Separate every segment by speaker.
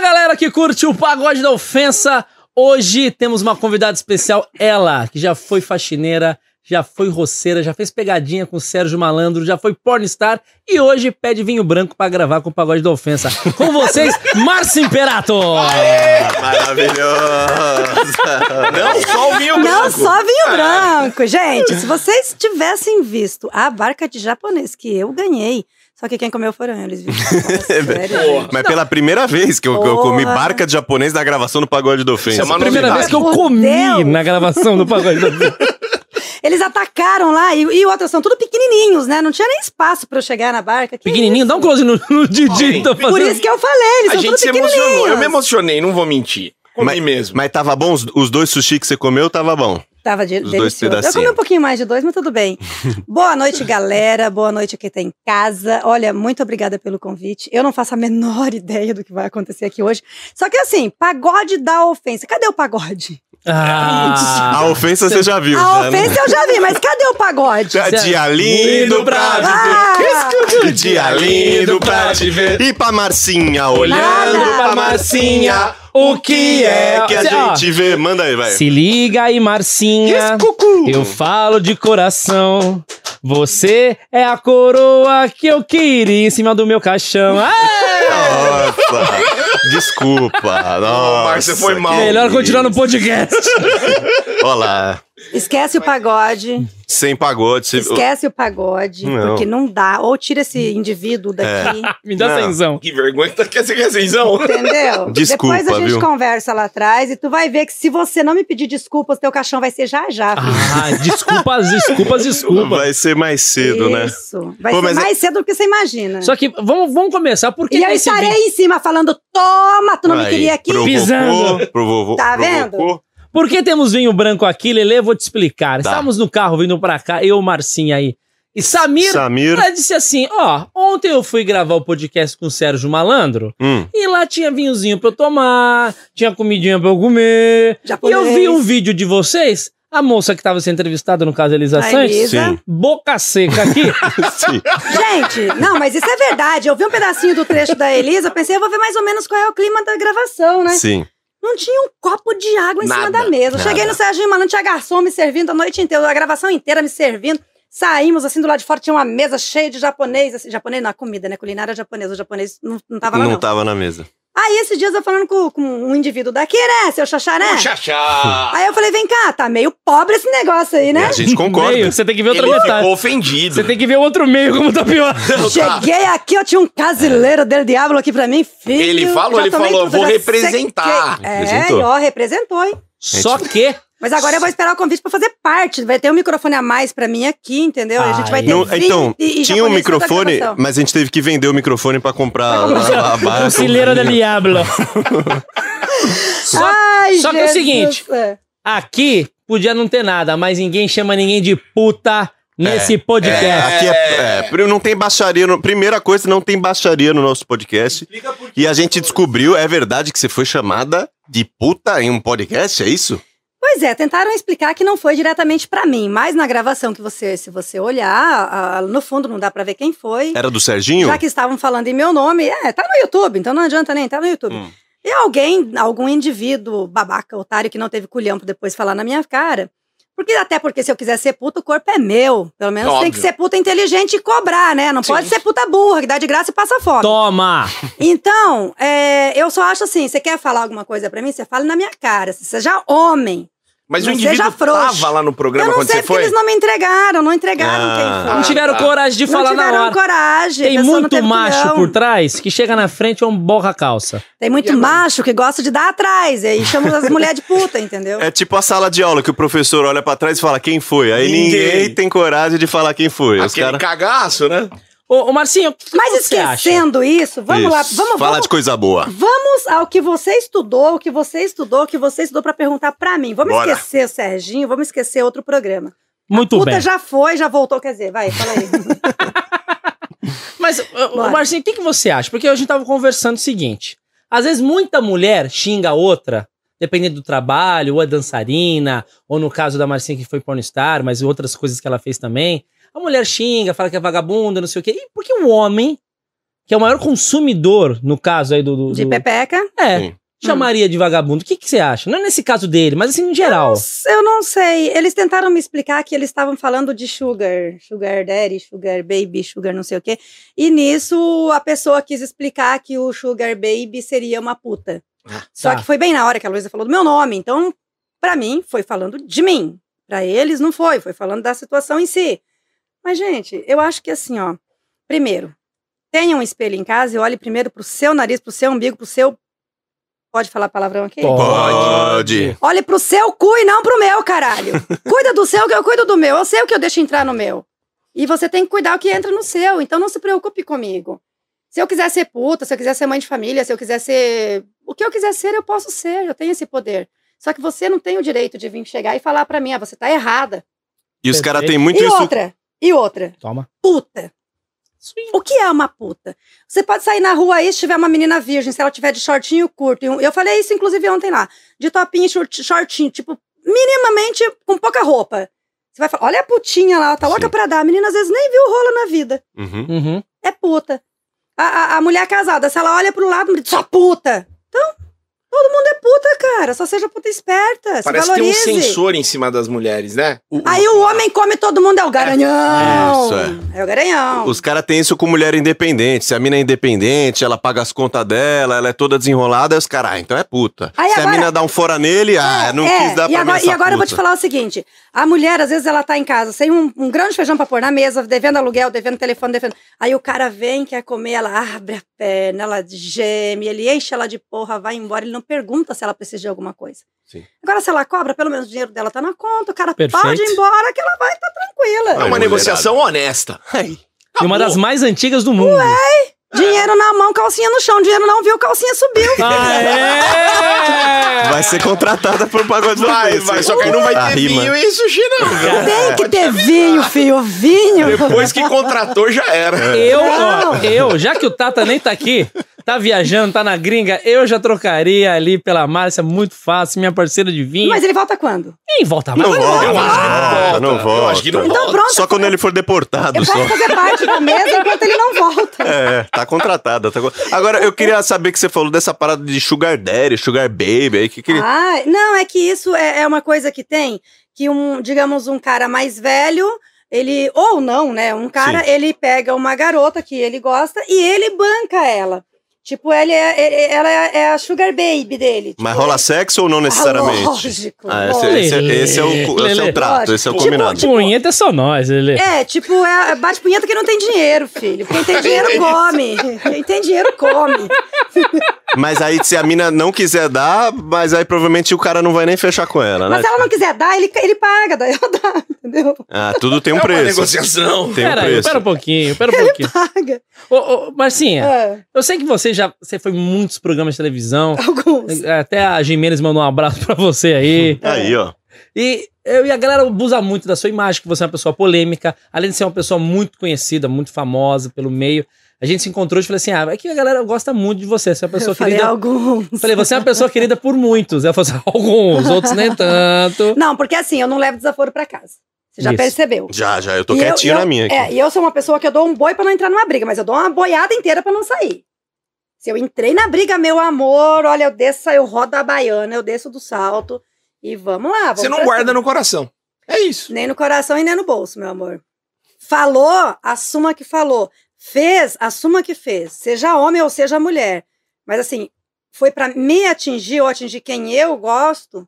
Speaker 1: galera que curte o Pagode da Ofensa, hoje temos uma convidada especial, ela, que já foi faxineira, já foi roceira, já fez pegadinha com o Sérgio Malandro, já foi pornstar e hoje pede vinho branco pra gravar com o Pagode da Ofensa. Com vocês, Márcio Imperato!
Speaker 2: Maravilhoso! Não só o vinho
Speaker 3: Não
Speaker 2: branco. É.
Speaker 3: só vinho branco. Gente, se vocês tivessem visto a barca de japonês que eu ganhei, só que quem comeu foram eles, viu?
Speaker 2: É
Speaker 3: Nossa, sério, gente.
Speaker 4: Mas pela primeira vez que eu, que eu comi
Speaker 3: Porra.
Speaker 4: barca de japonês na gravação do Pagode do Ofensa.
Speaker 2: Isso é uma
Speaker 1: Primeira vez
Speaker 2: novidade.
Speaker 1: que eu
Speaker 3: Meu
Speaker 1: comi
Speaker 3: Deus.
Speaker 1: na gravação do Pagode da Ofensa.
Speaker 3: Eles atacaram lá e, e outras são tudo pequenininhos, né? Não tinha nem espaço pra eu chegar na barca. Que
Speaker 1: Pequenininho, dá um close no, no Didi. Tá
Speaker 3: Por
Speaker 1: fazendo...
Speaker 3: isso que eu falei, eles
Speaker 2: A
Speaker 3: são
Speaker 2: gente
Speaker 3: tudo
Speaker 2: se
Speaker 3: pequenininhos.
Speaker 2: emocionou. Eu me emocionei, não vou mentir. Comi
Speaker 4: Mas-
Speaker 2: mesmo.
Speaker 4: Mas tava bom? Os, os dois sushi que você comeu, tava bom.
Speaker 3: Tava de,
Speaker 4: Os dois
Speaker 3: delicioso. Eu comi
Speaker 4: pedacinhos.
Speaker 3: um pouquinho mais de dois, mas tudo bem. Boa noite, galera. Boa noite a quem tá em casa. Olha, muito obrigada pelo convite. Eu não faço a menor ideia do que vai acontecer aqui hoje. Só que assim, pagode da ofensa. Cadê o pagode?
Speaker 4: A
Speaker 1: Ah,
Speaker 4: ofensa você já viu.
Speaker 3: a
Speaker 4: já,
Speaker 3: ofensa eu já vi, mas cadê o pagode?
Speaker 4: Né? Dia lindo pra...
Speaker 3: Ah,
Speaker 4: Dia lindo pra te ver. E pra Marcinha, olhando
Speaker 3: Nada.
Speaker 4: pra Marcinha, o que é que a
Speaker 1: Cê- ó,
Speaker 4: gente vê? Manda aí, vai.
Speaker 1: Se liga aí, Marcinha.
Speaker 4: Uhum.
Speaker 1: Eu falo de coração. Você é a coroa que eu queria em cima do meu caixão. Ah,
Speaker 4: Nossa, desculpa. Nossa,
Speaker 2: Márcio, foi mal.
Speaker 1: melhor continuar no podcast.
Speaker 4: Olá.
Speaker 3: esquece o pagode.
Speaker 4: Sem pagode. Se...
Speaker 3: Esquece o pagode.
Speaker 4: Não. É.
Speaker 3: Porque não dá. Ou tira esse indivíduo daqui.
Speaker 1: Me dá
Speaker 4: Não.
Speaker 1: atenção.
Speaker 2: Que vergonha. Tá- Quer ser recenzão?
Speaker 3: Entendeu?
Speaker 4: Desculpa,
Speaker 3: Depois a gente
Speaker 4: viu?
Speaker 3: conversa lá atrás e tu vai ver que se você não me pedir desculpas, teu caixão vai ser já já. filho.
Speaker 1: Ah, desculpas, desculpas, desculpas.
Speaker 4: Vai ser mais cedo, né?
Speaker 3: Isso. Vai
Speaker 4: Pô,
Speaker 3: ser
Speaker 4: mas é-
Speaker 3: mais cedo do que você imagina.
Speaker 1: Só que vamos, vamos começar. Por que
Speaker 3: E eu
Speaker 1: que esse
Speaker 3: estarei
Speaker 1: vinho?
Speaker 3: em cima falando: toma, tu não me
Speaker 4: Aí,
Speaker 3: queria aqui.
Speaker 4: provocou,
Speaker 1: Pisando.
Speaker 4: provocou,
Speaker 3: Tá vendo?
Speaker 4: provocou.
Speaker 1: Por que temos vinho branco aqui, Lele? Vou te explicar.
Speaker 4: Tá.
Speaker 1: Estávamos no carro vindo pra cá, eu, Marcinha aí. E Samir,
Speaker 4: Samir.
Speaker 1: ela disse assim: ó, ontem eu fui gravar o podcast com o Sérgio Malandro.
Speaker 4: Hum.
Speaker 1: E lá tinha vinhozinho pra eu tomar, tinha comidinha pra eu comer. E eu
Speaker 3: Japonês.
Speaker 1: vi um vídeo de vocês, a moça que tava sendo entrevistada, no caso, a Elisa
Speaker 3: A
Speaker 1: Sanches,
Speaker 3: Elisa.
Speaker 4: Sim.
Speaker 1: boca seca aqui.
Speaker 4: Sim.
Speaker 3: Gente, não, mas isso é verdade. Eu vi um pedacinho do trecho da Elisa, pensei, eu vou ver mais ou menos qual é o clima da gravação, né?
Speaker 4: Sim.
Speaker 3: Não tinha um copo de água em cima
Speaker 2: Nada,
Speaker 3: da mesa.
Speaker 4: nada.
Speaker 3: Cheguei no Serginho Malandro, tinha garçom me servindo a noite inteira, a gravação inteira me servindo. Saímos assim do lado de fora, tinha uma mesa cheia de japonês, assim, japonês na comida, né? Culinária japonesa. O japonês não, não tava lá, não.
Speaker 4: Não tava na mesa.
Speaker 3: Aí esses dias eu falando com, com um indivíduo daqui, né? Seu xaxaré.
Speaker 2: Xaxá.
Speaker 3: Aí eu falei, vem cá, tá meio pobre esse negócio aí,
Speaker 4: E
Speaker 3: né?
Speaker 4: a gente concorda.
Speaker 1: Meio, você tem que ver outra
Speaker 2: Ele
Speaker 1: metade.
Speaker 2: ficou ofendido.
Speaker 1: Você tem que ver o outro meio como tá pior.
Speaker 3: Cheguei aqui, eu tinha um casileiro del diablo aqui pra mim, filho.
Speaker 2: Ele falou,
Speaker 3: já
Speaker 2: ele
Speaker 3: tomei
Speaker 2: falou,
Speaker 3: tudo,
Speaker 2: vou
Speaker 3: já
Speaker 2: representar.
Speaker 3: sequei. É,
Speaker 4: Representou.
Speaker 3: e ó, representou, hein?
Speaker 1: Só que.
Speaker 3: Mas agora eu vou esperar o convite pra fazer parte. Vai ter um microfone a mais pra mim aqui, entendeu? a gente vai
Speaker 1: Ai.
Speaker 3: ter
Speaker 4: Não,
Speaker 3: vinho
Speaker 4: então,
Speaker 3: e- e
Speaker 4: tinha um
Speaker 3: japonês pra
Speaker 4: microfone,
Speaker 3: gravação.
Speaker 4: mas a gente teve que vender o microfone pra comprar a, a barra.
Speaker 1: Conselheiro da Diablo. Só,
Speaker 3: Ai,
Speaker 1: só que é o
Speaker 3: Jesus.
Speaker 1: seguinte,
Speaker 3: É.
Speaker 1: aqui podia não ter nada, mas ninguém chama ninguém de puta nesse podcast.
Speaker 4: Aqui é, é, pri- não tem baixaria. no- primeira coisa, não tem baixaria no nosso podcast. E a gente descobriu, é verdade que você foi chamada de puta em um podcast, é isso?
Speaker 3: Pois é, tentaram explicar que não foi diretamente pra mim, mas na gravação que você, se você olhar, ah, no fundo não dá pra ver quem foi.
Speaker 4: Era do Serginho?
Speaker 3: Já que estavam falando em meu nome, é, tá no YouTube, então não adianta nem, tá no YouTube.
Speaker 4: Hum.
Speaker 3: E alguém, algum indivíduo babaca, otário, que não teve culhão pra depois falar na minha cara. Porque até porque se eu quiser ser puta, o corpo é meu. Pelo menos tem
Speaker 2: Óbvio.
Speaker 3: que ser puta inteligente e cobrar, né? Não
Speaker 2: Sim.
Speaker 3: pode ser puta burra, que dá de graça e passa fome.
Speaker 1: Toma!
Speaker 3: Então, é, eu só acho assim, você quer falar alguma coisa pra mim? Você fala na minha cara. Você seja homem.
Speaker 2: Mas o
Speaker 3: Não seja
Speaker 2: indivíduo
Speaker 3: frouxo.
Speaker 2: tava lá no programa
Speaker 3: eu não
Speaker 2: quando
Speaker 3: sei
Speaker 2: você
Speaker 3: porque
Speaker 2: foi?
Speaker 3: eles não me entregaram, não entregaram
Speaker 4: Ah.
Speaker 3: quem foi.
Speaker 1: Não tiveram
Speaker 2: tá.
Speaker 1: coragem de
Speaker 3: não
Speaker 1: falar na
Speaker 3: tiveram
Speaker 1: hora.
Speaker 3: coragem. é a
Speaker 1: Tem
Speaker 3: pessoa não
Speaker 1: muito
Speaker 3: teve
Speaker 1: macho
Speaker 3: culhão.
Speaker 1: por trás que chega na frente é um borra calça.
Speaker 3: Tem muito macho que gosta de dar atrás. E aí chama as mulheres de puta, entendeu?
Speaker 4: É tipo a sala de aula que o professor olha pra trás e fala quem foi. Aí ninguém,
Speaker 2: Ninguém.
Speaker 4: tem coragem de falar quem foi. Os
Speaker 2: Aquele
Speaker 4: cara...
Speaker 2: cagaço, né?
Speaker 1: Ô, ô Marcinho, o que
Speaker 3: Mas
Speaker 1: você acha?
Speaker 3: esquecendo isso, vamos lá,
Speaker 4: Isso.
Speaker 3: vamos,
Speaker 4: Fala
Speaker 3: vamos,
Speaker 4: de coisa boa.
Speaker 3: vamos ao que você estudou, o que você estudou, o que você estudou pra perguntar pra mim. Vamos
Speaker 4: Bora.
Speaker 3: esquecer o Serginho, vamos esquecer outro programa.
Speaker 1: Muito
Speaker 3: Puta
Speaker 1: bem.
Speaker 3: já foi, já voltou, quer dizer, vai, fala aí.
Speaker 1: Mas, ô, ô,
Speaker 3: Bora.
Speaker 1: Marcinho, o que, que você acha? Porque a gente tava conversando o seguinte. Às vezes, muita mulher xinga a outra, dependendo do trabalho, ou é dançarina, ou no caso da Marcinha que foi pornstar, mas outras coisas que ela fez também. A mulher xinga, fala que é vagabunda, não sei o quê. E por que o homem que é o maior consumidor, no caso aí do. do-
Speaker 3: De
Speaker 1: do-
Speaker 3: pepeca?
Speaker 1: É.
Speaker 4: Sim.
Speaker 1: Chamaria de vagabundo. O que, que você acha? Não é nesse caso dele, mas assim, em geral.
Speaker 3: Eu não sei. Eles tentaram me explicar que eles estavam falando de sugar, sugar daddy, sugar baby, sugar não sei o quê. E nisso a pessoa quis explicar que o sugar baby seria uma puta. Só
Speaker 1: tá.
Speaker 3: que foi bem na hora que a Luísa falou do meu nome. Então, pra mim, foi falando de mim. Pra eles, não foi. Foi falando da situação em si. Mas, gente, eu acho que assim, ó. Primeiro, tenha um espelho em casa e olhe primeiro pro seu nariz, pro seu umbigo, pro seu. Pode falar palavrão aqui?
Speaker 4: Pode.
Speaker 3: Olhe pro seu cu e não pro meu, caralho. Cuida do seu que eu cuido do meu. Eu sei o que eu deixo entrar no meu. E você tem que cuidar o que entra no seu. Então não se preocupe comigo. Se eu quiser ser puta, se eu quiser ser mãe de família, se eu quiser ser. O que eu quiser ser, eu posso ser. Eu tenho esse poder. Só que você não tem o direito de vir chegar e falar pra mim, ah, você tá errada.
Speaker 4: E os caras têm muito
Speaker 3: E
Speaker 4: isso.
Speaker 3: outra, e outra.
Speaker 1: Toma.
Speaker 3: Puta. O que é uma puta? Você pode sair na rua aí se tiver uma menina virgem, se ela tiver de shortinho curto. e um- Eu falei isso, inclusive, ontem lá. De topinho e short- shortinho, tipo, minimamente com pouca roupa. Você vai falar, olha a putinha lá, ela tá louca
Speaker 4: Sim.
Speaker 3: pra dar. A menina às vezes nem viu rola na vida.
Speaker 4: Uhum.
Speaker 1: Uhum.
Speaker 3: É puta. A, a- a mulher casada, se ela olha pro lado, diz, só puta. Então, todo mundo é puta, cara. Só seja puta esperta.
Speaker 2: Parece
Speaker 3: se
Speaker 2: que tem um
Speaker 3: valorize.
Speaker 2: sensor em cima das mulheres, né?
Speaker 3: Aí o homem come todo mundo, é o garanhão.
Speaker 4: Isso,
Speaker 3: é. o garanhão.
Speaker 4: Os caras têm isso com mulher independente. Se a mina é independente, ela paga as contas dela, ela é toda desenrolada, aí os caras, ah, então é puta.
Speaker 3: Aí
Speaker 4: Se a
Speaker 3: agora-
Speaker 4: mina dá um fora nele, ah, não
Speaker 3: É,
Speaker 4: quis dar
Speaker 3: e
Speaker 4: pra
Speaker 3: agora,
Speaker 4: mim essa
Speaker 3: E agora eu vou te
Speaker 4: puta.
Speaker 3: falar o seguinte: a mulher, às vezes, ela tá em casa sem um, um grande feijão pra pôr na mesa, devendo aluguel, devendo telefone, devendo. Aí o cara vem, quer comer, ela abre a perna, ela geme, ele enche ela de porra, vai embora, ele não pergunta se ela precisa de alguma coisa.
Speaker 4: Sim.
Speaker 3: Agora, se ela cobra, pelo menos o dinheiro dela tá na conta, o cara
Speaker 1: Perfeito.
Speaker 3: pode ir embora que ela vai estar
Speaker 2: É
Speaker 3: tranquila.
Speaker 2: uma
Speaker 4: Ai,
Speaker 2: negociação honesta.
Speaker 1: E uma das mais antigas do mundo.
Speaker 3: Dinheiro na mão, calcinha no chão, dinheiro não viu, calcinha subiu.
Speaker 1: Ah, é!
Speaker 4: Vai ser contratada por um pagode
Speaker 2: Vai,
Speaker 4: Valença.
Speaker 2: vai, só que aí não vai
Speaker 4: A
Speaker 2: ter
Speaker 4: Tá rima.
Speaker 2: vinho e sushi, não. viu?
Speaker 3: Tem que ter vinho, filho, vinho.
Speaker 2: Depois que contratou, já era. É
Speaker 1: Eu, ó, eu, já que o Tata nem tá aqui, tá viajando, tá na gringa, eu já trocaria ali pela Márcia, muito fácil, minha parceira de vinho.
Speaker 3: Mas ele volta quando?
Speaker 1: Nem volta mais.
Speaker 4: Não volta,
Speaker 2: Eu acho que não volta.
Speaker 4: não volta.
Speaker 2: Eu acho que não
Speaker 3: Então
Speaker 2: volta.
Speaker 3: pronto.
Speaker 4: Só quando ele for deportado,
Speaker 3: Eu
Speaker 4: só.
Speaker 3: posso fazer parte da mesa enquanto ele não volta.
Speaker 4: É, tá contratada. tá con- Agora, eu queria saber que você falou dessa parada de Sugar Daddy, Sugar Baby, aí que, que...
Speaker 3: Ah, não, é que isso é, é uma coisa que tem, que um, digamos, um cara mais velho, ele, ou não, né, um cara, ele pega uma garota que ele gosta e ele banca ela. Tipo, ele é, ele- ela é, é a sugar baby dele. Tipo,
Speaker 4: Mas rola sexo ou não
Speaker 3: Ah,
Speaker 4: necessariamente?
Speaker 3: lógico,
Speaker 4: Ah, esse,
Speaker 3: lógico.
Speaker 4: esse é- esse é o, esse é o trato, esse é o
Speaker 3: Tipo,
Speaker 4: combinado.
Speaker 3: tipo-
Speaker 1: Punheta é só nós, ele.
Speaker 3: É, tipo, é, é bate punheta que não tem dinheiro, filho. Quem tem dinheiro come. Quem tem dinheiro come.
Speaker 4: Mas aí, se a mina não quiser dar, mas aí provavelmente o cara não vai nem fechar com ela, né?
Speaker 3: Mas é. se ela não quiser dar, ele, ele paga, daí eu dá, entendeu?
Speaker 4: Ah, tudo tem
Speaker 2: É
Speaker 4: um
Speaker 2: uma
Speaker 4: preço.
Speaker 2: negociação.
Speaker 3: Tá
Speaker 4: Tem um
Speaker 1: Pera aí,
Speaker 4: preço.
Speaker 1: pera um pouquinho, pera um pouquinho.
Speaker 3: Paga.
Speaker 1: Ô, ô, Marcinha,
Speaker 3: É,
Speaker 1: eu sei que você já você foi em muitos programas de televisão.
Speaker 3: alguns.
Speaker 1: Até a Jimenez mandou um abraço pra você aí.
Speaker 4: Aí, ó.
Speaker 1: E eu e a galera abusa muito da sua imagem, que você é uma pessoa polêmica, além de ser uma pessoa muito conhecida, muito famosa pelo meio. A gente se encontrou e falei assim: ah, é que a galera gosta muito de você, você é uma pessoa
Speaker 3: Eu falei
Speaker 1: querida.
Speaker 3: alguns.
Speaker 1: Falei, você é uma pessoa querida por muitos. Ela falou assim, alguns, outros nem tanto.
Speaker 3: Não, porque assim, eu não levo desaforo pra casa. Você já
Speaker 1: Isso.
Speaker 3: percebeu.
Speaker 4: Já, já, eu tô
Speaker 3: E eu-
Speaker 4: quietinho
Speaker 3: eu-
Speaker 4: na minha aqui.
Speaker 3: É, e eu sou uma pessoa que eu dou um boi pra não entrar numa briga, mas eu dou uma boiada inteira pra não sair. Se eu entrei na briga, meu amor, olha, eu desço, eu rodo a baiana, eu desço do salto e vamos lá. Vamos
Speaker 2: Você não
Speaker 3: pra
Speaker 2: guarda
Speaker 3: cima.
Speaker 2: no coração. É isso.
Speaker 3: Nem no coração e nem no bolso, meu amor. Falou, assuma que falou. Fez, assuma que fez. Seja homem ou seja mulher. Mas assim, foi pra me atingir ou atingir quem eu gosto,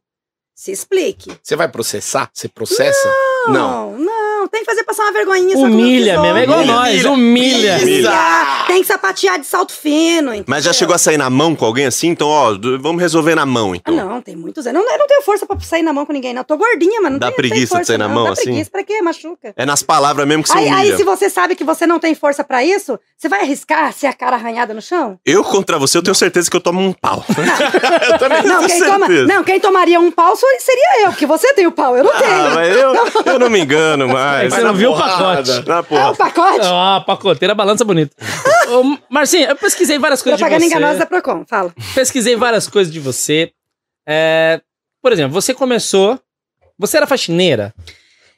Speaker 3: se explique.
Speaker 2: Você vai processar? Você processa? Não.
Speaker 3: Não, não, tem que fazer passar uma vergonhinha. só que não
Speaker 1: Humilha
Speaker 3: precisou.
Speaker 1: mesmo, é igual
Speaker 2: Humilha,
Speaker 1: nós,
Speaker 2: humilha,
Speaker 1: humilha.
Speaker 2: humilha.
Speaker 3: Humilhar, Tem que sapatear de salto fino. Entendeu?
Speaker 4: Mas já chegou a sair na mão com alguém assim? Então, ó, d- vamos resolver na mão,
Speaker 3: Ah,
Speaker 4: então.
Speaker 3: não, tem muitos anos. Eu não- Eu não tenho força pra sair na mão com ninguém, não. Eu tô gordinha, mas não
Speaker 4: Dá
Speaker 3: tenho,
Speaker 4: preguiça
Speaker 3: tenho
Speaker 4: de
Speaker 3: força,
Speaker 4: sair na
Speaker 3: não.
Speaker 4: mão,
Speaker 3: Dá
Speaker 4: assim?
Speaker 3: preguiça, pra quê? Machuca.
Speaker 4: É nas palavras mesmo que você
Speaker 3: Aí, aí,
Speaker 4: humilha.
Speaker 3: se você sabe que você não tem força pra isso, você vai arriscar ser a cara arranhada no chão?
Speaker 4: Eu contra você, eu tenho certeza que eu tomo um pau. eu também
Speaker 3: Não,
Speaker 4: tenho
Speaker 3: quem,
Speaker 4: certeza.
Speaker 3: toma- não, quem tomaria um pau só- seria eu, porque você tem o pau, eu não
Speaker 4: Ah,
Speaker 3: tenho.
Speaker 4: mas eu, eu não me engano mais.
Speaker 1: Você
Speaker 2: na
Speaker 1: não viu o
Speaker 2: porrada.
Speaker 1: pacote.
Speaker 4: Na
Speaker 3: É um
Speaker 4: porra.
Speaker 3: pacote.
Speaker 1: Ó, a pacoteira balança bonito. Ô, Marcinha, eu pesquisei várias coisas de
Speaker 3: Propaganda enganosa
Speaker 1: você.
Speaker 3: da Procon, fala.
Speaker 1: Pesquisei várias coisas de você. É, por exemplo, você começou. Você era faxineira.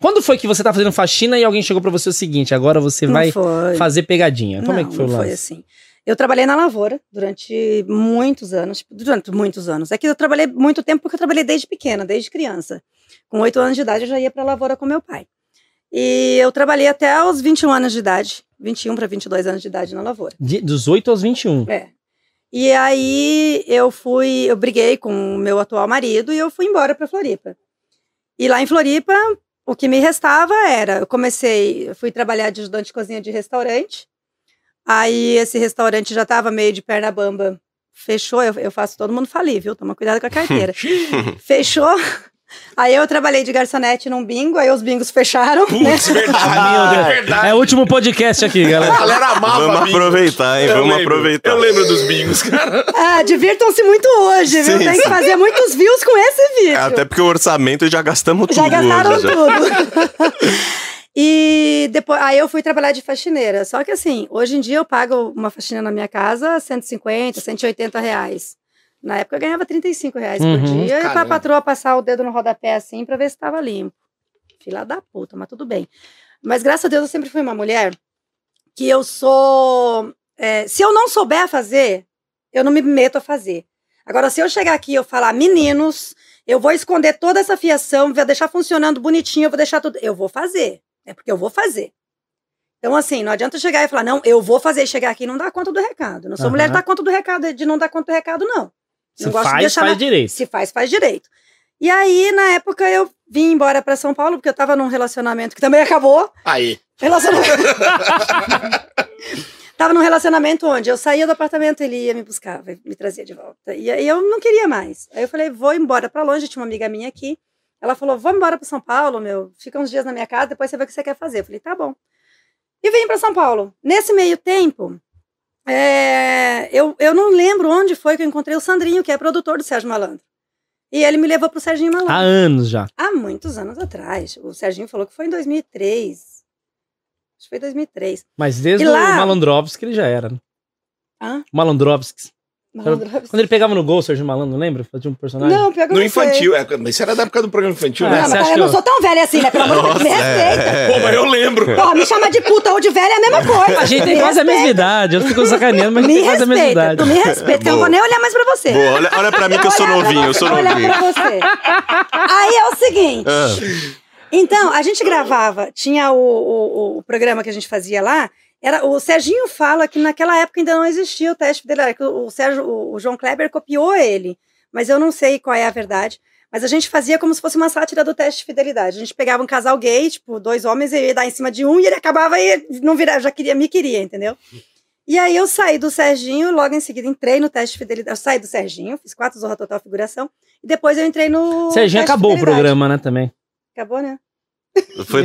Speaker 1: Quando foi que você tá fazendo faxina e alguém chegou pra você o seguinte: agora você
Speaker 3: Não
Speaker 1: vai
Speaker 3: foi.
Speaker 1: fazer pegadinha? Como
Speaker 3: não,
Speaker 1: é que foi o
Speaker 3: não
Speaker 1: lance?
Speaker 3: foi assim. Eu trabalhei na lavoura durante muitos anos, tipo, durante muitos anos. É que eu trabalhei muito tempo porque eu trabalhei desde pequena, desde criança. Com oito anos de idade eu já ia para a lavoura com meu pai. E eu trabalhei até os 21 anos de idade, 21 para 22 anos de idade na lavoura.
Speaker 1: De, dos 8 aos 21.
Speaker 3: É. E aí eu fui, eu briguei com o meu atual marido e eu fui embora para Floripa. E lá em Floripa, o que me restava era, eu comecei, eu fui trabalhar de ajudante de cozinha de restaurante. Aí esse restaurante já estava meio de perna bamba. Fechou, eu, eu faço todo mundo falir, viu? Toma cuidado com a carteira. Fechou. Aí eu trabalhei de garçonete num bingo, aí os bingos fecharam. né?
Speaker 2: Putz, verdade,
Speaker 1: Ah,
Speaker 2: verdade.
Speaker 1: É o último podcast aqui,
Speaker 2: A
Speaker 1: galera.
Speaker 2: galera amava
Speaker 4: Vamos
Speaker 2: bingo.
Speaker 4: aproveitar, hein?
Speaker 2: Eu
Speaker 4: Vamos
Speaker 2: lembro.
Speaker 4: aproveitar.
Speaker 2: Eu lembro dos bingos, cara.
Speaker 3: Ah, divirtam-se muito hoje, viu?
Speaker 4: Sim,
Speaker 3: Tem que
Speaker 4: sim.
Speaker 3: fazer muitos views com esse vídeo.
Speaker 4: Até porque o orçamento já gastamos tudo.
Speaker 3: Já gastaram
Speaker 4: hoje, já.
Speaker 3: tudo. e depois, aí eu fui trabalhar de faxineira. Só que assim, hoje em dia eu pago uma faxina na minha casa 150, 180 reais. Na época eu ganhava 35 reais
Speaker 1: Uhum.
Speaker 3: por dia. E pra
Speaker 2: Caramba.
Speaker 3: patroa passar o dedo no rodapé assim pra ver se tava limpo. Filha da puta, mas tudo bem. Mas graças a Deus eu sempre fui uma mulher que eu sou. é, se eu não souber fazer, eu não me meto a fazer. Agora, se eu chegar aqui e eu falar, meninos, eu vou esconder toda essa fiação, vou deixar funcionando bonitinho, eu vou deixar tudo. Eu vou fazer. É porque eu vou fazer. Então, assim, não adianta eu chegar e falar, não, eu vou fazer. Chegar aqui e não dar conta do recado. Não sou
Speaker 1: Aham.
Speaker 3: mulher de dar conta do recado, de não dar conta do recado, não.
Speaker 1: Se
Speaker 3: não gosto de
Speaker 1: faz,
Speaker 3: deixar
Speaker 1: faz
Speaker 3: na-
Speaker 1: direito.
Speaker 3: se faz, faz direito. E aí, na época, eu vim embora pra São Paulo, porque eu tava num relacionamento que também acabou.
Speaker 2: Aí.
Speaker 3: Relacionamento. tava num relacionamento onde eu saía do apartamento, ele ia me buscar, me trazia de volta. E aí eu não queria mais. Aí eu falei, vou embora pra longe, tinha uma amiga minha aqui. Ela falou, vamos embora pra São Paulo, meu. Fica uns dias na minha casa, depois você vê o que você quer fazer. Eu falei, tá bom. E vim pra São Paulo. Nesse meio tempo, é, eu, eu não lembro onde foi que eu encontrei o Sandrinho, que é produtor do Sérgio Malandro. E ele me levou pro Serginho Malandro.
Speaker 1: Há anos já.
Speaker 3: Há muitos anos atrás. O Serginho falou que foi em 2003. Acho que foi 2003.
Speaker 1: Mas desde
Speaker 3: E lá-
Speaker 1: o Malandrovski ele já era. né?
Speaker 3: Hã?
Speaker 1: Malandrovski.
Speaker 3: Malandro-
Speaker 1: Quando ele pegava no gol, Sérgio Malandro, lembra? Fazia um personagem.
Speaker 3: Não, pior que eu
Speaker 2: No
Speaker 3: não sei.
Speaker 2: infantil. É, mas isso era da época do programa infantil,
Speaker 1: Ah,
Speaker 3: Não,
Speaker 2: né?
Speaker 1: você
Speaker 3: mas
Speaker 1: acha
Speaker 3: eu
Speaker 1: que
Speaker 3: não
Speaker 1: eu-
Speaker 3: sou tão velha assim, né? Pelo amor de Deus, me respeita.
Speaker 2: Pô, mas eu lembro.
Speaker 4: É.
Speaker 3: Porra, me chama de puta ou de velha é a mesma coisa.
Speaker 1: A gente tem
Speaker 3: Me
Speaker 1: quase a mesma
Speaker 3: respeita.
Speaker 1: idade. Eu fico sacaneando, mas a gente
Speaker 3: Me
Speaker 1: tem quase a mesma
Speaker 3: respeita.
Speaker 1: idade.
Speaker 3: Tu me respeita, que eu não
Speaker 4: Boa.
Speaker 3: vou nem olhar mais pra você.
Speaker 4: Boa, olha, olha pra mim que eu sou
Speaker 3: Olhar pra
Speaker 4: novinho, eu
Speaker 3: você,
Speaker 4: sou
Speaker 3: olhar
Speaker 4: novinho.
Speaker 3: pra você. Aí é o seguinte.
Speaker 4: Ah,
Speaker 3: Então, a gente gravava, tinha o, o- o programa que a gente fazia lá, era, o Serginho fala que naquela época ainda não existia o teste dele, era que o, o Sérgio, o, o João Kleber copiou ele, mas eu não sei qual é a verdade. Mas a gente fazia como se fosse uma sátira do teste de fidelidade. A gente pegava um casal gay, tipo, dois homens, e eu ia dar em cima de um, e ele acabava e não virava, já queria, me queria, entendeu? E aí eu saí do Serginho, logo em seguida entrei no teste de fidelidade. Eu saí do Serginho, fiz quatro Zorra Total Figuração, e depois eu entrei no.
Speaker 1: Serginho
Speaker 3: teste de
Speaker 1: acabou o
Speaker 3: fidelidade.
Speaker 1: programa, né, também.
Speaker 3: Acabou, né?
Speaker 4: foi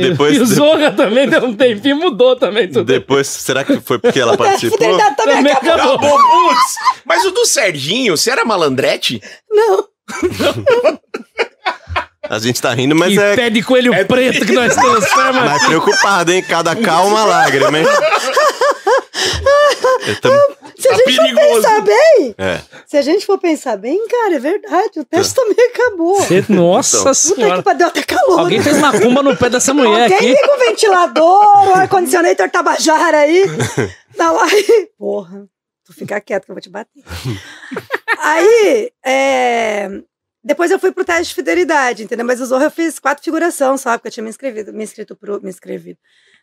Speaker 1: E o
Speaker 4: depois.
Speaker 1: Zorra também deu um tempinho, mudou também tudo.
Speaker 4: Depois, será que foi porque ela
Speaker 3: Teste
Speaker 4: participou?
Speaker 3: de É, fidelidade também
Speaker 1: Também
Speaker 3: acabou.
Speaker 1: acabou.
Speaker 2: Acabou, putz. Mas o do Serginho, você era malandrete?
Speaker 3: Não.
Speaker 4: A gente tá rindo, mas
Speaker 1: e
Speaker 4: é.
Speaker 1: pé de coelho
Speaker 2: é-
Speaker 1: preto que nós temos, né, mano?
Speaker 4: Mas preocupado, hein? Cada cá uma lágrima, hein? Eu tam...
Speaker 3: Se a
Speaker 2: Tá
Speaker 3: gente for
Speaker 2: perigoso.
Speaker 3: pensar bem,
Speaker 4: É.
Speaker 3: se a gente for pensar bem, cara, é verdade. O teste também acabou.
Speaker 1: Cê- Nossa
Speaker 4: Então.
Speaker 3: Puta que
Speaker 1: senhora.
Speaker 3: pariu, né? deu até calor.
Speaker 1: Alguém fez macumba no pé dessa mulher
Speaker 3: Alguém
Speaker 1: aqui.
Speaker 3: liga o ventilador, o ar-condicionador Tabajara aí. Na live. Porra, tu fica quieto que eu vou te bater. aí, é, depois eu fui pro teste de fidelidade, entendeu? Mas o Zorro eu fiz quatro figuração só, porque eu tinha me inscrevido, me inscrito pro, me inscrevido,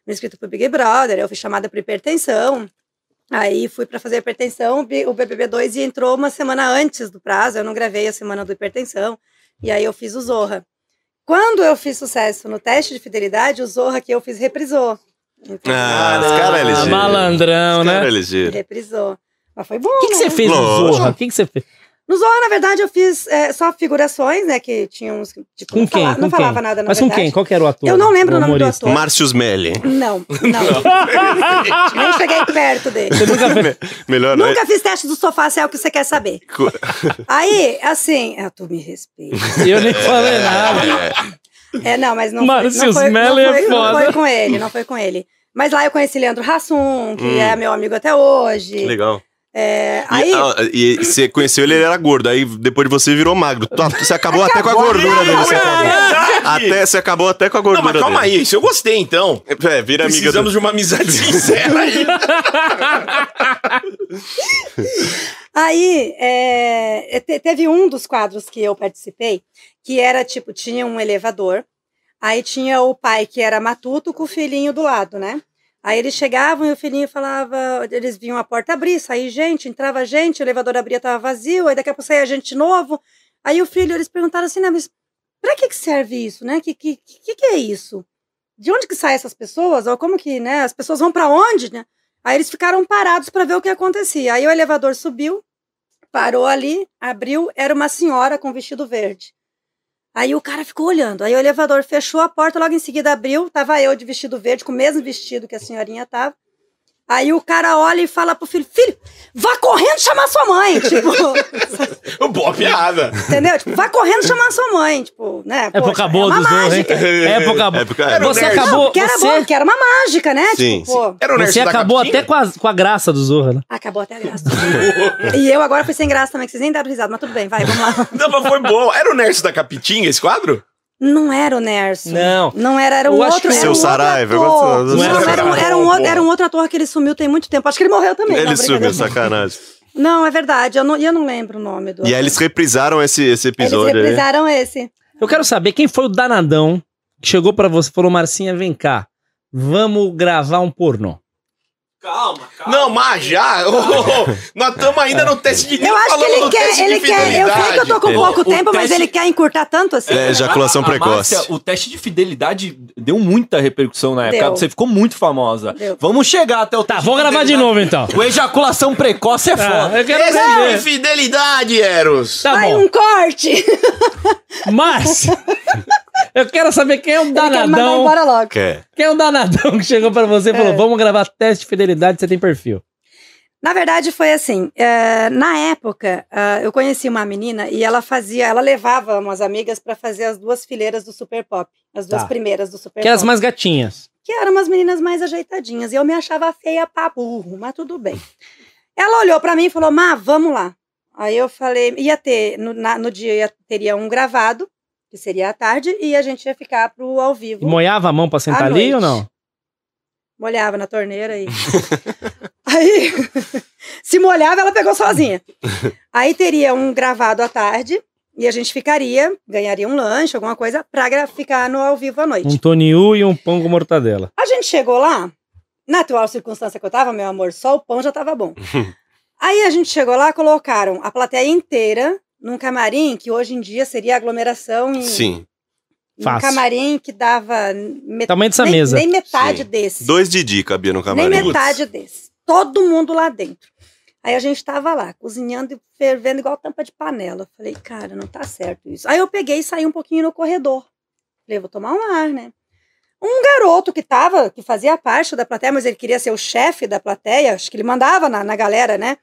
Speaker 3: me inscrito pro Big Brother, eu fui chamada pra hipertensão. Aí fui pra fazer a hipertensão, o B- o BBB2 e entrou uma semana antes do prazo, eu não gravei a semana do hipertensão, e aí eu fiz o Zorra. Quando eu fiz sucesso no teste de fidelidade, o Zorra que eu fiz reprisou. Entendeu?
Speaker 4: Ah, esse cara é ligeiro.
Speaker 1: malandrão,
Speaker 4: Esse cara
Speaker 1: né?
Speaker 4: é ligeiro.
Speaker 3: Reprisou. Mas foi bom.
Speaker 1: O que que
Speaker 3: né?
Speaker 1: você fez no
Speaker 4: Lógico.
Speaker 1: Zorra? O que que você fez?
Speaker 3: No Zorra, na verdade, eu fiz é, só figurações, né? Que tinham uns. que, Tipo,
Speaker 1: Com
Speaker 3: não
Speaker 1: quem?
Speaker 3: fala-
Speaker 1: Com
Speaker 3: não
Speaker 1: quem?
Speaker 3: falava nada, na
Speaker 1: Mas com
Speaker 3: verdade.
Speaker 1: quem? Qual que era o ator?
Speaker 3: Eu não lembro o nome do
Speaker 1: humorista?
Speaker 3: ator.
Speaker 4: Márcio Smelly.
Speaker 3: Não, não. Nem cheguei perto dele.
Speaker 1: Você nunca fez.
Speaker 4: Melhor não. é?
Speaker 3: Nunca fiz teste do sofá, se é o que você quer saber.
Speaker 4: Co-
Speaker 3: Aí, assim. Ah, tu me respeita.
Speaker 1: Eu nem falei nada.
Speaker 3: É, não, mas não,
Speaker 1: Mano,
Speaker 3: foi,
Speaker 1: se
Speaker 3: não,
Speaker 1: os
Speaker 3: foi, não,
Speaker 1: Mello é
Speaker 3: foi, não
Speaker 1: foda.
Speaker 3: foi com
Speaker 1: Hum.
Speaker 3: ele, não foi com ele. Mas lá eu conheci Leandro Hassum, que é meu amigo até hoje.
Speaker 4: Legal.
Speaker 3: É,
Speaker 4: E,
Speaker 3: aí,
Speaker 4: ah, e você conheceu ele, ele era gordo. Aí depois de você virou magro. Tua- Você acabou, até com a gordura dele. Você
Speaker 3: É
Speaker 4: acabou. Até, você acabou até com a
Speaker 2: Não,
Speaker 4: gordura
Speaker 2: mas calma
Speaker 4: dele.
Speaker 2: aí, isso eu gostei então.
Speaker 4: É, vira amiga
Speaker 2: Precisamos de uma amizade sincera aí.
Speaker 3: aí é, te- teve um dos quadros que eu participei, que era tipo, tinha um elevador, aí tinha o pai que era matuto com o filhinho do lado, né? Aí eles chegavam e o filhinho falava, eles vinham a porta abrir, sair gente, entrava gente, o elevador abria, tava vazio, aí daqui a pouco saía gente de novo. Aí o filho, eles perguntaram assim, né, mas pra que que serve isso, né? Que que, que que é isso? De onde que saem essas pessoas? Ou como que, né, as pessoas vão pra onde, né? Aí eles ficaram parados pra ver o que acontecia. Aí o elevador subiu, parou ali, abriu, era uma senhora com vestido verde. Aí o cara ficou olhando. Aí o elevador fechou a porta, logo em seguida abriu, tava eu de vestido verde, com o mesmo vestido que a senhorinha tava. Aí o cara olha e fala pro filho: Filho, vá correndo chamar sua mãe! Tipo,
Speaker 2: Boa piada.
Speaker 3: entendeu? Tipo, vá correndo chamar sua mãe. Tipo, né?
Speaker 1: É
Speaker 3: poxa,
Speaker 1: Época boa
Speaker 3: uma
Speaker 1: dos dois, hein?
Speaker 3: mágica.
Speaker 1: Época boa.
Speaker 4: Época-
Speaker 2: Era o
Speaker 1: Você
Speaker 2: nerd.
Speaker 1: acabou.
Speaker 3: Que era bom,
Speaker 1: Você,
Speaker 3: que era uma mágica, né?
Speaker 4: Sim,
Speaker 3: tipo, pô,
Speaker 2: Era o nerd
Speaker 1: você
Speaker 2: da
Speaker 1: acabou
Speaker 2: Capitinha?
Speaker 1: até com a, com a graça do Zorra, né?
Speaker 3: acabou até a graça. e eu agora fui sem graça também, que vocês nem deram risada, mas tudo bem, vai, vamos lá.
Speaker 2: Não, mas foi bom. Era o Nerds da Capitinha esse quadro?
Speaker 3: Não era o Nerson.
Speaker 1: Não.
Speaker 3: Não era, era um
Speaker 1: Eu acho
Speaker 3: outro.
Speaker 1: que o
Speaker 3: Era
Speaker 4: seu
Speaker 3: um
Speaker 4: Saraiva,
Speaker 3: outro
Speaker 4: eu
Speaker 3: ator.
Speaker 4: gosto do
Speaker 3: Não,
Speaker 2: Saraiva.
Speaker 3: era, um, era, um,
Speaker 2: Bom,
Speaker 3: outro- era um
Speaker 2: bom.
Speaker 3: outro ator que ele sumiu tem muito tempo. Acho que ele morreu também. não,
Speaker 4: Ele sumiu,
Speaker 3: brincadeira.
Speaker 4: sacanagem.
Speaker 3: Não, é verdade. Eu não, eu não lembro o nome do.
Speaker 4: E aí eles reprisaram esse, esse
Speaker 3: Eles
Speaker 4: episódio aí.
Speaker 3: reprisaram esse.
Speaker 1: Eu quero saber quem foi o danadão que chegou pra você e falou: Marcinha, vem cá. Vamos gravar um pornô.
Speaker 5: Calma, calma.
Speaker 2: Não, mas já. Ô, ô, ô, nós estamos ainda no teste de
Speaker 3: Eu acho que
Speaker 2: falando
Speaker 3: ele
Speaker 2: do
Speaker 3: quer.
Speaker 2: teste
Speaker 3: Ele
Speaker 2: de
Speaker 3: quer. Eu sei que eu tô com
Speaker 4: Ele-
Speaker 3: pouco
Speaker 5: o
Speaker 3: tempo, mas
Speaker 5: teste-
Speaker 3: ele quer encurtar tanto assim.
Speaker 4: É, ejaculação
Speaker 5: A- a
Speaker 4: precoce.
Speaker 5: Márcia, o teste de fidelidade deu muita repercussão na época.
Speaker 3: Deu.
Speaker 5: Você ficou muito famosa.
Speaker 3: Deu.
Speaker 5: Vamos chegar até o
Speaker 1: Tá,
Speaker 5: teste
Speaker 1: vou gravar de
Speaker 5: fidelidade.
Speaker 1: novo então.
Speaker 5: O ejaculação precoce é
Speaker 1: Ah,
Speaker 5: foda.
Speaker 1: eu quero
Speaker 2: Esse é
Speaker 1: aprender.
Speaker 2: infidelidade, Eros.
Speaker 1: Tá
Speaker 3: um Vai
Speaker 1: bom.
Speaker 3: um corte.
Speaker 1: Mas. Eu quero saber quem é o
Speaker 3: Ele quer me mandar
Speaker 1: danadão.
Speaker 3: embora logo.
Speaker 4: Quer.
Speaker 1: Quem é o danadão que chegou pra você e falou:
Speaker 3: É.
Speaker 1: vamos gravar teste de fidelidade, você tem perfil.
Speaker 3: Na verdade, foi assim. eh, na época, ah, eu conheci uma menina e ela fazia, ela levava umas amigas pra fazer as duas fileiras do Super Pop, as duas
Speaker 1: Tá.
Speaker 3: primeiras do Super
Speaker 1: Que é
Speaker 3: Pop.
Speaker 1: as mais gatinhas.
Speaker 3: que eram umas meninas mais ajeitadinhas. E eu me achava feia pra burro, mas tudo bem. Ela olhou pra mim e falou: Má, vamos lá. Aí eu falei: ia ter, no, na- no dia ia- teria um gravado, que seria à tarde, e a gente ia ficar pro ao
Speaker 1: E
Speaker 3: vivo.
Speaker 1: moiava a mão pra sentar
Speaker 3: Uhum. À
Speaker 1: ali
Speaker 3: noite.
Speaker 1: ou não?
Speaker 3: Molhava na torneira e. Aí, se molhava, ela pegou sozinha. Aí teria um gravado à tarde, e a gente ficaria, ganharia um lanche, alguma coisa, pra gra- ficar no ao vivo à noite.
Speaker 1: Um toniu e um pão com mortadela.
Speaker 3: A gente chegou lá, na atual circunstância que eu tava, meu amor, só o pão já tava bom. Aí a gente chegou lá, colocaram a plateia inteira num camarim que hoje em dia seria aglomeração em
Speaker 4: Sim.
Speaker 3: num
Speaker 1: Fácil.
Speaker 3: camarim que dava met-
Speaker 1: Tamanho dessa
Speaker 3: nem,
Speaker 1: mesa.
Speaker 3: nem metade
Speaker 4: Sim.
Speaker 3: desse.
Speaker 4: Dois Didi cabia no
Speaker 1: Tá
Speaker 3: nem
Speaker 4: camarim.
Speaker 3: metade desse. Todo mundo lá dentro. Aí a gente tava lá, cozinhando e fervendo igual tampa de panela. Eu falei, cara, não tá certo isso. Aí eu peguei e saí um pouquinho no corredor. Falei, vou tomar um ar, né? Um garoto que tava, que fazia parte da plateia, mas ele queria ser o chefe da plateia, acho que ele mandava na, na galera, né?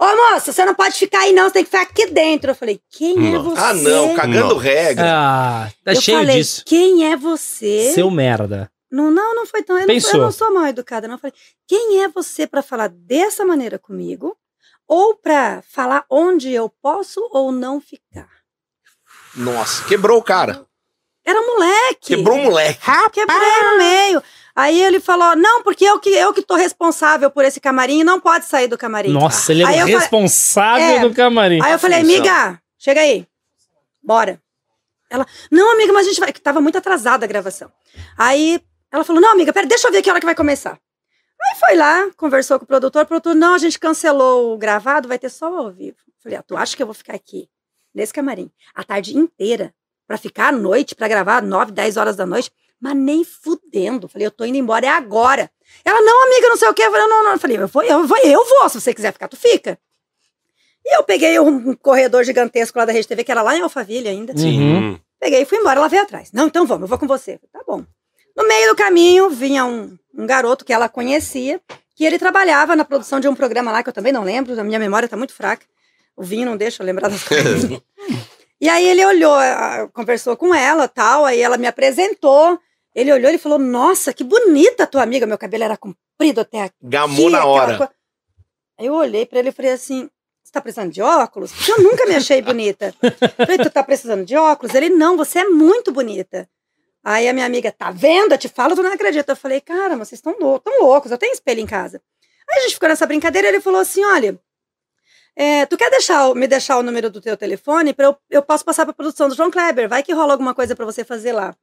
Speaker 3: Ô, moça, você não pode ficar aí, não, você tem que ficar aqui dentro. Eu falei, quem é
Speaker 4: Não.
Speaker 3: você?
Speaker 2: Ah, não, cagando
Speaker 4: Não.
Speaker 2: regra.
Speaker 1: Ah, tá
Speaker 3: eu
Speaker 1: cheio
Speaker 3: falei,
Speaker 1: disso.
Speaker 3: quem é você?
Speaker 1: Seu merda.
Speaker 3: Não, não, não foi tão. Eu, não- eu
Speaker 1: Pensou.
Speaker 3: Não, sou mal educada, não. Eu falei, quem é você para falar dessa maneira comigo? Ou para falar onde eu posso ou não ficar? É.
Speaker 2: Nossa, quebrou o cara.
Speaker 3: Era moleque.
Speaker 2: Quebrou o moleque.
Speaker 3: Quebrei no meio. Aí ele falou: não, porque eu que, eu que tô responsável por esse camarim e não pode sair do camarim.
Speaker 1: Nossa, ele é
Speaker 3: Aí
Speaker 1: o
Speaker 3: eu falei-
Speaker 1: responsável
Speaker 3: É.
Speaker 1: do camarim.
Speaker 3: Aí eu falei,
Speaker 2: Função.
Speaker 3: amiga, chega aí. Bora. Ela, não, amiga, mas a gente vai. Que tava muito atrasada a gravação. Aí ela falou, não, amiga, pera, deixa eu ver que hora que vai começar. Aí foi lá, conversou com o produtor, o produtor, não, a gente cancelou o gravado, vai ter só o ao vivo. Falei, ah, tu acha que eu vou ficar aqui, nesse camarim, a tarde inteira, pra ficar à noite, pra gravar 9, 10 horas da noite? Mas nem fudendo. Falei, eu tô indo embora, é agora. Ela, não, amiga, não sei o quê. Eu falei, não, não. Falei, eu vou, eu vou, eu vou. Se você quiser ficar, tu fica. E eu peguei um corredor gigantesco lá da Rede TV, que era lá em Alphaville ainda.
Speaker 1: Sim.
Speaker 4: Hum.
Speaker 3: Peguei e fui embora, ela veio atrás. Não, então vamos, eu vou com você. Falei, Tá bom. No meio do caminho vinha um, um garoto que ela conhecia, que ele trabalhava na produção de um programa lá, que eu também não lembro, a minha memória tá muito fraca. O vinho não deixa eu lembrar das coisas. e aí ele olhou, ah, conversou com ela tal, aí ela me apresentou. Ele olhou e falou: Nossa, que bonita tua amiga. Meu cabelo era comprido até aqui.
Speaker 2: Gamou na
Speaker 3: aquela
Speaker 2: hora.
Speaker 3: co- Aí eu olhei pra ele e falei assim: você tá precisando de óculos? Porque eu nunca me achei bonita. Falei, tu tá precisando de óculos? Ele, não, você é muito bonita. Aí a minha amiga, tá vendo? Eu te falo, tu não acredita. Eu falei, cara, mas vocês estão lou- tão loucos, eu tenho espelho em casa. Aí a gente ficou nessa brincadeira, ele falou assim, olha, é, tu quer deixar, o- me deixar o número do teu telefone? Pra eu, eu posso passar pra produção do João Kleber, vai que rola alguma coisa pra você fazer lá.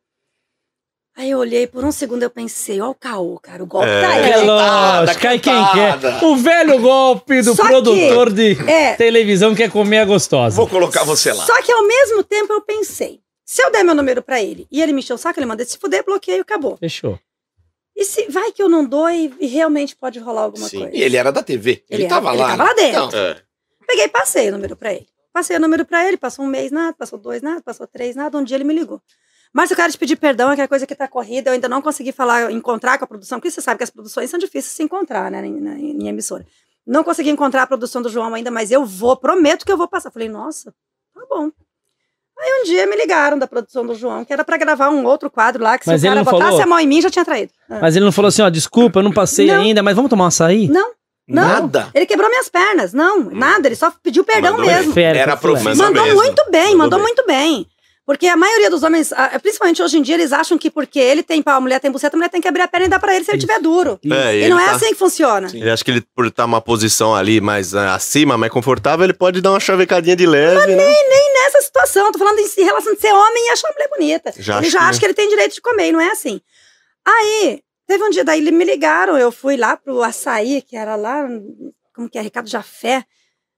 Speaker 3: Aí eu olhei, por um segundo eu pensei, ó o caô, cara, o golpe tá aí.
Speaker 1: É
Speaker 3: né?
Speaker 1: lógico, cai quem
Speaker 2: cantada.
Speaker 1: quer. O velho golpe do
Speaker 3: Só que-
Speaker 1: produtor de
Speaker 3: É,
Speaker 1: televisão que quer comer a gostosa.
Speaker 2: Vou colocar você lá.
Speaker 3: Só que ao mesmo tempo eu pensei, se eu der meu número pra ele e ele me encheu o saco, ele manda se fuder, bloqueio, acabou.
Speaker 1: Fechou.
Speaker 3: E se vai que eu não dou e, e realmente pode rolar alguma
Speaker 4: Sim.
Speaker 3: coisa.
Speaker 2: E ele era da TV. Ele,
Speaker 3: Ele era-
Speaker 2: tava
Speaker 3: ele
Speaker 2: lá.
Speaker 3: tava lá dentro.
Speaker 2: Então,
Speaker 3: Peguei e passei o número pra ele. Passei o número pra ele, passou um mês, nada, passou dois, nada, passou três, nada. Um dia ele me ligou. Mas eu quero te pedir perdão, é que a coisa que tá corrida, eu ainda não consegui falar, encontrar com a produção, porque você sabe que as produções são difíceis de se encontrar, né, em, na- em emissora. Não consegui encontrar a produção do João ainda, mas eu vou, prometo que eu vou passar. Falei, nossa, tá bom. Aí um dia me ligaram da produção do João, que era pra gravar um outro quadro lá, que se
Speaker 1: Mas
Speaker 3: o
Speaker 1: ele
Speaker 3: cara
Speaker 1: não
Speaker 3: botasse
Speaker 1: falou?
Speaker 3: a mão em mim, já tinha traído. Ah.
Speaker 1: Mas ele não falou assim, ó, desculpa, eu não passei
Speaker 3: Não.
Speaker 1: ainda, mas vamos tomar um açaí?
Speaker 3: Não, não.
Speaker 2: Nada.
Speaker 3: Ele quebrou minhas pernas, não, nada, ele só pediu perdão
Speaker 4: Hum. Mandou ele
Speaker 3: mesmo.
Speaker 1: Fera,
Speaker 2: Era
Speaker 1: foi filé.
Speaker 2: profissional.
Speaker 3: Mandou
Speaker 4: mesmo.
Speaker 3: muito bem, mandou,
Speaker 4: Mandou bem.
Speaker 3: muito bem. Porque a maioria dos homens, a- principalmente hoje em dia, eles acham que porque ele tem pau, a mulher tem buceta, a mulher tem que abrir a perna e dar pra ele se ele
Speaker 1: Isso.
Speaker 3: tiver duro.
Speaker 4: É,
Speaker 3: E,
Speaker 4: ele
Speaker 3: não é
Speaker 4: tá-
Speaker 3: assim que funciona.
Speaker 2: Sim.
Speaker 4: Ele acha que ele, por estar numa posição ali mais ah, acima, mais confortável, ele pode dar uma chavecadinha de leve, né?
Speaker 3: Nessa É situação, tô falando em, em relação de ser homem e achar a mulher bonita.
Speaker 4: Já
Speaker 3: ele
Speaker 4: acho
Speaker 3: já
Speaker 4: que-
Speaker 3: acha que ele tem direito de comer, e não é assim. Aí, teve um dia, daí eles me ligaram, eu fui lá pro açaí, que era lá, como que é, Ricardo Jafé.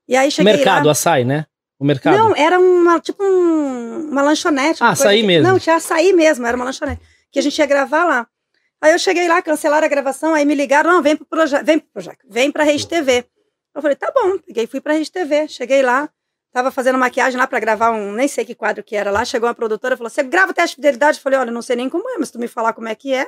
Speaker 3: E aí
Speaker 1: O
Speaker 3: cheguei
Speaker 1: mercado,
Speaker 3: lá.
Speaker 1: açaí, né? O mercado.
Speaker 3: Não, era uma, tipo um- uma lanchonete. uma
Speaker 1: Ah, açaí
Speaker 3: coisa que-
Speaker 1: mesmo.
Speaker 3: Não, tinha açaí mesmo, era uma lanchonete. Que a gente ia gravar lá. Aí eu cheguei lá, cancelaram a gravação, aí me ligaram, não, vem pro projeto, vem pro projeto, vem pra Rede TV. Eu falei, tá bom, peguei, e fui pra Rede TV, cheguei lá, tava fazendo maquiagem lá pra gravar um, nem sei que quadro que era lá, chegou uma produtora, falou, você grava o teste de fidelidade? Eu falei, olha, não sei nem como é, mas se tu me falar como é que é.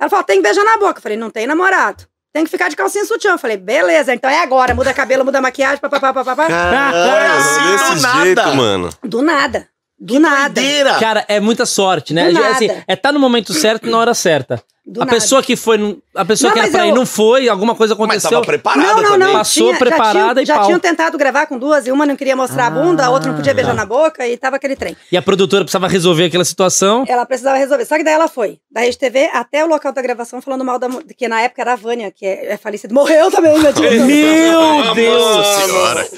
Speaker 3: Ela falou, tem que beijar na boca. Eu falei, não tem namorado. Tem que ficar de calcinha e sutiã. Eu falei, beleza, então é agora. Muda cabelo, muda maquiagem, papapá, papapá.
Speaker 1: É.
Speaker 4: Caralho,
Speaker 2: Assim, do
Speaker 4: desse
Speaker 2: nada.
Speaker 4: jeito, mano.
Speaker 3: Do nada. Do nada.
Speaker 2: Doideira.
Speaker 1: Cara, é muita sorte, né?
Speaker 3: Do
Speaker 1: É assim,
Speaker 3: nada.
Speaker 1: é tá no momento certo e na hora certa.
Speaker 3: Do
Speaker 1: a
Speaker 3: nada.
Speaker 1: pessoa que foi, não- a pessoa
Speaker 3: Não,
Speaker 1: que era
Speaker 3: mas
Speaker 1: pra ir
Speaker 3: eu-
Speaker 1: não foi, alguma coisa
Speaker 2: Mas
Speaker 1: aconteceu.
Speaker 2: tava preparada
Speaker 3: Não, não,
Speaker 2: também.
Speaker 3: não.
Speaker 1: Passou
Speaker 3: tinha- já
Speaker 1: preparada
Speaker 3: tinham-
Speaker 1: e
Speaker 3: já
Speaker 1: pau.
Speaker 3: tinham tentado gravar com duas, e uma não queria mostrar a bunda, a outra não podia beijar
Speaker 1: Ah.
Speaker 3: na boca e tava aquele trem.
Speaker 1: E a produtora precisava resolver aquela situação.
Speaker 3: Ela precisava resolver. Só que daí ela foi da Rede TV até o local da gravação falando mal da mu- que na época era a Vânia, que é, é falecida. Morreu também, né?
Speaker 1: Meu Deus!
Speaker 4: Nossa senhora.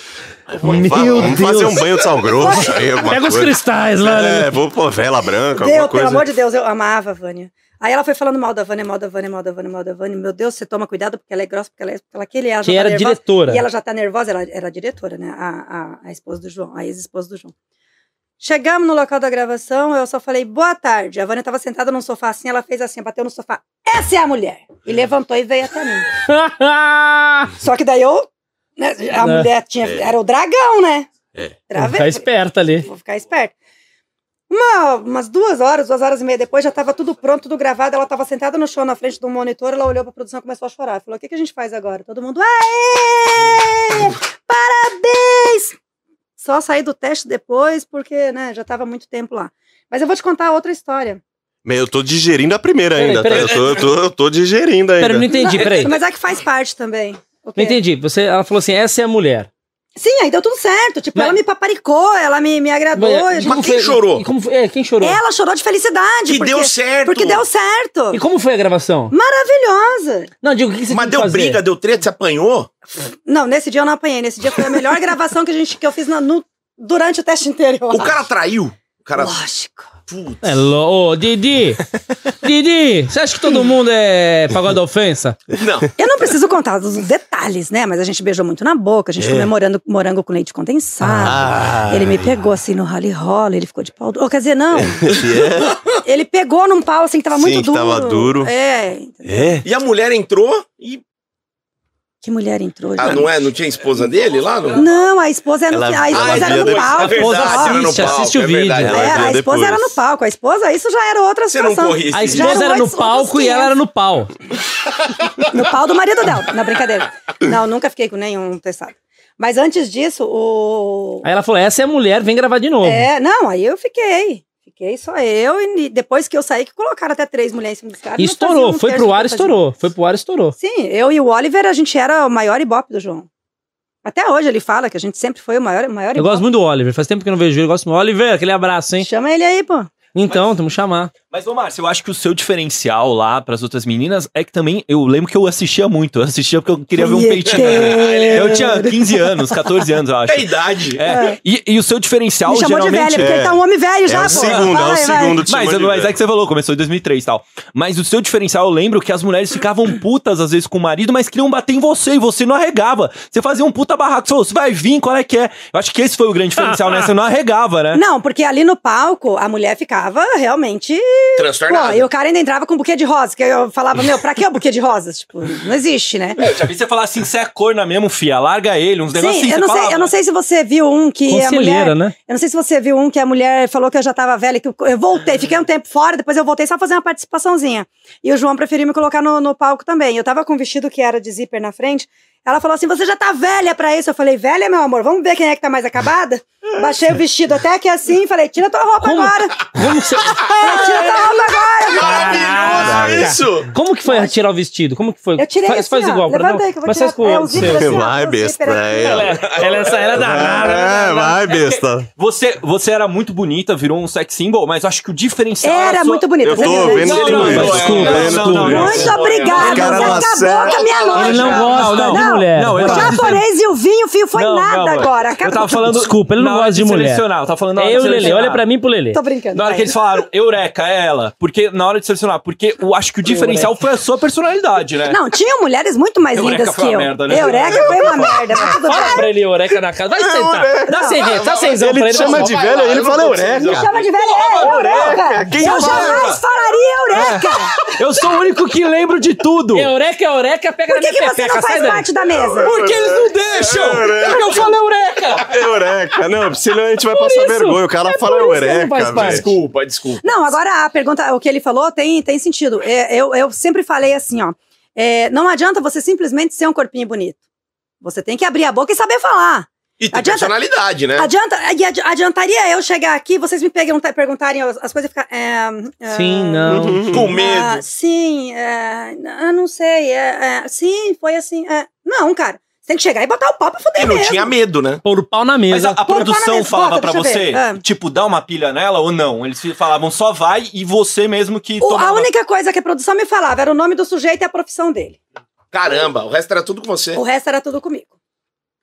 Speaker 1: Meu
Speaker 4: Vamos fazer um
Speaker 1: Deus!
Speaker 4: banho de sal grosso aí, alguma
Speaker 1: Pega os
Speaker 4: coisa.
Speaker 1: cristais lá. né?
Speaker 4: É, vou pôr vela branca,
Speaker 3: Deu,
Speaker 4: alguma
Speaker 3: pelo
Speaker 4: coisa.
Speaker 3: amor de Deus, eu amava a Vânia. Aí ela foi falando mal da Vânia, mal da Vânia, mal da Vânia, mal da Vânia. Meu Deus, você toma cuidado porque ela é grossa, porque ela é porque ela é aquele. Ela já
Speaker 1: Que
Speaker 3: tá
Speaker 1: era
Speaker 3: nervosa.
Speaker 1: diretora.
Speaker 3: E ela já tá nervosa, ela era a diretora, né? A, a, a esposa do João, a ex-esposa do João. Chegamos no local da gravação, eu só falei boa tarde. A Vânia tava sentada num sofá assim, ela fez assim, bateu no sofá. Essa é a mulher! E levantou e veio até mim. Só que daí eu. né, a
Speaker 1: Né?
Speaker 3: mulher tinha. Era o dragão, né?
Speaker 4: É.
Speaker 3: Travei,
Speaker 1: Tá esperta ali.
Speaker 3: Vou ficar esperto. Uma, umas duas horas, duas horas e meia depois, já estava tudo pronto, tudo gravado. Ela estava sentada no chão na frente do monitor, ela olhou para a produção e começou a chorar. Falou: O que, que a gente faz agora? Todo mundo, aê! Parabéns! Só saí do teste depois, porque né, já estava muito tempo lá. Mas eu vou te contar outra história.
Speaker 4: Meu, eu tô digerindo a primeira
Speaker 1: Peraí,
Speaker 4: ainda,
Speaker 1: peraí.
Speaker 4: tá? Eu tô, eu tô- eu tô digerindo ainda.
Speaker 1: Peraí, não entendi, peraí. Não
Speaker 3: Mas é que faz parte também. O quê?
Speaker 1: entendi. Você, ela falou assim: essa é a mulher.
Speaker 3: Sim, aí deu tudo certo. Tipo,
Speaker 1: Mas-
Speaker 3: ela me paparicou, ela me, me agradou. a
Speaker 1: Mas
Speaker 3: gente-
Speaker 2: como quem chorou?
Speaker 1: e como foi- é, quem chorou?
Speaker 3: Ela chorou de felicidade.
Speaker 2: Que
Speaker 3: porque,
Speaker 2: deu certo.
Speaker 3: Porque deu certo.
Speaker 1: E como foi a gravação?
Speaker 3: Maravilhosa.
Speaker 1: Não, digo, o que que você
Speaker 2: Mas
Speaker 1: tinha que
Speaker 2: deu
Speaker 1: fazer?
Speaker 2: briga, deu treta, você apanhou?
Speaker 3: Não, nesse dia eu não apanhei. Nesse dia foi a melhor gravação que, a gente, que eu fiz na- no- durante o teste inteiro. eu
Speaker 2: O
Speaker 3: acho.
Speaker 2: cara traiu. O cara.
Speaker 3: Lógico.
Speaker 2: Putz.
Speaker 1: É, lo... Ô, Didi! Didi, você acha que todo mundo é pagode da ofensa?
Speaker 2: Não.
Speaker 3: Eu não preciso contar os detalhes, né? Mas a gente beijou muito na boca,
Speaker 2: É.
Speaker 3: a gente comeu morando- morango com leite condensado.
Speaker 4: Ah,
Speaker 3: Ele me pegou assim no rally roll, ele ficou de pau duro. Ou, quer dizer,
Speaker 2: É.
Speaker 3: não. Ele pegou num pau assim que tava
Speaker 4: Sim,
Speaker 3: muito
Speaker 4: que
Speaker 3: duro.
Speaker 4: tava duro.
Speaker 3: É.
Speaker 4: É?
Speaker 2: E a mulher entrou e.
Speaker 3: Que mulher entrou,
Speaker 2: Ah,
Speaker 3: gente.
Speaker 2: não é? Não tinha esposa dele lá? Não?
Speaker 3: Não, a esposa era no,
Speaker 4: Ela-
Speaker 3: a esposa
Speaker 4: Ah,
Speaker 3: era
Speaker 4: dia
Speaker 3: no
Speaker 4: depois.
Speaker 3: palco.
Speaker 1: A esposa
Speaker 2: É Verdade, era no
Speaker 1: assiste,
Speaker 2: palco,
Speaker 1: assiste o
Speaker 2: é
Speaker 1: vídeo.
Speaker 2: verdade,
Speaker 4: ela
Speaker 3: É, a
Speaker 4: dia
Speaker 3: esposa
Speaker 4: depois.
Speaker 3: era no palco. A esposa, isso já era outra
Speaker 2: Você não é
Speaker 3: situação.
Speaker 2: corria
Speaker 1: A
Speaker 2: esse
Speaker 3: Já
Speaker 1: esposa
Speaker 3: eram
Speaker 1: era no
Speaker 3: outros- outros
Speaker 1: palco e ela era no pau.
Speaker 3: No pau do marido dela. Não, brincadeira. Não, nunca fiquei com nenhum testado. Mas antes disso, o.
Speaker 1: Aí ela falou: essa é a mulher, vem gravar de novo.
Speaker 3: É, não, aí eu fiquei. Fiquei só eu e ni- depois que eu saí, que colocaram até três mulheres em cima dos caras.
Speaker 1: E
Speaker 3: não faziam
Speaker 1: estourou,
Speaker 3: um
Speaker 1: foi
Speaker 3: terço
Speaker 1: pro
Speaker 3: do
Speaker 1: ar e
Speaker 3: que eu fazia.
Speaker 1: estourou. Foi pro ar e estourou.
Speaker 3: Sim, eu e o Oliver, a gente era o maior ibope do João. Até hoje ele fala que a gente sempre foi o maior, maior
Speaker 1: Eu gosto muito do Oliver. Faz tempo que eu não vejo ele. Eu gosto muito. Oliver, aquele abraço, hein?
Speaker 3: Chama ele aí, pô.
Speaker 1: Então, temos que chamar.
Speaker 5: Mas, ô, Márcio, eu acho que o seu diferencial lá pras outras meninas é que também eu lembro que eu assistia muito. Eu assistia porque eu queria ver um peitinho.
Speaker 3: Punheteiro.
Speaker 5: Eu tinha 15 anos, 14 anos, eu acho.
Speaker 2: É a idade.
Speaker 5: É, e, e o seu diferencial
Speaker 3: Me chamou de velha,
Speaker 5: geralmente
Speaker 3: porque
Speaker 5: é.
Speaker 3: ele tá um homem velho já,
Speaker 4: É
Speaker 3: pô.
Speaker 4: o segundo, é
Speaker 3: Vai,
Speaker 4: o
Speaker 3: vai.
Speaker 4: segundo. te
Speaker 5: Mas,
Speaker 4: chamando de
Speaker 5: mas é
Speaker 4: velho.
Speaker 5: que você falou, começou em 2003 e tal. Mas o seu diferencial, eu lembro que as mulheres ficavam putas às vezes com o marido, mas queriam bater em você e você não arregava. Você fazia um puta barraco, você falou, você vai vir, qual é que é? Eu acho que esse foi o grande diferencial,
Speaker 1: Ah,
Speaker 5: né? Você não arregava, né?
Speaker 3: Não, porque ali no palco a mulher ficava realmente. Pô,
Speaker 2: Transtornado.
Speaker 3: e o cara ainda entrava com um buquê de rosas, que eu falava, meu, pra que o buquê de rosas? Tipo, não existe, né?
Speaker 5: Eu já vi você falar assim, você é corna mesmo, fia, larga ele, uns negócios
Speaker 3: Sim,
Speaker 5: assim.
Speaker 3: eu
Speaker 5: você
Speaker 3: não,
Speaker 5: falava.
Speaker 3: sei, eu não sei se você viu um que a mulher.
Speaker 1: Conselheira, né?
Speaker 3: Eu não sei se você viu um que a mulher falou que eu já tava velha, que eu, eu voltei, fiquei um tempo fora, depois eu voltei só fazer uma participaçãozinha. E o João preferiu me colocar no, no palco também. Eu tava com um vestido que era de zíper na frente. Ela falou assim: você já tá velha pra isso. Eu falei, velha, meu amor, vamos ver quem é que tá mais acabada? Baixei o vestido até aqui assim e falei, tira tua roupa
Speaker 1: Como?
Speaker 3: agora!
Speaker 1: Como que, você-
Speaker 3: É, Tira tua roupa agora!
Speaker 1: Caraca.
Speaker 2: Maravilhoso isso.
Speaker 1: como que foi tirar o vestido? Como que foi?
Speaker 3: Eu tirei
Speaker 1: faz,
Speaker 3: assim,
Speaker 1: faz
Speaker 3: ó,
Speaker 1: igual, pra-
Speaker 3: levanta aí que eu vou
Speaker 1: mas
Speaker 3: tirar.
Speaker 1: faz com o
Speaker 3: É, o
Speaker 1: outro
Speaker 3: zíper
Speaker 1: seu.
Speaker 3: assim, ó,
Speaker 4: Vai,
Speaker 3: o zíper
Speaker 4: besta,
Speaker 3: aqui, ó.
Speaker 4: é, ó.
Speaker 1: Ela, essa era danada.
Speaker 4: É, vai, besta.
Speaker 5: Você, você era muito bonita, virou um sex symbol, mas eu assim, acho que o diferencial. é
Speaker 3: Era
Speaker 5: sua-
Speaker 3: muito bonita,
Speaker 4: Eu
Speaker 3: você
Speaker 4: tô
Speaker 3: viu?
Speaker 4: vendo
Speaker 5: Não,
Speaker 4: que não
Speaker 5: não,
Speaker 4: é.
Speaker 5: não,
Speaker 4: Desculpa,
Speaker 5: não, não, não.
Speaker 4: desculpa.
Speaker 3: Muito
Speaker 5: Olha,
Speaker 3: obrigada,
Speaker 4: cara,
Speaker 3: você
Speaker 4: uma
Speaker 3: acabou
Speaker 4: série-
Speaker 3: com a minha noite.
Speaker 1: Ele não gosta
Speaker 5: Não,
Speaker 1: de
Speaker 5: não,
Speaker 1: mulher.
Speaker 5: não, eu
Speaker 1: Vai.
Speaker 3: O
Speaker 5: tava
Speaker 3: japonês e o vinho, fio, foi
Speaker 5: Não,
Speaker 3: nada
Speaker 5: não, eu-
Speaker 3: agora.
Speaker 5: Eu
Speaker 3: Acabou.
Speaker 5: tava falando.
Speaker 1: Desculpa, ele não
Speaker 5: na
Speaker 1: gosta
Speaker 5: hora
Speaker 1: de mulher.
Speaker 5: selecionar, Eu tava falando na hora
Speaker 1: É eu,
Speaker 5: de
Speaker 1: Lele.
Speaker 5: selecionar.
Speaker 1: Olha pra mim pro Lele.
Speaker 3: Tô brincando.
Speaker 5: Na hora
Speaker 3: vai.
Speaker 5: que eles falaram, Eureka, é ela. Porque na hora de selecionar, porque eu acho que o diferencial foi a sua personalidade, né?
Speaker 3: Não, tinham mulheres muito mais
Speaker 5: Eureka
Speaker 3: lindas
Speaker 5: foi
Speaker 3: que
Speaker 5: uma
Speaker 3: eu.
Speaker 5: merda, né?
Speaker 3: Eureka foi uma merda, mas tudo
Speaker 1: Fala
Speaker 3: bem.
Speaker 1: pra ele, Eureka na casa. Vai sentar. Dá sem ré, dá sem pra
Speaker 4: Ele
Speaker 1: ele.
Speaker 4: te chama
Speaker 1: vai.
Speaker 4: de
Speaker 2: vai
Speaker 4: velha
Speaker 2: lá,
Speaker 4: e ele
Speaker 2: eu não
Speaker 4: fala
Speaker 2: tô
Speaker 4: eureka.
Speaker 2: precisando.
Speaker 3: Chama de velha, é, Eureka!
Speaker 4: Quem
Speaker 3: eu
Speaker 4: fala?
Speaker 3: jamais falaria Eureka!
Speaker 5: Eu sou o único que lembro de tudo.
Speaker 1: Eureka, Eureka, pega
Speaker 3: Por que,
Speaker 1: na
Speaker 3: que
Speaker 1: minha
Speaker 3: você
Speaker 1: pepeca,
Speaker 3: não
Speaker 1: sai
Speaker 3: faz
Speaker 1: daí.
Speaker 3: parte da mesa?
Speaker 5: Porque eles não deixam.
Speaker 4: Eureka.
Speaker 5: Porque eu falo Eureka.
Speaker 4: é Eureka. Não, senão a gente vai
Speaker 1: Por
Speaker 4: passar
Speaker 1: isso.
Speaker 4: vergonha. O cara
Speaker 1: É
Speaker 4: fala
Speaker 1: por isso que ele não
Speaker 4: eureka,
Speaker 1: faz parte.
Speaker 4: velho.
Speaker 2: Desculpa, desculpa.
Speaker 3: Não, agora a pergunta, o que ele falou tem, tem sentido. É, eu, eu sempre falei assim, ó. é, não adianta você simplesmente ser um corpinho bonito. Você tem que abrir a boca e saber falar.
Speaker 2: E tem
Speaker 3: Adianta-
Speaker 2: personalidade, né?
Speaker 3: Adianta, e adi- adiantaria eu chegar aqui, vocês me pergunta- perguntarem as, as coisas e ficar. é, é,
Speaker 1: Sim, não.
Speaker 2: Com
Speaker 3: Ah,
Speaker 2: medo.
Speaker 3: sim, é, eu não sei. é, é, sim, foi assim. é. Não, cara. Você tem que chegar e botar o pau pra
Speaker 2: E
Speaker 3: foder
Speaker 2: não
Speaker 3: É mesmo.
Speaker 2: tinha medo, né?
Speaker 1: Pôr o pau na
Speaker 5: Mas a,
Speaker 1: mesa.
Speaker 5: a
Speaker 3: Pô, fala
Speaker 5: produção
Speaker 3: mesmo,
Speaker 5: falava
Speaker 3: volta,
Speaker 5: pra
Speaker 3: deixa eu
Speaker 5: você,
Speaker 3: ver. Ah.
Speaker 5: tipo, dá uma pilha nela ou não? Eles falavam só vai e você mesmo que
Speaker 3: O- a
Speaker 5: tomava.
Speaker 3: única coisa que a produção me falava era o nome do sujeito e a profissão dele.
Speaker 2: Caramba, o resto era tudo com você.
Speaker 3: O resto era tudo comigo.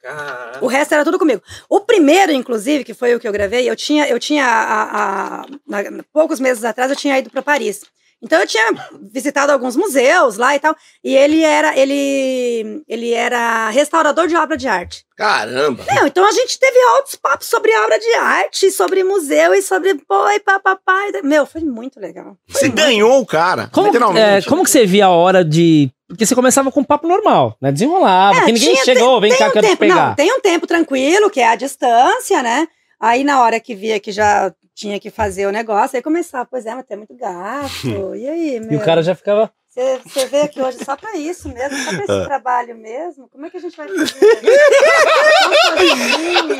Speaker 2: Caramba.
Speaker 3: O resto era tudo comigo. O primeiro, inclusive, que foi o que eu gravei, eu tinha, eu tinha a- a- na- poucos meses atrás eu tinha ido pra Paris. Então eu tinha visitado alguns museus lá e tal. E ele era, ele, ele era restaurador de obra de arte.
Speaker 2: Caramba.
Speaker 3: Não, então a gente teve altos papos sobre obra de arte, sobre museu e sobre pô, e papapá. e da- Meu, foi muito legal.
Speaker 2: Você ganhou o cara.
Speaker 1: Como, que-
Speaker 2: literalmente. né?
Speaker 1: é, como que você via a hora de. Porque você começava com papo normal, né? Desenrolava.
Speaker 3: É,
Speaker 1: que ninguém
Speaker 3: tinha-
Speaker 1: chegou, vem cá,
Speaker 3: um
Speaker 1: quero te
Speaker 3: tempo, não,
Speaker 1: pegar.
Speaker 3: tem um tempo tranquilo, que é a distância, né? Aí na hora que via que já tinha que fazer o negócio, aí começava, pois é, mas tem muito gasto. e aí,
Speaker 1: E
Speaker 3: meu?
Speaker 1: o cara já ficava.
Speaker 3: Você veio aqui hoje só pra isso mesmo, só pra esse trabalho mesmo? Como é que a gente vai fazer?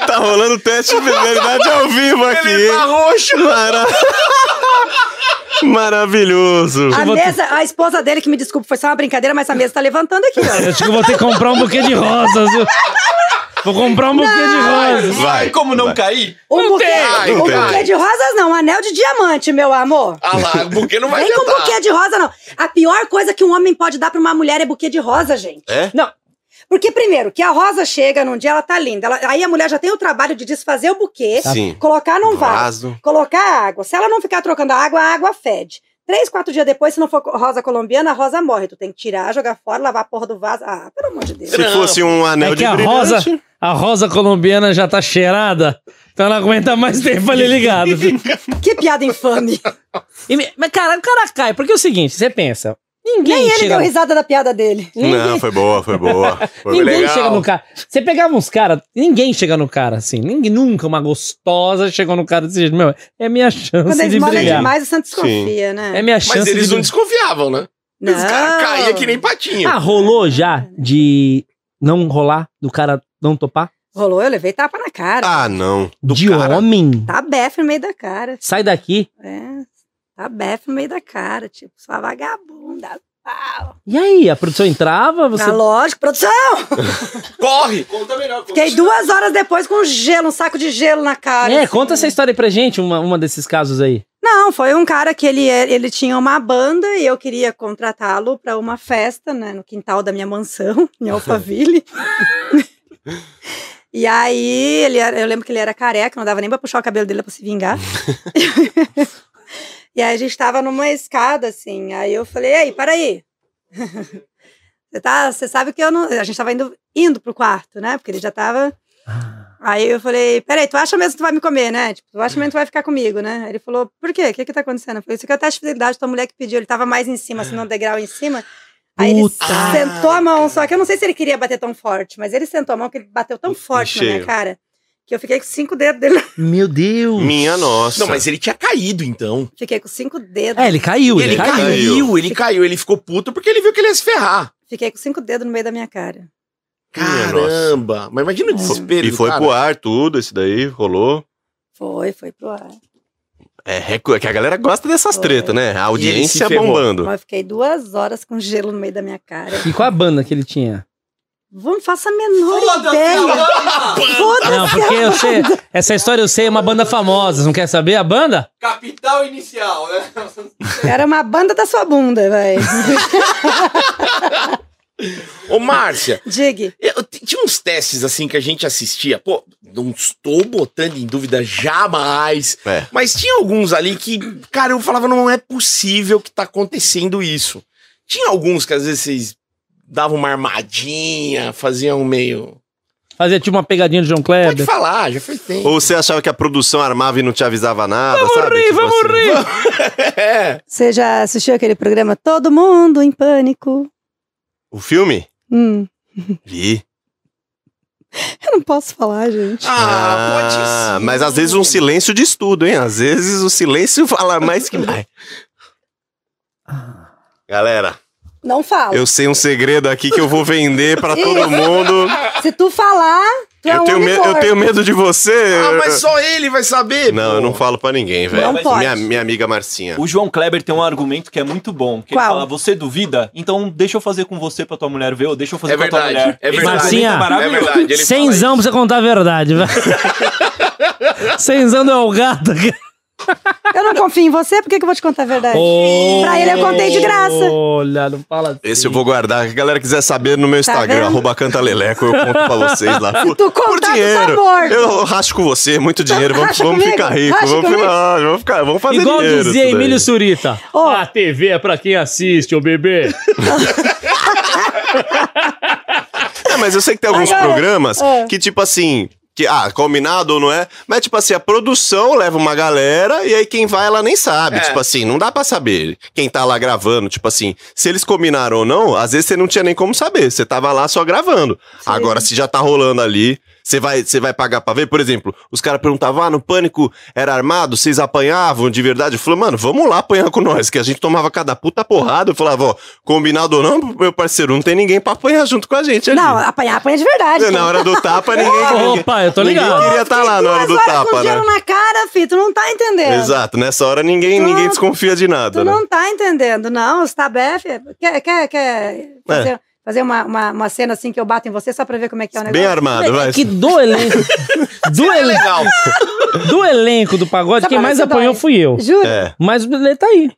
Speaker 4: Tá rolando teste de verdade ao vivo é aqui.
Speaker 2: Ele tá roxo.
Speaker 4: Mara- Maravilhoso.
Speaker 3: a
Speaker 1: vou-
Speaker 3: mesa, a esposa dele, que me desculpa, foi só uma brincadeira, mas a mesa tá levantando aqui, ó.
Speaker 1: Eu acho que eu vou ter que comprar um buquê de rosas, viu? Vou comprar um buquê de rosas.
Speaker 4: Vai,
Speaker 5: Vai, como não
Speaker 4: vai.
Speaker 5: cair?
Speaker 3: Um buquê,
Speaker 2: tem,
Speaker 3: um
Speaker 2: não
Speaker 3: buquê
Speaker 2: tem.
Speaker 3: de rosas não, um anel de diamante, meu amor.
Speaker 2: Ah lá, o buquê não vai
Speaker 3: Vem com
Speaker 4: tá.
Speaker 2: adiantar.
Speaker 3: buquê de rosa, não. A pior coisa que um homem pode dar pra uma mulher é buquê de rosa, gente.
Speaker 4: É?
Speaker 1: Não.
Speaker 3: Porque, primeiro, que a rosa chega num dia, ela tá linda. Ela- aí a mulher já tem o trabalho de desfazer o buquê,
Speaker 4: Sim. Um
Speaker 3: colocar num vaso,
Speaker 4: Vaso.
Speaker 3: colocar água. Se ela não ficar trocando a água, a água fede. Três, quatro dias depois, se não for co- rosa colombiana, a rosa morre. Tu tem que tirar, jogar fora, lavar a porra do vaso. Ah, pelo amor de Deus.
Speaker 4: Se
Speaker 2: Não.
Speaker 4: fosse um anel
Speaker 1: É que
Speaker 4: de
Speaker 1: a
Speaker 4: brilhante.
Speaker 1: rosa, a rosa colombiana já tá cheirada, então ela aguenta mais tempo ali ligado. viu?
Speaker 3: Que piada infame.
Speaker 1: E me- mas, cara, o cara cai, porque é o seguinte, você pensa, ninguém
Speaker 3: Nem ele
Speaker 1: chega...
Speaker 3: deu risada da piada dele.
Speaker 1: Ninguém,
Speaker 4: Não, foi boa, foi boa. Foi
Speaker 1: ninguém
Speaker 4: legal.
Speaker 1: chega no cara. Você pegava uns caras, ninguém chega no cara assim. Ninguém, nunca uma gostosa chegou no cara desse jeito. Meu, é minha
Speaker 3: Quando
Speaker 1: chance
Speaker 3: eles
Speaker 1: de
Speaker 3: molham
Speaker 1: brigar.
Speaker 3: demais, o Santos desconfia, né?
Speaker 1: É minha
Speaker 2: Mas
Speaker 1: chance
Speaker 2: eles
Speaker 1: de
Speaker 2: não desconfiavam, né?
Speaker 3: Não.
Speaker 2: Os caras caíam que nem patinho.
Speaker 1: Ah, rolou já de não rolar, do cara não topar?
Speaker 3: Rolou, eu levei tapa na cara.
Speaker 4: Ah, não.
Speaker 1: de
Speaker 4: cara?
Speaker 1: homem?
Speaker 3: Tá befe no meio da cara.
Speaker 1: Sai daqui.
Speaker 3: É. Tá befe no meio da cara, tipo, sua vagabunda.
Speaker 1: E aí, a produção entrava, você.
Speaker 3: Ah, lógico, produção!
Speaker 2: Corre!
Speaker 3: Fiquei duas horas depois com gelo, um saco de gelo na cara.
Speaker 1: É,
Speaker 3: assim.
Speaker 1: conta essa história aí pra gente, uma, uma desses casos aí.
Speaker 3: Não, foi um cara que ele, é- ele tinha uma banda e eu queria contratá-lo para uma festa, né, no quintal da minha mansão, em Alphaville. e aí, ele era- eu lembro que ele era careca, não dava nem pra puxar o cabelo dele pra se vingar. e aí a gente tava numa escada, assim, aí eu falei, ei, peraí. Você, tá, você sabe que eu não... A gente tava indo, indo pro quarto, né, porque ele já tava... Aí eu falei, peraí, tu acha mesmo que tu vai me comer, né? Tipo, tu acha mesmo que tu vai ficar comigo, né? Aí Ele falou, por quê? O que que tá acontecendo? Eu falei, isso aqui é o teste de fidelidade, tua mulher que pediu, ele tava mais em cima, assim, no degrau em cima. Aí
Speaker 1: Puta.
Speaker 3: ele sentou a mão, só que eu não sei se ele queria bater tão forte, mas ele sentou a mão que ele bateu tão forte na minha
Speaker 4: cheio.
Speaker 3: cara, que eu fiquei com cinco dedos dele.
Speaker 1: Meu Deus!
Speaker 4: Minha nossa.
Speaker 2: Não, mas ele tinha caído, então.
Speaker 3: Fiquei com cinco dedos.
Speaker 1: É, ele caiu, ele,
Speaker 2: Ele
Speaker 1: caiu.
Speaker 2: caiu, ele caiu, ele ficou puto porque ele viu que ele ia se ferrar.
Speaker 3: Fiquei com cinco dedos no meio da minha cara.
Speaker 4: Minha nossa.
Speaker 2: Caramba! Mas imagina o desespero.
Speaker 4: E
Speaker 2: do
Speaker 4: foi
Speaker 2: cara.
Speaker 4: pro ar tudo, esse daí rolou.
Speaker 3: Foi, foi pro ar.
Speaker 4: É, recu- é que a galera gosta dessas
Speaker 3: Foi.
Speaker 4: tretas, né? A audiência
Speaker 2: ferrou.
Speaker 4: bombando.
Speaker 3: Mas eu fiquei duas horas com gelo no meio da minha cara.
Speaker 1: E qual a banda que ele tinha?
Speaker 3: Vamos, faça a menor ideia. Foda-se
Speaker 1: Não, porque eu sei. Essa história eu sei, é uma banda famosa. Não quer saber a banda?
Speaker 6: Capital inicial, né?
Speaker 3: Era uma banda da sua bunda, velho.
Speaker 2: Ô, Márcia,
Speaker 3: Dig.
Speaker 2: Eu, t- tinha uns testes assim que a gente assistia. Pô, não estou botando em dúvida jamais.
Speaker 4: É.
Speaker 2: Mas tinha alguns ali que, cara, eu falava, não é possível que tá acontecendo isso. Tinha alguns que às vezes vocês davam uma armadinha, faziam meio.
Speaker 1: Fazia tipo uma pegadinha de João
Speaker 2: Pode
Speaker 4: É,
Speaker 1: Kleber.
Speaker 2: falar, já faz tempo.
Speaker 4: Ou você achava que a produção armava e não te avisava nada, sabe?
Speaker 1: rir,
Speaker 4: Tipo
Speaker 1: vamos
Speaker 4: assim.
Speaker 1: rir!
Speaker 2: É.
Speaker 3: Você já assistiu aquele programa Todo Mundo em Pânico?
Speaker 4: O filme?
Speaker 3: Hum,
Speaker 4: Vi.
Speaker 3: eu não posso falar, gente.
Speaker 2: Ah, pode sim.
Speaker 4: Mas às vezes um silêncio diz tudo, hein? Às vezes o silêncio fala mais que mais.
Speaker 1: Ah.
Speaker 4: Galera,
Speaker 3: Não fala.
Speaker 4: eu sei um segredo aqui que eu vou vender pra todo mundo.
Speaker 3: Se tu falar, tu é
Speaker 4: Eu
Speaker 3: um
Speaker 4: tenho, me-
Speaker 3: homem
Speaker 4: eu
Speaker 3: morto.
Speaker 4: tenho medo de você.
Speaker 2: Ah, mas só ele vai saber.
Speaker 4: Não,
Speaker 2: pô.
Speaker 4: eu não falo pra ninguém, velho.
Speaker 3: Não pode.
Speaker 4: Minha, minha amiga Marcinha.
Speaker 5: O João Kleber tem um argumento que é muito bom. Que
Speaker 3: Qual?
Speaker 5: ele fala, você duvida? Então deixa eu fazer com você pra tua mulher ver, ou deixa eu fazer
Speaker 2: É
Speaker 5: com a tua
Speaker 2: verdade,
Speaker 5: mulher.
Speaker 2: é
Speaker 5: Esse
Speaker 2: verdade.
Speaker 5: argumento
Speaker 1: Marcinha,
Speaker 2: É
Speaker 5: maravilhoso.
Speaker 2: verdade. Ele fala
Speaker 1: Cenzão pra você contar a verdade, velho. Cenzão não é o gato.
Speaker 3: Eu não confio em você, por que que eu vou te contar a verdade?
Speaker 1: Oh,
Speaker 3: Pra ele eu contei de graça.
Speaker 1: Olha, não fala assim.
Speaker 4: Esse eu vou guardar. Se a galera quiser saber no meu
Speaker 3: Tá
Speaker 4: Instagram,
Speaker 3: vendo?
Speaker 4: arroba cantaleleco, eu conto pra vocês lá. Por, por
Speaker 3: tu contar, tu tá
Speaker 4: dinheiro.
Speaker 3: morto.
Speaker 4: Eu racho com você, muito dinheiro. Vamos,
Speaker 3: Racha
Speaker 4: vamos
Speaker 3: comigo,
Speaker 4: ficar rico.
Speaker 3: racha
Speaker 4: Vamos,
Speaker 3: comigo.
Speaker 4: ficar, vamos, ficar, vamos fazer
Speaker 1: Igual
Speaker 4: dinheiro.
Speaker 1: dizia
Speaker 4: isso daí.
Speaker 1: Emílio Surita.
Speaker 3: Ó.
Speaker 1: A TV é pra quem assiste, ô bebê.
Speaker 4: É, mas eu sei que tem alguns
Speaker 3: Agora,
Speaker 4: programas
Speaker 3: é.
Speaker 4: que, tipo assim. Que, ah, combinado ou não é? Mas, tipo assim, a produção leva uma galera e aí quem vai ela nem sabe.
Speaker 2: É.
Speaker 4: Tipo assim, não dá pra saber quem tá lá gravando. Tipo assim, se eles combinaram ou não, às vezes você não tinha nem como saber. Você tava lá só gravando. Agora, se já tá rolando ali, você vai, você vai pagar pra ver? Por exemplo, os caras perguntavam, ah, no pânico era armado? Vocês apanhavam de verdade? Eu falei, mano, vamos lá apanhar com nós, que a gente tomava cada puta porrada. Eu falava, ó, combinado ou não, meu parceiro, não tem ninguém pra apanhar junto com a gente ali.
Speaker 3: Não, apanhar, apanha de verdade.
Speaker 4: Na hora do tapa, ninguém.
Speaker 1: Opa, eu tô
Speaker 4: ninguém
Speaker 1: ligado.
Speaker 4: queria estar lá na hora do
Speaker 3: Duas horas com
Speaker 4: tapa,
Speaker 3: gelo
Speaker 4: né?
Speaker 3: na cara, filho, tu não tá entendendo.
Speaker 4: Exato, nessa hora ninguém,
Speaker 3: Tu-
Speaker 4: ninguém desconfia de
Speaker 3: Tu
Speaker 4: nada, né?
Speaker 3: não tá entendendo, não. Os tabef... Quer, quer,
Speaker 4: É.
Speaker 3: quer fazer, fazer uma, uma, uma cena assim que eu bato em você só pra ver como é que é o
Speaker 4: Bem
Speaker 3: negócio?
Speaker 4: armado, vai.
Speaker 1: Que do elenco. Do
Speaker 2: É
Speaker 1: elenco,
Speaker 2: legal.
Speaker 1: do elenco do pagode,
Speaker 3: Só
Speaker 1: quem
Speaker 3: pra
Speaker 1: mais
Speaker 3: ver se
Speaker 1: apanhou
Speaker 3: dói.
Speaker 1: fui eu.
Speaker 3: Juro?
Speaker 4: É.
Speaker 1: Mas o Lelê tá aí.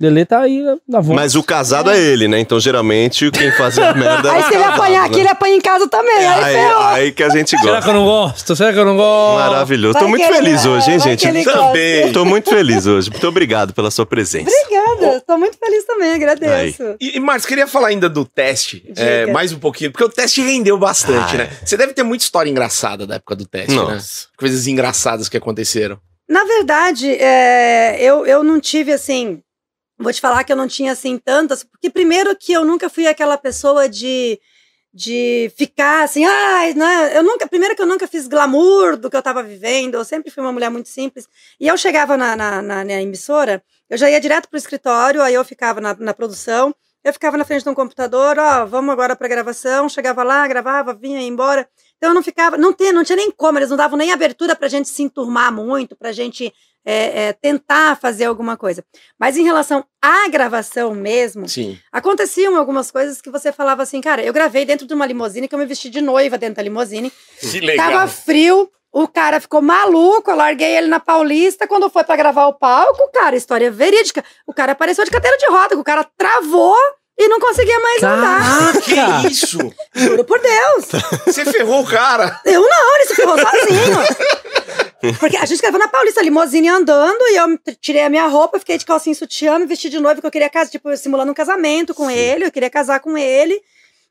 Speaker 1: Lelê tá aí na volta.
Speaker 4: Mas o casado é ele, né? Então geralmente quem faz a merda
Speaker 3: Aí
Speaker 4: é o
Speaker 3: se ele
Speaker 4: casado,
Speaker 3: apanhar
Speaker 4: né? É,
Speaker 3: aqui, ele apanha em casa também. Aí,
Speaker 4: Aí,
Speaker 3: ferrou.
Speaker 4: aí que a gente
Speaker 1: Será que
Speaker 4: gosta.
Speaker 1: eu não gosto? Será que eu não gosto?
Speaker 4: Maravilhoso.
Speaker 3: Vai
Speaker 4: Tô muito
Speaker 3: que ele- é,
Speaker 4: feliz hoje, hein,
Speaker 3: vai que ele
Speaker 4: gente?
Speaker 3: gosta.
Speaker 4: Também. Tô muito feliz hoje. Muito obrigado pela sua presença.
Speaker 3: Obrigada, tô muito feliz também, agradeço.
Speaker 2: E, e Marcos, queria falar ainda do teste,
Speaker 3: Diga.
Speaker 2: é, mais um pouquinho, porque o teste rendeu bastante,
Speaker 4: Ah,
Speaker 2: né? Você deve ter muita história engraçada da época do teste,
Speaker 4: Nossa.
Speaker 2: né? Coisas engraçadas que aconteceram.
Speaker 3: Na verdade, é, eu, eu não tive assim. Vou te falar que eu não tinha assim tantas, porque primeiro que eu nunca fui aquela pessoa de, de ficar assim, ai, né? Eu nunca, primeiro que eu nunca fiz glamour do que eu tava vivendo, eu sempre fui uma mulher muito simples. E eu chegava na, na, na- na emissora, eu já ia direto pro escritório, aí eu ficava na, na produção, eu ficava na frente de um computador, ó, vamos agora pra gravação, chegava lá, gravava, vinha ia embora. Então eu não ficava, não tinha, não tinha nem como, eles não davam nem abertura pra gente se enturmar muito, pra gente é, é, tentar fazer alguma coisa. Mas em relação à gravação mesmo,
Speaker 2: Sim.
Speaker 3: aconteciam algumas coisas que você falava assim, cara, eu gravei dentro de uma limusine que eu me vesti de noiva dentro da limusine,
Speaker 2: Que legal.
Speaker 3: Tava frio, o cara ficou maluco, eu larguei ele na Paulista. Quando foi pra gravar o palco, cara, história verídica. O cara apareceu de cadeira de roda, o cara travou e não conseguia mais andar.
Speaker 2: Que
Speaker 1: Caraca!
Speaker 2: isso?
Speaker 3: Juro por Deus.
Speaker 2: Você ferrou o cara.
Speaker 3: Eu não, ele se ferrou sozinho. Porque a gente gravou na Paulista, limusine andando, e eu tirei a minha roupa, fiquei de calcinha e sutiã, me vesti de noiva, porque eu queria casar, tipo, simulando um casamento com ele, eu queria casar com ele.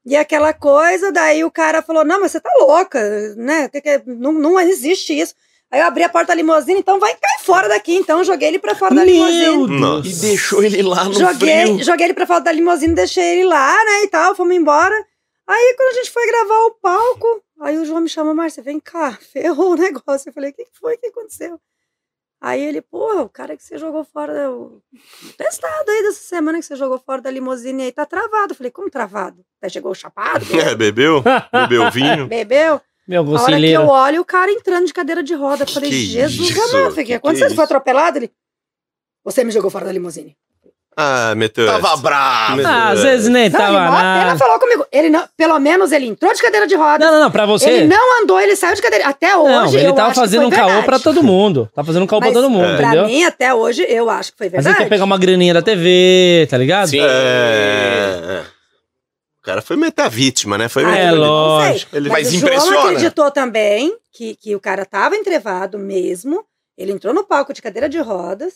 Speaker 3: E aquela coisa, daí o cara falou: Não, mas você tá louca, né? Que que é? não, não existe isso. Aí eu abri a porta da limusine, então vai cair fora daqui. Então eu joguei ele pra fora da limusine.
Speaker 4: Nossa.
Speaker 2: E deixou ele lá no
Speaker 3: Joguei,
Speaker 2: frio.
Speaker 3: joguei ele pra fora da limusine, deixei ele lá, né, e tal, fomos embora. Aí, quando a gente foi gravar o palco, aí o João me chama, Márcia, vem cá, ferrou o negócio. Eu falei, o que que foi, o que aconteceu? Aí ele, porra, o cara que você jogou fora, da- o testado aí dessa semana que você jogou fora da limusine aí, tá travado. Eu falei, como travado? Aí chegou o chapado,
Speaker 4: É, bebeu? Bebeu vinho?
Speaker 3: bebeu.
Speaker 1: Meu
Speaker 3: A hora que
Speaker 1: conselheiro.
Speaker 3: eu olho, o cara entrando de cadeira de roda. Eu falei,
Speaker 4: Que é
Speaker 3: Jesus
Speaker 4: isso?
Speaker 3: amado, o que
Speaker 4: Que é
Speaker 3: aconteceu? Você
Speaker 4: isso?
Speaker 3: foi atropelado? Ele, você me jogou fora da limusine.
Speaker 4: Ah, meteu
Speaker 2: Tava
Speaker 4: essa.
Speaker 2: bravo.
Speaker 1: Ah, às vezes nem
Speaker 3: Não,
Speaker 1: tava
Speaker 3: ele é mó pena
Speaker 1: nada.
Speaker 3: falou comigo. Ele não, pelo menos ele entrou de cadeira de roda.
Speaker 1: Não, não, não, pra você.
Speaker 3: Ele não andou, ele saiu de cadeira. Até hoje.
Speaker 1: Não, ele
Speaker 3: eu
Speaker 1: tava
Speaker 3: acho que
Speaker 1: fazendo
Speaker 3: foi
Speaker 1: um caô
Speaker 3: verdade.
Speaker 1: pra todo mundo. Tava fazendo um caô pra
Speaker 3: Mas
Speaker 1: todo mundo,
Speaker 3: pra
Speaker 1: entendeu?
Speaker 3: mim, até hoje, eu acho que foi
Speaker 1: Mas ele
Speaker 3: verdade.
Speaker 1: quer pegar uma graninha da TV, tá ligado?
Speaker 2: Sim.
Speaker 4: É. O cara foi meter a vítima, né? Foi
Speaker 1: Ah,
Speaker 4: meter
Speaker 1: é,
Speaker 4: a vítima.
Speaker 1: lógico.
Speaker 2: Ele
Speaker 3: Mas
Speaker 2: mas
Speaker 3: o João
Speaker 2: impressiona.
Speaker 3: acreditou também que, que o cara tava entrevado mesmo. Ele entrou no palco de cadeira de rodas.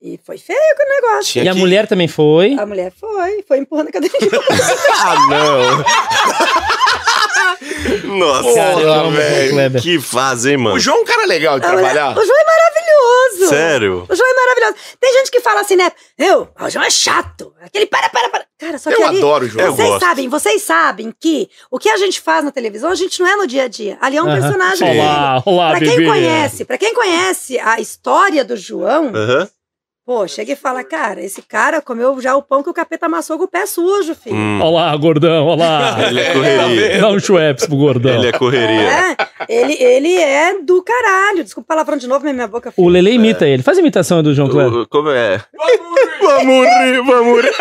Speaker 3: E foi feio com o negócio.
Speaker 4: Tinha
Speaker 1: E a
Speaker 4: que-
Speaker 1: mulher também foi.
Speaker 3: A mulher foi, foi empurrando a cadeira de rodas.
Speaker 4: Ah, não. Nossa,
Speaker 1: Cara, eu amo o
Speaker 4: velho.
Speaker 1: Kleber.
Speaker 4: Que fase, hein, mano?
Speaker 2: O João é um cara legal de
Speaker 3: A mulher-
Speaker 2: trabalhar.
Speaker 3: O João é maravilhoso.
Speaker 4: Sério?
Speaker 3: O João é maravilhoso. Tem gente que fala assim, né? Eu, o João é chato. Aquele para, para, para. Cara, só que
Speaker 2: Eu
Speaker 3: ali,
Speaker 2: adoro o João.
Speaker 4: Eu
Speaker 3: Vocês
Speaker 4: gosto.
Speaker 3: sabem, vocês sabem que o que a gente faz na televisão, a gente não é no dia a dia. Ali é um
Speaker 1: Aham.
Speaker 3: personagem.
Speaker 4: Sim.
Speaker 1: Olá, olá,
Speaker 3: Pra quem
Speaker 1: bebê.
Speaker 3: conhece, para quem conhece a história do João,
Speaker 4: Aham.
Speaker 3: pô, chega e fala, cara, esse cara comeu já o pão que o capeta amassou com o pé sujo, filho.
Speaker 4: Hum,
Speaker 1: Olá, gordão, olá.
Speaker 4: Ele é correria.
Speaker 1: Dá um chueps pro gordão.
Speaker 4: Ele é correria.
Speaker 3: É, ele, ele é do caralho. Desculpa o palavrão de novo, mas minha boca
Speaker 1: O
Speaker 3: fica.
Speaker 1: Lele imita ele. Faz a imitação do João Kleber.
Speaker 4: O- como é?
Speaker 6: Vamos,
Speaker 4: Vamos rir, vamos rir.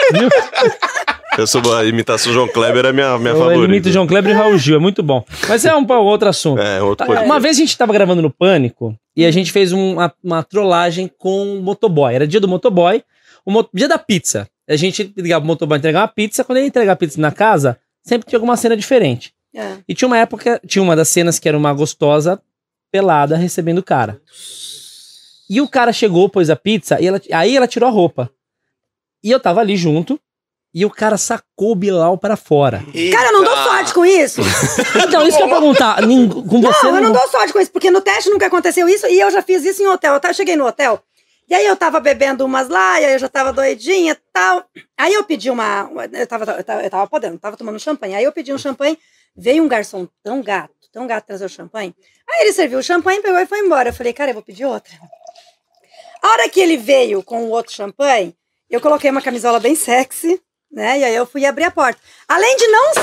Speaker 4: Eu sou a imitação do João Kleber, é minha,
Speaker 1: Ele
Speaker 4: minha
Speaker 1: imita
Speaker 4: favorita.
Speaker 1: o João Kleber e Raul Gil, é muito bom. Mas é um pa- outro assunto.
Speaker 4: É, outro
Speaker 1: Tá,
Speaker 4: podcast.
Speaker 1: Uma vez a gente tava gravando no Pânico e a gente fez um, uma, uma trollagem com o motoboy. Era dia do motoboy, o mo- dia da pizza. A gente ligava o motoboy entregar uma pizza. Quando ele entregava a pizza na casa, sempre tinha alguma cena diferente.
Speaker 3: É.
Speaker 1: E tinha uma época, tinha uma das cenas que era uma gostosa pelada recebendo o cara. E o cara chegou, pôs a pizza, e ela- aí ela tirou a roupa. E eu tava ali junto, e o cara sacou o Bilal pra fora.
Speaker 3: Cara, eu não
Speaker 4: Ah.
Speaker 3: dou sorte com isso.
Speaker 1: Então, isso que eu ia perguntar. nin- Com você
Speaker 3: Não, eu não dou sorte com isso, porque no teste nunca aconteceu isso e eu já fiz isso em hotel. Eu cheguei no hotel, e aí eu tava bebendo umas lá, e aí eu já tava doidinha e tal. Aí eu pedi uma. uma- Eu tava, eu tava, eu tava podendo, tava tomando champanhe. Aí eu pedi um champanhe, veio um garçom tão gato, tão gato trazer o champanhe. Aí ele serviu o champanhe, pegou e foi embora. Eu falei, cara, eu vou pedir outra. A hora que ele veio com o outro champanhe, eu coloquei uma camisola bem sexy, né? E aí eu fui abrir a porta. Além de não ser.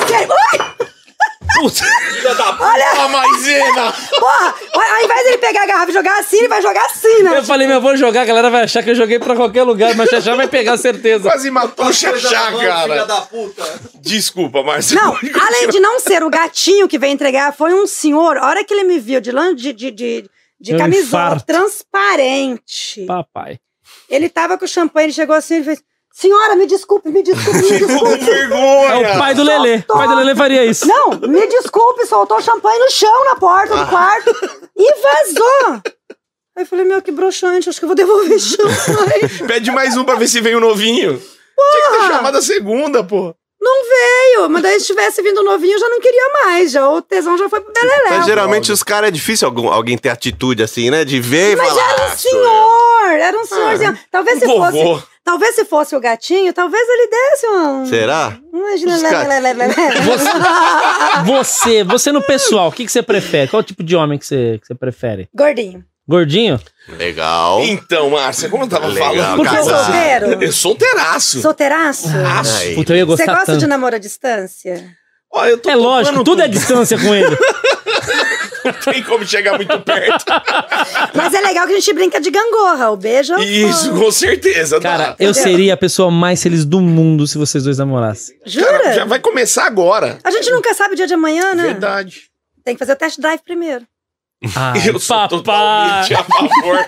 Speaker 2: Filha da puta, maisena!
Speaker 3: Porra, ao ao invés dele pegar a garrafa e jogar assim, ele vai jogar assim, né?
Speaker 1: Eu falei, meu, eu vou jogar, a galera vai achar que eu joguei pra qualquer lugar, mas já já vai pegar certeza.
Speaker 2: Quase matou o Xaxá,
Speaker 6: filha
Speaker 2: cara.
Speaker 6: da puta.
Speaker 2: Desculpa, Márcio.
Speaker 3: Não, além de não ser o gatinho que veio entregar, foi um senhor. A hora que ele me viu de lan- de, de, de, de
Speaker 1: Deu um
Speaker 3: camisola
Speaker 1: infarto.
Speaker 3: transparente,
Speaker 1: Papai.
Speaker 3: ele tava com o champanhe, ele chegou assim, ele fez: Senhora, me desculpe, me desculpe, me
Speaker 2: Ficou com
Speaker 3: desculpe.
Speaker 1: É
Speaker 2: vergonha.
Speaker 1: o pai do Lelê. O pai do Lelê faria isso.
Speaker 3: Não, me desculpe, soltou o champanhe no chão, na porta
Speaker 1: Ah.
Speaker 3: do quarto e vazou. Aí eu falei, meu, que broxante, acho que eu vou devolver o champanhe.
Speaker 2: Pede mais um pra ver se vem o novinho. Tinha que ter chamado a segunda, pô.
Speaker 3: Veio, mas daí se tivesse vindo novinho, eu já não queria mais, já, o tesão já foi pro Beleléu.
Speaker 4: Mas geralmente os caras é difícil algum- alguém ter atitude assim, né? De ver e
Speaker 3: Mas
Speaker 4: falar.
Speaker 3: era um
Speaker 4: "Ah, sou eu."
Speaker 3: senhor, era um senhorzinho. talvez se fosse,
Speaker 2: Ah, Vovô.
Speaker 3: talvez se fosse o gatinho, talvez ele desse um.
Speaker 4: "Ah, Será?
Speaker 2: é
Speaker 3: Um
Speaker 4: Os caras-
Speaker 1: Você, você no pessoal, o que, que você prefere? Qual tipo de homem que você, que você prefere?
Speaker 3: Gordinho.
Speaker 1: Gordinho?
Speaker 4: Legal.
Speaker 2: Então, Márcia, como eu tava
Speaker 4: Legal,
Speaker 2: falando,
Speaker 3: Porque eu sou
Speaker 4: Casado.
Speaker 3: solteiro.
Speaker 2: eu sou solteiraço.
Speaker 3: Solteiraço.
Speaker 2: Aço.
Speaker 4: Aí.
Speaker 1: Puta, eu ia
Speaker 3: Você
Speaker 1: gostar
Speaker 3: gosta
Speaker 1: tanto.
Speaker 3: de namoro à distância?
Speaker 2: Ó, eu tô
Speaker 1: É
Speaker 2: topando
Speaker 1: lógico, tudo, é distância com ele.
Speaker 2: Não tem como chegar muito perto.
Speaker 3: Mas é legal que a gente brinca de gangorra. O beijo. é o
Speaker 2: Isso, com certeza. dá.
Speaker 1: Cara, eu
Speaker 3: Entendeu?
Speaker 1: seria a pessoa mais feliz do mundo se vocês dois namorassem.
Speaker 3: Jura?
Speaker 2: Cara, já vai começar agora.
Speaker 3: A gente nunca sabe o dia de amanhã, né?
Speaker 2: Verdade.
Speaker 3: Tem que fazer o test drive primeiro.
Speaker 1: Ah,
Speaker 2: eu sou
Speaker 1: papai!
Speaker 2: totalmente a favor.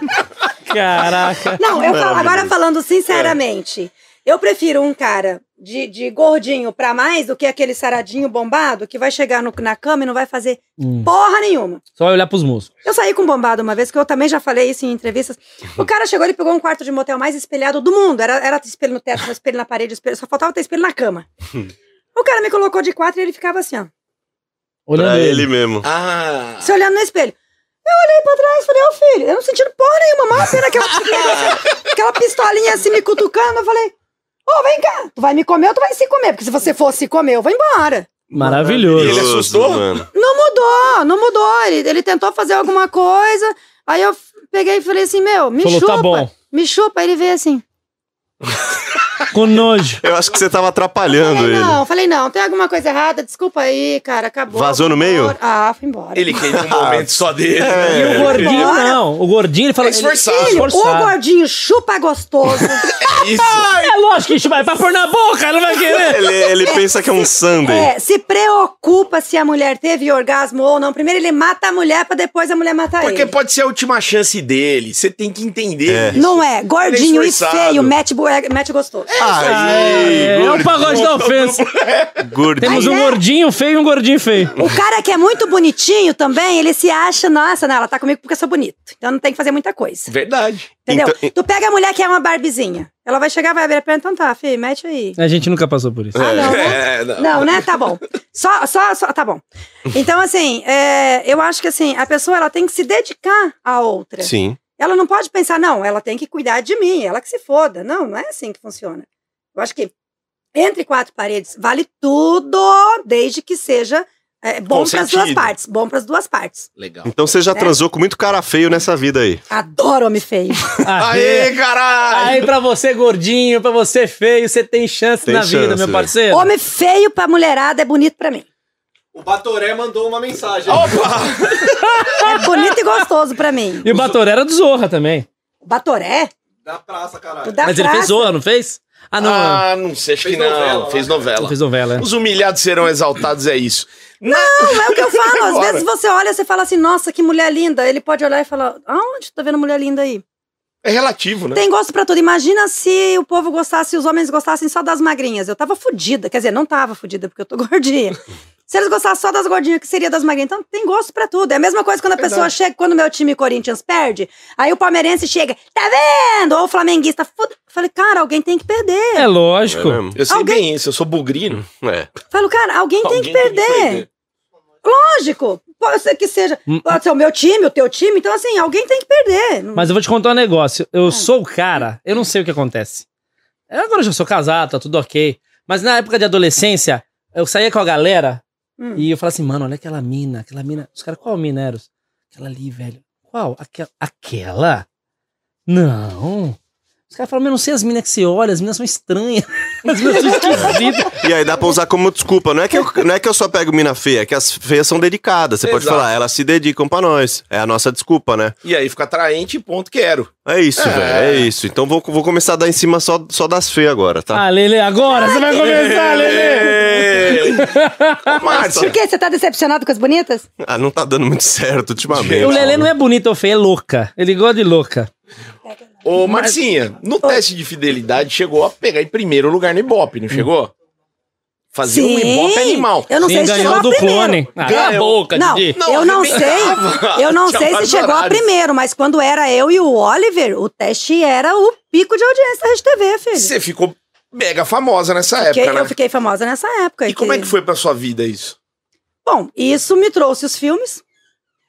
Speaker 1: Caraca!
Speaker 3: Não, eu falo,
Speaker 2: Maravilhoso. É.
Speaker 3: agora falando sinceramente, eu prefiro um cara de, de gordinho pra mais do que aquele saradinho bombado que vai chegar no- na cama e não vai fazer
Speaker 1: Hum,
Speaker 3: porra nenhuma.
Speaker 1: só olhar pros músculos.
Speaker 3: Eu saí com um bombado uma vez, que eu também já falei isso em entrevistas. O cara chegou, ele pegou um quarto de motel mais espelhado do mundo. Era, era espelho no teto, um espelho na parede, espelho, só faltava ter espelho na cama. O cara me colocou de quatro e ele ficava assim, ó.
Speaker 1: Olhando
Speaker 4: Pra ele
Speaker 1: ele.
Speaker 4: mesmo.
Speaker 2: Ah.
Speaker 3: se olhando no espelho. Eu olhei pra trás e falei, ô filho, eu não senti porra nenhuma, mal pena aquela, aquela pistolinha assim me cutucando. Eu falei, ô, vem cá, tu vai me comer ou tu vai se comer? Porque se você for se comer, eu vou embora.
Speaker 1: Maravilhoso.
Speaker 2: Ele assustou?
Speaker 4: Mano.
Speaker 3: Não mudou, não mudou. Ele, ele tentou fazer alguma coisa, aí eu f- peguei e falei assim, meu, me
Speaker 1: Falou,
Speaker 3: chupa.
Speaker 1: tá bom.
Speaker 3: Me chupa, ele veio assim.
Speaker 1: Com nojo.
Speaker 4: Eu acho que você tava atrapalhando
Speaker 3: Falei,
Speaker 4: ele.
Speaker 3: não, falei, não, tem alguma coisa errada, desculpa aí, cara, acabou.
Speaker 4: Vazou no
Speaker 3: vou
Speaker 4: meio?
Speaker 3: embora. Ah, foi embora.
Speaker 2: Ele queria um momento só
Speaker 4: É.
Speaker 2: dele.
Speaker 1: E o
Speaker 2: né?
Speaker 1: gordinho,
Speaker 3: Bora.
Speaker 1: não. O gordinho, ele fala.
Speaker 2: É esforçado.
Speaker 1: ele-
Speaker 3: Filho, o
Speaker 1: esforçado.
Speaker 3: gordinho chupa gostoso.
Speaker 2: Isso.
Speaker 1: É lógico que isso vai pra pôr na boca, não vai querer.
Speaker 4: Ele, ele pensa que é um Sunday.
Speaker 3: É, se preocupa se a mulher teve orgasmo ou não. Primeiro ele mata a mulher pra depois a mulher matar
Speaker 2: Porque
Speaker 3: ele.
Speaker 2: pode ser a última chance dele. Você tem que entender.
Speaker 4: É.
Speaker 2: isso.
Speaker 3: Não é, gordinho
Speaker 2: Ele é
Speaker 3: e
Speaker 2: esforçado.
Speaker 3: feio, mete, bué- mete gostoso.
Speaker 4: Aí,
Speaker 1: É, é o pagode da ofensa.
Speaker 4: gordinho.
Speaker 1: Temos
Speaker 3: Mas
Speaker 1: um
Speaker 3: é.
Speaker 1: gordinho feio e um gordinho feio.
Speaker 3: O cara que é muito bonitinho também, ele se acha, nossa, não, ela tá comigo porque eu sou bonito. Então não tem que fazer muita coisa.
Speaker 2: Verdade.
Speaker 3: Entendeu?
Speaker 4: Então, e-
Speaker 3: tu pega a mulher que é uma barbezinha. Ela vai chegar, vai abrir a perna, então tá, filho, mete aí.
Speaker 4: É.
Speaker 1: A gente nunca passou por isso.
Speaker 3: Ah, não, né?
Speaker 2: É, não.
Speaker 3: Não, né? Tá bom. Só, só, só, tá bom. Então, assim, é, eu acho que assim, a pessoa ela tem que se dedicar à outra.
Speaker 4: Sim.
Speaker 3: Ela não pode pensar, não, ela tem que cuidar de mim, ela que se foda. Não, não é assim que funciona. Eu acho que entre quatro paredes vale tudo, desde que seja é, bom
Speaker 2: Com
Speaker 3: para as duas
Speaker 2: sentido.
Speaker 3: partes. Bom para as duas partes.
Speaker 2: Legal.
Speaker 4: Então você
Speaker 3: É.
Speaker 4: já transou com muito cara feio nessa vida aí.
Speaker 3: Adoro homem feio.
Speaker 2: Aê, caralho!
Speaker 1: Aí pra você gordinho, pra você feio, você tem chance
Speaker 4: Tem
Speaker 1: na
Speaker 4: chance,
Speaker 1: vida, meu
Speaker 4: velho.
Speaker 1: parceiro.
Speaker 3: homem feio pra mulherada é bonito pra mim.
Speaker 6: O Batoré mandou uma mensagem.
Speaker 2: Opa!
Speaker 3: É bonito e gostoso pra mim.
Speaker 1: E o Batoré era do Zorra também.
Speaker 3: Batoré?
Speaker 6: Da praça,
Speaker 3: Tu é
Speaker 6: caralho.
Speaker 3: dá
Speaker 1: Mas ele fez
Speaker 3: praça.
Speaker 1: Zorra, não fez? Ah, não.
Speaker 2: Ah, não sei, acho
Speaker 6: Fez
Speaker 2: que não.
Speaker 6: novela,
Speaker 2: Fez
Speaker 6: né?
Speaker 1: não
Speaker 2: novela.
Speaker 1: fez novela. né?
Speaker 2: Os humilhados serão exaltados, é isso.
Speaker 3: Não, é o que eu falo. Às
Speaker 2: Agora.
Speaker 3: vezes você olha e fala assim, nossa, que mulher linda. Ele pode olhar e falar, aonde tu tá vendo mulher linda aí?
Speaker 2: É relativo, né?
Speaker 3: Tem gosto pra tudo. Imagina se o povo gostasse, os homens gostassem só das magrinhas. Eu tava fudida. Quer dizer, não tava fudida, porque eu tô gordinha. Se eles gostassem só das gordinhas, que seria das magrinhas. Então, tem gosto pra tudo. É a mesma coisa quando a pessoa chega, quando o meu time Corinthians perde, aí o palmeirense chega, tá vendo? Ou o flamenguista, foda. Eu Falei, cara, alguém tem que perder.
Speaker 1: É lógico.
Speaker 4: É mesmo?
Speaker 2: Eu sei
Speaker 3: Alguém-
Speaker 2: bem isso, eu sou bugrino.
Speaker 4: É.
Speaker 3: Falo, cara, alguém, tem, que
Speaker 2: Alguém tem que
Speaker 3: perder.
Speaker 2: perder. Hum.
Speaker 3: Lógico. Pode ser que seja. Pode ser o meu time, o teu time. Então, assim, alguém tem que perder.
Speaker 1: Mas eu vou te contar um negócio. Eu sou o cara, eu não sei o que acontece. Eu Agora eu já sou casado, tá tudo ok. Mas na época de adolescência, eu saía com a galera
Speaker 3: Hum.
Speaker 1: e eu falava assim, mano, olha aquela mina, aquela mina. Os caras, qual mina, Eros? Aquela ali, velho. Qual? Aquela? Aquela? Não. Os caras falam, mas eu não sei as minas que você olha, as minas são estranhas. As minas são esquisitas.
Speaker 4: E aí dá pra usar como desculpa. Não é que eu, não é que eu só pego mina feia, é que as feias são dedicadas. Você pode
Speaker 2: Exato.
Speaker 4: falar, elas se dedicam pra nós. É a nossa desculpa, né?
Speaker 2: E aí fica atraente e ponto, quero.
Speaker 4: É isso,
Speaker 2: É.
Speaker 4: velho. É isso. Então vou, vou começar a dar em cima só, só das feias agora, tá?
Speaker 1: Ah, Lele, agora você vai começar,
Speaker 3: É.
Speaker 1: Lele.
Speaker 2: Ei! Ô,
Speaker 3: Por
Speaker 2: Márcia,
Speaker 3: quê? Você tá decepcionado com as bonitas?
Speaker 4: Ah, não tá dando muito certo ultimamente.
Speaker 1: O Lele não é bonito ou feio, é louca. Ele gosta de louca.
Speaker 2: ô Marcinha, no teste de fidelidade chegou a pegar em primeiro lugar no Ibope, não chegou? Fazer um Ibope animal.
Speaker 3: Eu não
Speaker 1: Quem
Speaker 3: sei se chegou
Speaker 1: ganhou
Speaker 3: a
Speaker 1: do
Speaker 3: primeiro.
Speaker 1: clone. Ah, Cala a
Speaker 2: Ganhou.
Speaker 1: boca,
Speaker 3: Não,
Speaker 1: Didi.
Speaker 2: Não,
Speaker 3: eu não
Speaker 2: arrebentava.
Speaker 3: sei. Eu não
Speaker 2: Tinha
Speaker 3: sei se
Speaker 2: vários
Speaker 3: chegou a
Speaker 2: horários.
Speaker 3: primeiro, mas quando era eu e o Oliver, o teste era o pico de audiência da RedeTV, filho.
Speaker 2: Você ficou mega famosa nessa
Speaker 3: Fiquei-
Speaker 2: época, né?
Speaker 3: Eu fiquei famosa nessa época.
Speaker 2: E como é que foi pra sua vida isso?
Speaker 3: Bom, isso me trouxe os filmes,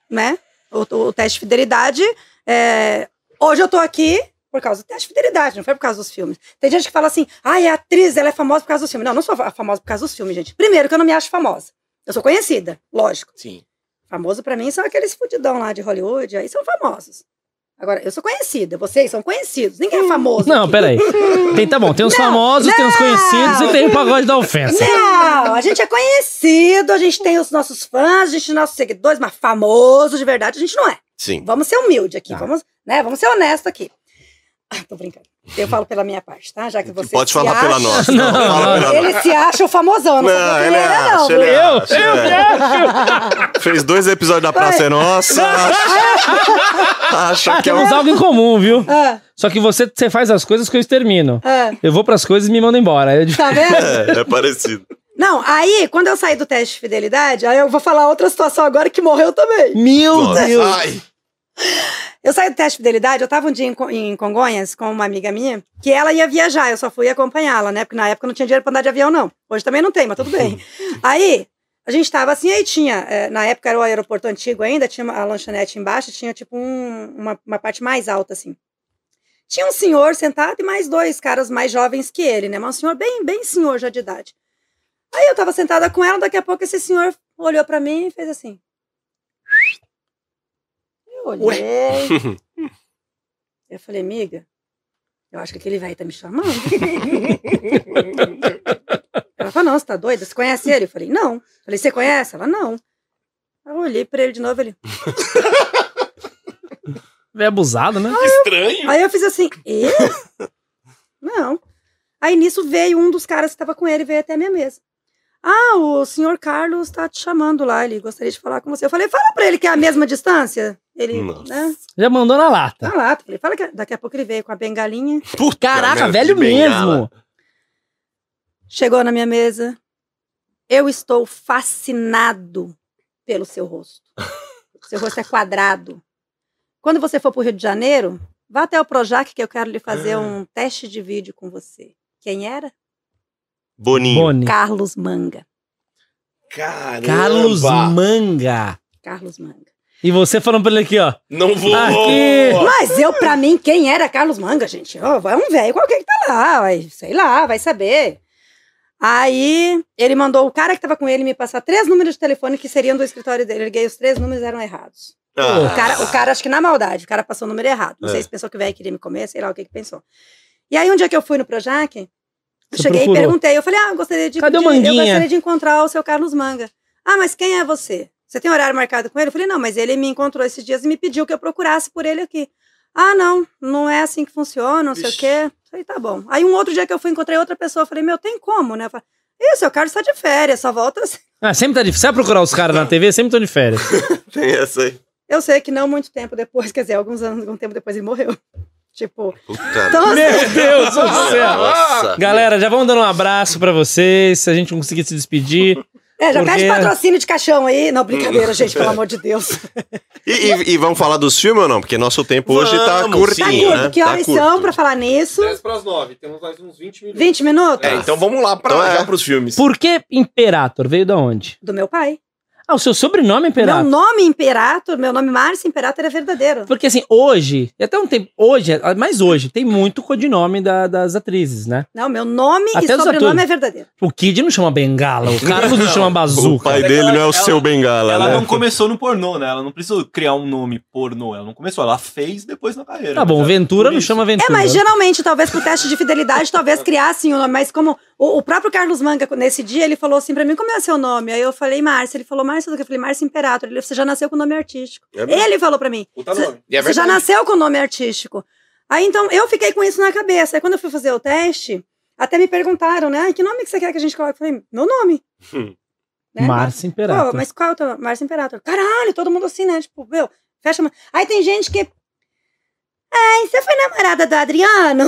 Speaker 3: né? O, o teste de fidelidade. é, Hoje eu tô aqui por causa do teste de fidelidade, não foi por causa dos filmes. Tem gente que fala assim, ai, a atriz, ela é famosa por causa dos filmes. Não, eu não sou fa- famosa por causa dos filmes, gente. Primeiro que eu não me acho famosa. Eu sou conhecida, lógico.
Speaker 2: Sim.
Speaker 3: Famoso pra mim são aqueles fudidão lá de Hollywood, aí são famosos. Agora, eu sou conhecida, vocês são conhecidos. Ninguém
Speaker 4: Hum.
Speaker 3: é famoso.
Speaker 1: Não,
Speaker 3: aqui.
Speaker 1: peraí. Tem, tá bom, tem os
Speaker 3: Não,
Speaker 1: famosos, tem os
Speaker 3: não.
Speaker 1: conhecidos e tem o pagode da ofensa.
Speaker 3: Não, a gente é conhecido, a gente tem os nossos fãs, a gente tem nossos seguidores, mas famoso de verdade a gente não é.
Speaker 4: Sim.
Speaker 3: Vamos ser humilde aqui,
Speaker 1: Tá.
Speaker 3: vamos, né? Vamos ser honesto aqui. Ah, tô brincando. Eu falo pela minha parte, tá? Já que você
Speaker 4: Pode
Speaker 3: se
Speaker 4: falar
Speaker 3: acha-
Speaker 4: pela nossa. Não, fala pela nossa.
Speaker 3: Ele se acha o famosão, eu não, sou
Speaker 4: Não, ele
Speaker 3: brasileira, não.
Speaker 4: acha,
Speaker 3: viu?
Speaker 4: ele acha. é. Fez dois episódios da Praça é Nossa. Acha que é um
Speaker 1: Temos algo em comum, viu?
Speaker 3: Ah,
Speaker 1: Só que você, você faz as coisas que eu extermino.
Speaker 3: ah,
Speaker 1: Eu vou pras coisas e me mando embora. Eu-
Speaker 3: tá vendo?
Speaker 4: É, é parecido.
Speaker 3: Não, aí, quando eu saí do teste de fidelidade, aí eu vou falar outra situação agora que morreu também.
Speaker 1: Meu
Speaker 4: Nossa.
Speaker 1: Deus!
Speaker 2: Ai,
Speaker 3: Eu saí do teste de fidelidade, eu tava um dia em, Co- em Congonhas com uma amiga minha, que ela ia viajar, eu só fui acompanhá-la, né? Porque na época eu não tinha dinheiro pra andar de avião, não. Hoje também não tem, mas tudo bem. aí, a gente tava assim, aí tinha, eh, na época era o aeroporto antigo ainda, tinha uma- a lanchonete embaixo, tinha tipo um- uma, uma parte mais alta, assim. Tinha um senhor sentado e mais dois caras mais jovens que ele, né? Mas um senhor bem, bem senhor já de idade. Aí eu tava sentada com ela, daqui a pouco esse senhor olhou pra mim e fez assim. Eu olhei. Eu falei, amiga, eu acho que aquele velho tá me chamando. Ela falou, não, você tá doida? Você conhece ele? Eu falei, não. Eu falei, você conhece? Ela, não. Eu olhei pra ele de novo, ele...
Speaker 1: É abusado, né?
Speaker 2: estranho.
Speaker 3: Aí eu fiz assim, "Ê?" Não. Aí nisso veio um dos caras que tava com ele, veio até a minha mesa. Ah, o senhor Carlos tá te chamando lá, ele gostaria de falar com você. Eu falei, fala pra ele que é a mesma distância. Ele,
Speaker 4: Nossa.
Speaker 3: né,
Speaker 1: Já mandou na lata.
Speaker 3: tá lá. Falei, fala que... Daqui a pouco ele veio com a bengalinha.
Speaker 1: Caraca,
Speaker 4: merda,
Speaker 1: velho
Speaker 4: de bengala.
Speaker 1: mesmo!
Speaker 3: Chegou na minha mesa. Eu estou fascinado pelo seu rosto. Seu rosto é quadrado. Quando você for para o Rio de Janeiro, vá até o Projac que eu quero lhe fazer um teste de vídeo com você. Quem era?
Speaker 4: Boninho.
Speaker 1: Boni.
Speaker 3: Carlos Manga.
Speaker 2: Caramba.
Speaker 1: Carlos Manga.
Speaker 3: Carlos Manga.
Speaker 1: E você falando pra ele aqui, ó.
Speaker 2: Não vou.
Speaker 1: Aqui.
Speaker 3: Mas eu, pra mim, quem era Carlos Manga, gente? Ó, vai um velho qualquer que tá lá, vai, sei lá, vai saber. Aí ele mandou o cara que tava com ele me passar três números de telefone que seriam do escritório dele. Eu liguei, os três números eram errados. O
Speaker 4: Ah,
Speaker 3: cara, o cara, acho que na maldade, o cara passou o número errado. Não
Speaker 4: É.
Speaker 3: sei se pensou que o velho queria me comer, sei lá o que que pensou. E aí, um dia que eu fui no Projac, eu
Speaker 1: Você
Speaker 3: cheguei
Speaker 1: procurou.
Speaker 3: e perguntei. Eu falei, ah, eu gostaria de,
Speaker 1: Cadê o
Speaker 3: de- eu
Speaker 1: Manguinha?
Speaker 3: gostaria de encontrar o seu Carlos Manga. Ah, mas quem é você? Você tem horário marcado com ele? Eu falei, não, mas ele me encontrou esses dias e me pediu que eu procurasse por ele aqui. Ah, não, não é assim que funciona, não sei o
Speaker 2: Ixi.
Speaker 3: quê. Eu Falei, tá bom. Aí, um outro dia que eu fui, encontrei outra pessoa. eu Falei, meu, tem como, né? Eu Falei, Ih, seu Carlos tá de férias, só volta
Speaker 1: Ah, sempre tá de Você vai procurar os caras na TV, sempre estão de férias.
Speaker 4: tem essa aí.
Speaker 3: Eu sei que não muito tempo depois, quer dizer, alguns anos, algum tempo depois ele morreu. Tipo,
Speaker 4: Puta
Speaker 3: então assim,
Speaker 1: Meu Deus do céu!
Speaker 4: Nossa.
Speaker 1: Galera, já vamos dando um abraço pra vocês. Se a gente não conseguir se despedir.
Speaker 3: é, já
Speaker 1: Porque-
Speaker 3: pede patrocínio de caixão aí. Não, brincadeira, gente, pelo amor de Deus.
Speaker 4: E, e- e vamos falar dos filmes ou não? Porque nosso tempo hoje tá
Speaker 2: Vamos,
Speaker 4: curtinho,
Speaker 3: Tá
Speaker 2: Sim,
Speaker 3: curto,
Speaker 4: né?
Speaker 3: que horas
Speaker 4: tá
Speaker 3: são
Speaker 4: curto. É.
Speaker 3: pra falar nisso?
Speaker 6: 10 pras 9, temos mais uns 20 minutos.
Speaker 3: 20 minutos?
Speaker 2: É, então vamos lá pra,
Speaker 4: Então é.
Speaker 2: já pros filmes.
Speaker 1: Por que Imperator? Veio da onde?
Speaker 3: Do meu pai.
Speaker 1: Ah, o seu sobrenome é Imperator.
Speaker 3: Meu nome Imperator, meu nome Márcio Imperator é verdadeiro.
Speaker 1: Porque assim, hoje, e até um tempo, hoje, mais hoje, tem muito codinome da- das atrizes, né?
Speaker 3: Não, meu nome
Speaker 1: Até
Speaker 3: e
Speaker 1: os
Speaker 3: sobrenome
Speaker 1: atores.
Speaker 3: é verdadeiro.
Speaker 1: O Kid não chama bengala, o Carlos não chama
Speaker 4: O
Speaker 1: bazuca.
Speaker 4: pai
Speaker 5: Ela-
Speaker 4: dele não é o
Speaker 5: ela-
Speaker 4: seu bengala,
Speaker 5: Ela
Speaker 1: é
Speaker 4: né?
Speaker 5: não começou no pornô, né? Ela não precisou criar um nome pornô. Ela não começou. Ela fez depois na carreira.
Speaker 1: Tá bom,
Speaker 5: Mas é
Speaker 1: Ventura
Speaker 5: por
Speaker 1: não
Speaker 5: isso.
Speaker 1: chama Ventura.
Speaker 3: É, mas geralmente, talvez pro teste de fidelidade, talvez criassem o nome. Mas como o, o próprio Carlos Manga, nesse dia, ele falou assim pra mim, como é seu nome? Aí eu falei Márcio. Ele falou Márcio do que? Eu falei Márcio Imperator. Ele, você já nasceu com nome artístico.
Speaker 4: É mesmo?
Speaker 3: ele falou pra mim.
Speaker 6: Puta nome.
Speaker 2: E é
Speaker 3: Você já
Speaker 2: verdade.
Speaker 3: nasceu com o nome artístico. Aí então eu fiquei com isso na cabeça. Aí quando eu fui fazer o teste, até me perguntaram, né? "Ai, Que nome que você quer que a gente coloque? Eu falei, meu nome.
Speaker 4: Hum.
Speaker 3: Né?
Speaker 1: Márcio Imperator.
Speaker 3: Pô, mas qual é o teu nome? Márcio Imperator. Caralho, todo mundo assim, né? Tipo, meu, fecha a mão. Aí tem gente que. Ai, você foi namorada do Adriano?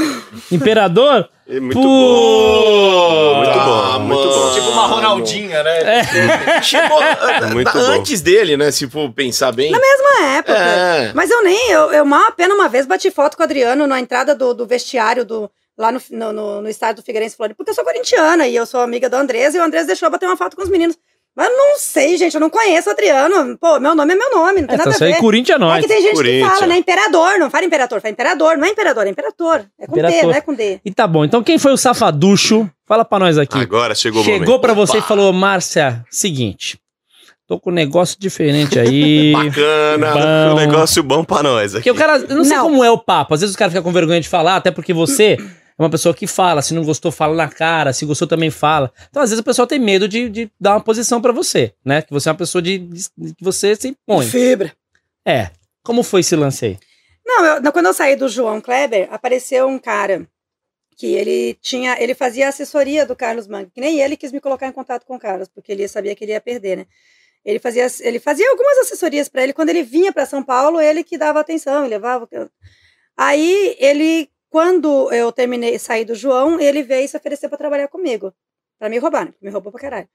Speaker 1: Imperador?
Speaker 4: É Muito
Speaker 1: Pô.
Speaker 4: bom. Muito
Speaker 2: Ah,
Speaker 4: bom, muito bom.
Speaker 2: mano.
Speaker 6: Tipo uma Ronaldinha, né?
Speaker 2: Chegou, ah,
Speaker 4: Muito
Speaker 2: da-
Speaker 4: bom.
Speaker 2: antes dele, né? Se for pensar bem.
Speaker 3: Na época.
Speaker 2: É.
Speaker 3: Mas eu nem, eu, eu mal a pena uma vez bati foto com o Adriano na entrada do, do vestiário do, lá no, no, no, no estádio do Figueirense Floripa, porque eu sou corintiana e eu sou amiga do Andrés, e o Andrés deixou eu bater uma foto com os meninos. Mas eu não sei, gente, eu não conheço o Adriano. Pô, meu nome é meu nome, não tem
Speaker 1: É, tá
Speaker 3: nada a
Speaker 1: isso aí,
Speaker 3: ver.
Speaker 1: Corinthians é
Speaker 3: É
Speaker 1: nós.
Speaker 3: que tem gente que
Speaker 4: Corinthians.
Speaker 3: fala, né? Imperador, não fala imperador, fala imperador, não é imperador, é imperator. É com D,
Speaker 1: Imperator.
Speaker 3: não é com D.
Speaker 1: E tá bom, então quem foi o safaducho? Fala pra nós aqui.
Speaker 4: Agora Ah, chegou o
Speaker 1: Chegou
Speaker 4: momento.
Speaker 1: pra você e
Speaker 4: Opa.
Speaker 1: falou, Márcia, seguinte. tô Tô com um negócio diferente aí.
Speaker 4: Bacana,
Speaker 1: Bom.
Speaker 4: um negócio bom pra nós aqui.
Speaker 1: Porque o cara, eu não sei
Speaker 3: Não.
Speaker 1: como é o papo. Às vezes o cara fica com vergonha de falar, até porque você é uma pessoa que fala. Se não gostou, fala na cara. Se gostou, também fala. Então, às vezes, a pessoa tem medo de, de dar uma posição pra você, né? Que você é uma pessoa de, de- que você se impõe.
Speaker 3: Fibra.
Speaker 1: É. Como foi esse lance aí?
Speaker 3: Não, eu- não, quando eu saí do João Kleber, apareceu um cara que ele tinha, ele fazia assessoria do Carlos Manga, que nem ele quis me colocar em contato com o Carlos, porque ele sabia que ele ia perder, né? Ele fazia, ele fazia algumas assessorias para ele quando ele vinha para São Paulo, ele que dava atenção, e levava. Aí ele, quando eu terminei, saí do João, ele veio se oferecer para trabalhar comigo, para me roubar, né? Porque Me roubou pra caralho.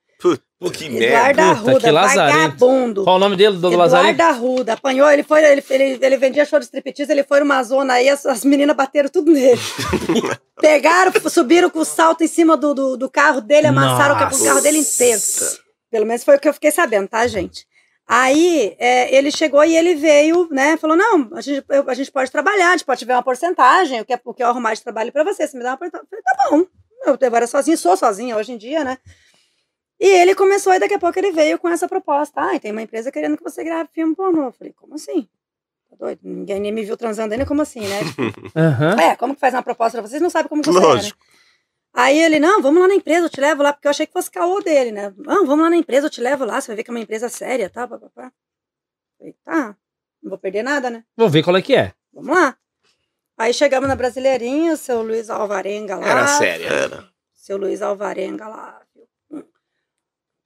Speaker 2: Pô, que merda.
Speaker 3: Eduardo
Speaker 1: puta,
Speaker 3: Arruda,
Speaker 1: que lazarento.
Speaker 3: vagabundo.
Speaker 1: Qual o nome dele, do Lazarento?
Speaker 3: Eduardo Arruda, apanhou, ele foi, ele, ele, ele vendia show de striptease, ele foi numa zona aí, as, as meninas bateram tudo nele. Pegaram, f- subiram com o salto em cima do, do, do carro dele, amassaram o ca- o carro dele inteiro. Pelo menos foi o que eu fiquei sabendo, tá, gente? Aí é, ele chegou e ele veio, né? Falou: não, a gente, eu- a gente pode trabalhar, a gente pode ver uma porcentagem, o que, é- o que eu arrumar de trabalho pra você, você me dá uma porcentagem. Eu falei, tá bom, eu era sozinha, sou sozinha hoje em dia, né? E ele começou e daqui a pouco ele veio com essa proposta. Ah, tem uma empresa querendo que você grave filme pornô. Eu falei, como assim? Tá doido? Ninguém nem me viu transando ainda, como assim, né? Tipo,
Speaker 1: Aham.
Speaker 3: é, como que faz uma proposta pra vocês? Não sabe como que você é, né?
Speaker 4: Lógico.
Speaker 3: Aí ele, não, vamos lá na empresa, eu te levo lá, porque eu achei que fosse caô dele, né? Não, vamos lá na empresa, eu te levo lá, você vai ver que é uma empresa séria, tá? Pá, pá, pá. Falei, tá, não vou perder nada, né?
Speaker 1: Vou ver qual é que é.
Speaker 3: Vamos lá. Aí chegamos na Brasileirinha, o seu Luiz Alvarenga lá.
Speaker 2: Era séria.
Speaker 3: Seu Luiz Alvarenga lá. viu? Um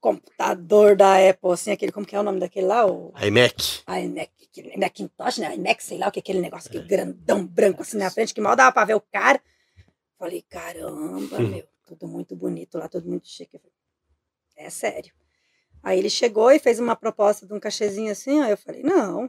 Speaker 3: computador da Apple, assim, aquele, como que é o nome daquele lá? O
Speaker 4: Aí, Mac.
Speaker 3: a Mac, que- Macintosh, né? Mac, sei lá o que, aquele negócio, aquele grandão branco assim na frente, que mal dava pra ver o cara. Falei, caramba, meu, tudo muito bonito lá, tudo muito chique. Eu falei, É sério. Aí ele chegou e fez uma proposta de um cachezinho assim, aí eu falei, não.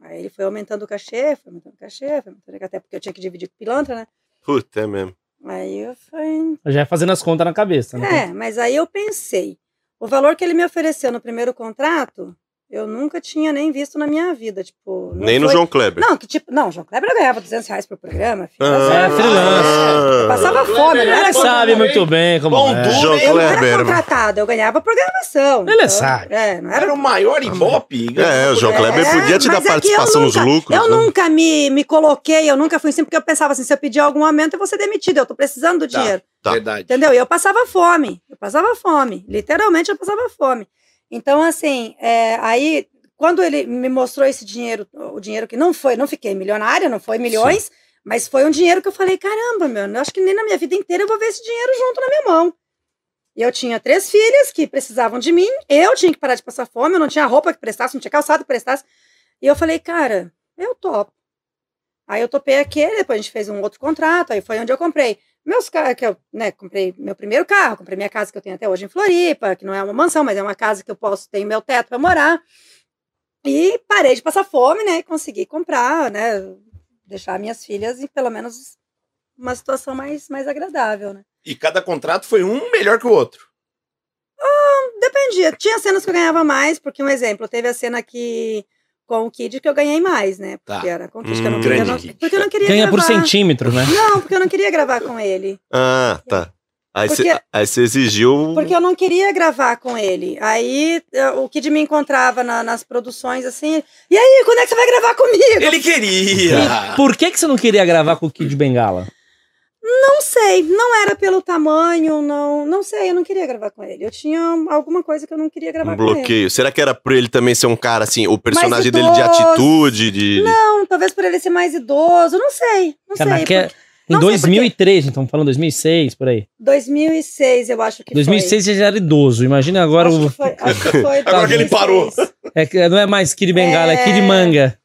Speaker 3: Aí ele foi aumentando o cachê, foi aumentando o cachê, foi aumentando, até porque eu tinha que dividir com pilantra, né?
Speaker 4: Puta, é mesmo.
Speaker 3: Aí eu falei,
Speaker 1: Já é fazendo as contas na cabeça, né?
Speaker 3: é, mas aí eu pensei, o valor que ele me ofereceu no primeiro contrato, eu nunca tinha nem visto na minha vida, tipo... não
Speaker 4: Nem no
Speaker 3: foi-
Speaker 4: João Kleber.
Speaker 3: Não, que tipo... Não, João Kleber eu ganhava 200 reais por programa. filho.
Speaker 4: Ah,
Speaker 1: é freelance.
Speaker 2: Ah.
Speaker 3: Eu Passava fome, não era...
Speaker 1: Ele né? sabe muito bem como
Speaker 2: Bom
Speaker 1: é.
Speaker 2: duro.
Speaker 4: João
Speaker 3: Eu não era
Speaker 4: Kleber.
Speaker 3: contratada, eu ganhava programação.
Speaker 1: Ele sabe.
Speaker 3: É, não era...
Speaker 2: Era o maior ibope.
Speaker 4: É, o João Kleber
Speaker 3: É,
Speaker 4: podia te dar
Speaker 3: mas é que eu
Speaker 4: participação nos
Speaker 3: nunca-
Speaker 4: lucros.
Speaker 3: Eu
Speaker 4: né?
Speaker 3: nunca me, me coloquei, eu nunca fui assim, porque eu pensava assim, se eu pedir algum aumento, eu vou ser demitido, eu tô precisando do
Speaker 2: Tá.
Speaker 3: dinheiro.
Speaker 4: Tá.
Speaker 2: Verdade.
Speaker 3: Entendeu? E eu passava fome. Eu passava fome. Literalmente eu passava fome. Então, assim, é, aí, quando ele me mostrou esse dinheiro, o dinheiro que não foi, não fiquei milionária, não foi milhões, mas foi um dinheiro que eu falei: caramba, meu, eu acho que nem na minha vida inteira eu vou ver esse dinheiro junto na minha mão. E eu tinha três filhas que precisavam de mim, eu tinha que parar de passar fome, eu não tinha roupa que prestasse, não tinha calçado que prestasse. E eu falei, cara, eu topo. Aí eu topei aquele, depois a gente fez um outro contrato, aí foi onde eu comprei meus carros, que eu, né, comprei meu primeiro carro, comprei minha casa que eu tenho até hoje em Floripa, que não é uma mansão, mas é uma casa que eu posso ter meu teto para morar. E parei de passar fome, né, e consegui comprar, né, deixar minhas filhas em pelo menos uma situação mais, mais agradável, né.
Speaker 2: E cada contrato foi um melhor que o outro.
Speaker 3: Dependia, tinha cenas que eu ganhava mais, porque um exemplo, teve a cena que com o Kid que eu ganhei mais, né,
Speaker 2: Tá.
Speaker 3: porque era com o Kid que eu não
Speaker 4: Hum,
Speaker 3: queria,
Speaker 2: grande
Speaker 3: não-
Speaker 2: Kid.
Speaker 3: porque eu não queria
Speaker 1: Ganha por
Speaker 3: gravar.
Speaker 1: centímetro, né?
Speaker 3: Não, porque eu não queria gravar com ele.
Speaker 4: Ah, tá. Aí você
Speaker 3: Porque-
Speaker 4: exigiu. um
Speaker 3: Porque eu não queria gravar com ele. Aí eu- o Kid me encontrava na- nas produções assim. E aí, quando é que você vai gravar comigo?
Speaker 2: Ele queria.
Speaker 1: Por que, que você não queria gravar com o Kid Bengala?
Speaker 3: Não sei, não era pelo tamanho, não. Não sei, eu não queria gravar com ele. Eu tinha alguma coisa que eu não queria gravar
Speaker 4: um
Speaker 3: com ele.
Speaker 4: bloqueio. Será que era pra ele também ser um cara assim, o personagem
Speaker 3: Mais
Speaker 4: dele de
Speaker 3: idoso.
Speaker 4: atitude, de.
Speaker 3: Não, Então, talvez por ele ser mais idoso, não sei. Não
Speaker 1: Cara,
Speaker 3: sei.
Speaker 1: que é-
Speaker 3: porque-
Speaker 1: Em
Speaker 3: Não sei por quê.
Speaker 1: 2003, então falando 2006, por aí.
Speaker 3: 2006, eu acho que
Speaker 1: 2006 ele já era idoso. Imagina
Speaker 3: foi.
Speaker 1: agora o.
Speaker 3: Acho que foi, acho que foi
Speaker 2: Agora que ele
Speaker 3: 2006.
Speaker 2: parou.
Speaker 1: É que não é mais Kid Bengala, é,
Speaker 3: É.
Speaker 1: Kid Manga.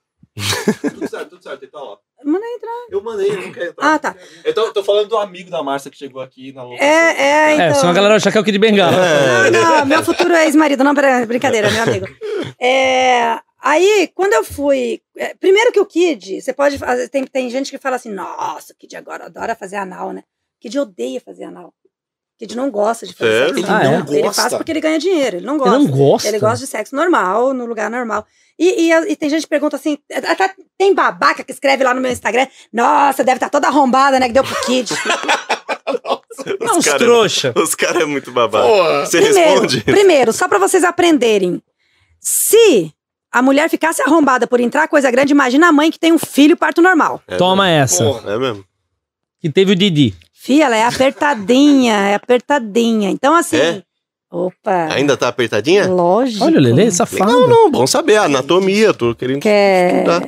Speaker 6: Tudo certo, tudo certo. Ele tá lá.
Speaker 3: Manda aí entrar.
Speaker 6: Eu mandei, ele não quer entrar.
Speaker 3: Ah, tá.
Speaker 6: Eu tô, tô falando do amigo da Márcia que chegou aqui na louca.
Speaker 3: É, é, então.
Speaker 1: É, senão a galera vai achar que é o Kid Bengala.
Speaker 3: Não, não, meu futuro ex-marido, não, pera- brincadeira, meu amigo. É, aí, quando eu fui. é, primeiro que o Kid, você pode. fazer- Tem, tem gente que fala assim, nossa, o Kid agora adora fazer anal, né? O Kid odeia fazer anal. O Kid não gosta de fazer
Speaker 4: Sério?
Speaker 3: sexo.
Speaker 2: Ele
Speaker 1: Ah,
Speaker 2: não
Speaker 1: é?
Speaker 2: gosta.
Speaker 3: Ele faz porque ele ganha dinheiro, ele não
Speaker 1: Ele
Speaker 3: gosta.
Speaker 1: não gosta.
Speaker 3: Ele gosta de sexo normal, no lugar normal. E, e, e tem gente que pergunta assim: até tem babaca que escreve lá no meu Instagram, nossa, deve estar toda arrombada, né? Que deu pro Kid.
Speaker 1: Não, os
Speaker 4: cara-
Speaker 1: trouxa.
Speaker 4: Os caras é muito babado.
Speaker 2: Porra.
Speaker 4: Você
Speaker 3: primeiro,
Speaker 4: responde?
Speaker 3: Primeiro, só pra vocês aprenderem. Se a mulher ficasse arrombada por entrar coisa grande, imagina a mãe que tem um filho parto normal.
Speaker 4: É
Speaker 1: Toma essa.
Speaker 2: Porra.
Speaker 4: mesmo. É mesmo.
Speaker 1: Que teve o Didi.
Speaker 3: Fia, ela é apertadinha, é apertadinha. Então, assim.
Speaker 4: É?
Speaker 3: Opa.
Speaker 4: Ainda tá apertadinha?
Speaker 3: Lógico.
Speaker 1: Olha o Lele, safado.
Speaker 4: Não, não, bom saber. A anatomia, tô querendo.
Speaker 3: Quer,
Speaker 4: Tá.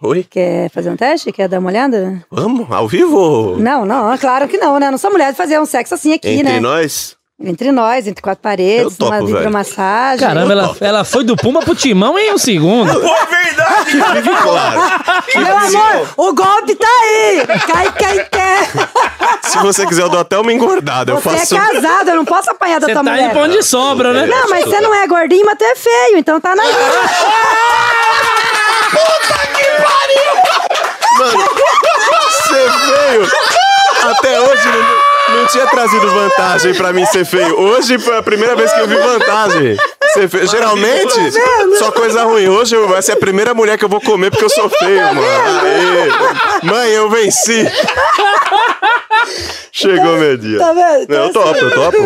Speaker 4: Oi,
Speaker 3: quer fazer um teste? Quer dar uma olhada?
Speaker 4: vamos? Ao vivo?
Speaker 3: Não, não, é claro que não, né? Não sou mulher de fazer um sexo assim aqui,
Speaker 4: Entre
Speaker 3: né?
Speaker 4: nós?
Speaker 3: Entre nós, entre quatro paredes,
Speaker 4: Eu topo,
Speaker 3: uma
Speaker 4: velho.
Speaker 3: vibromassagem.
Speaker 1: Caramba, ela, ela foi do Puma pro Timão em um segundo.
Speaker 2: Pô, é verdade!
Speaker 4: Claro.
Speaker 3: Meu amor, o golpe tá aí! Cai quem quer!
Speaker 4: Se você quiser, eu dou até uma engordada. Eu
Speaker 3: Você
Speaker 4: faço.
Speaker 3: é casado, eu não posso apanhar da
Speaker 1: Você
Speaker 3: tua
Speaker 1: tá
Speaker 3: mulher.
Speaker 1: aí pra onde sobra, né?
Speaker 3: Não, mas você não é gordinho, mas tu é feio, então
Speaker 4: Ah,
Speaker 3: tá na linha.
Speaker 4: Mano, você veio. Até hoje não, não tinha trazido vantagem pra mim ser feio. Hoje foi a primeira vez que eu vi vantagem. Ser feio. Geralmente, só coisa ruim. Hoje eu- vai ser a primeira mulher que eu vou comer porque eu sou feio, mano. Aê. Mãe, eu venci. Chegou meu dia.
Speaker 3: Tá vendo?
Speaker 4: Não, eu topo, eu topo.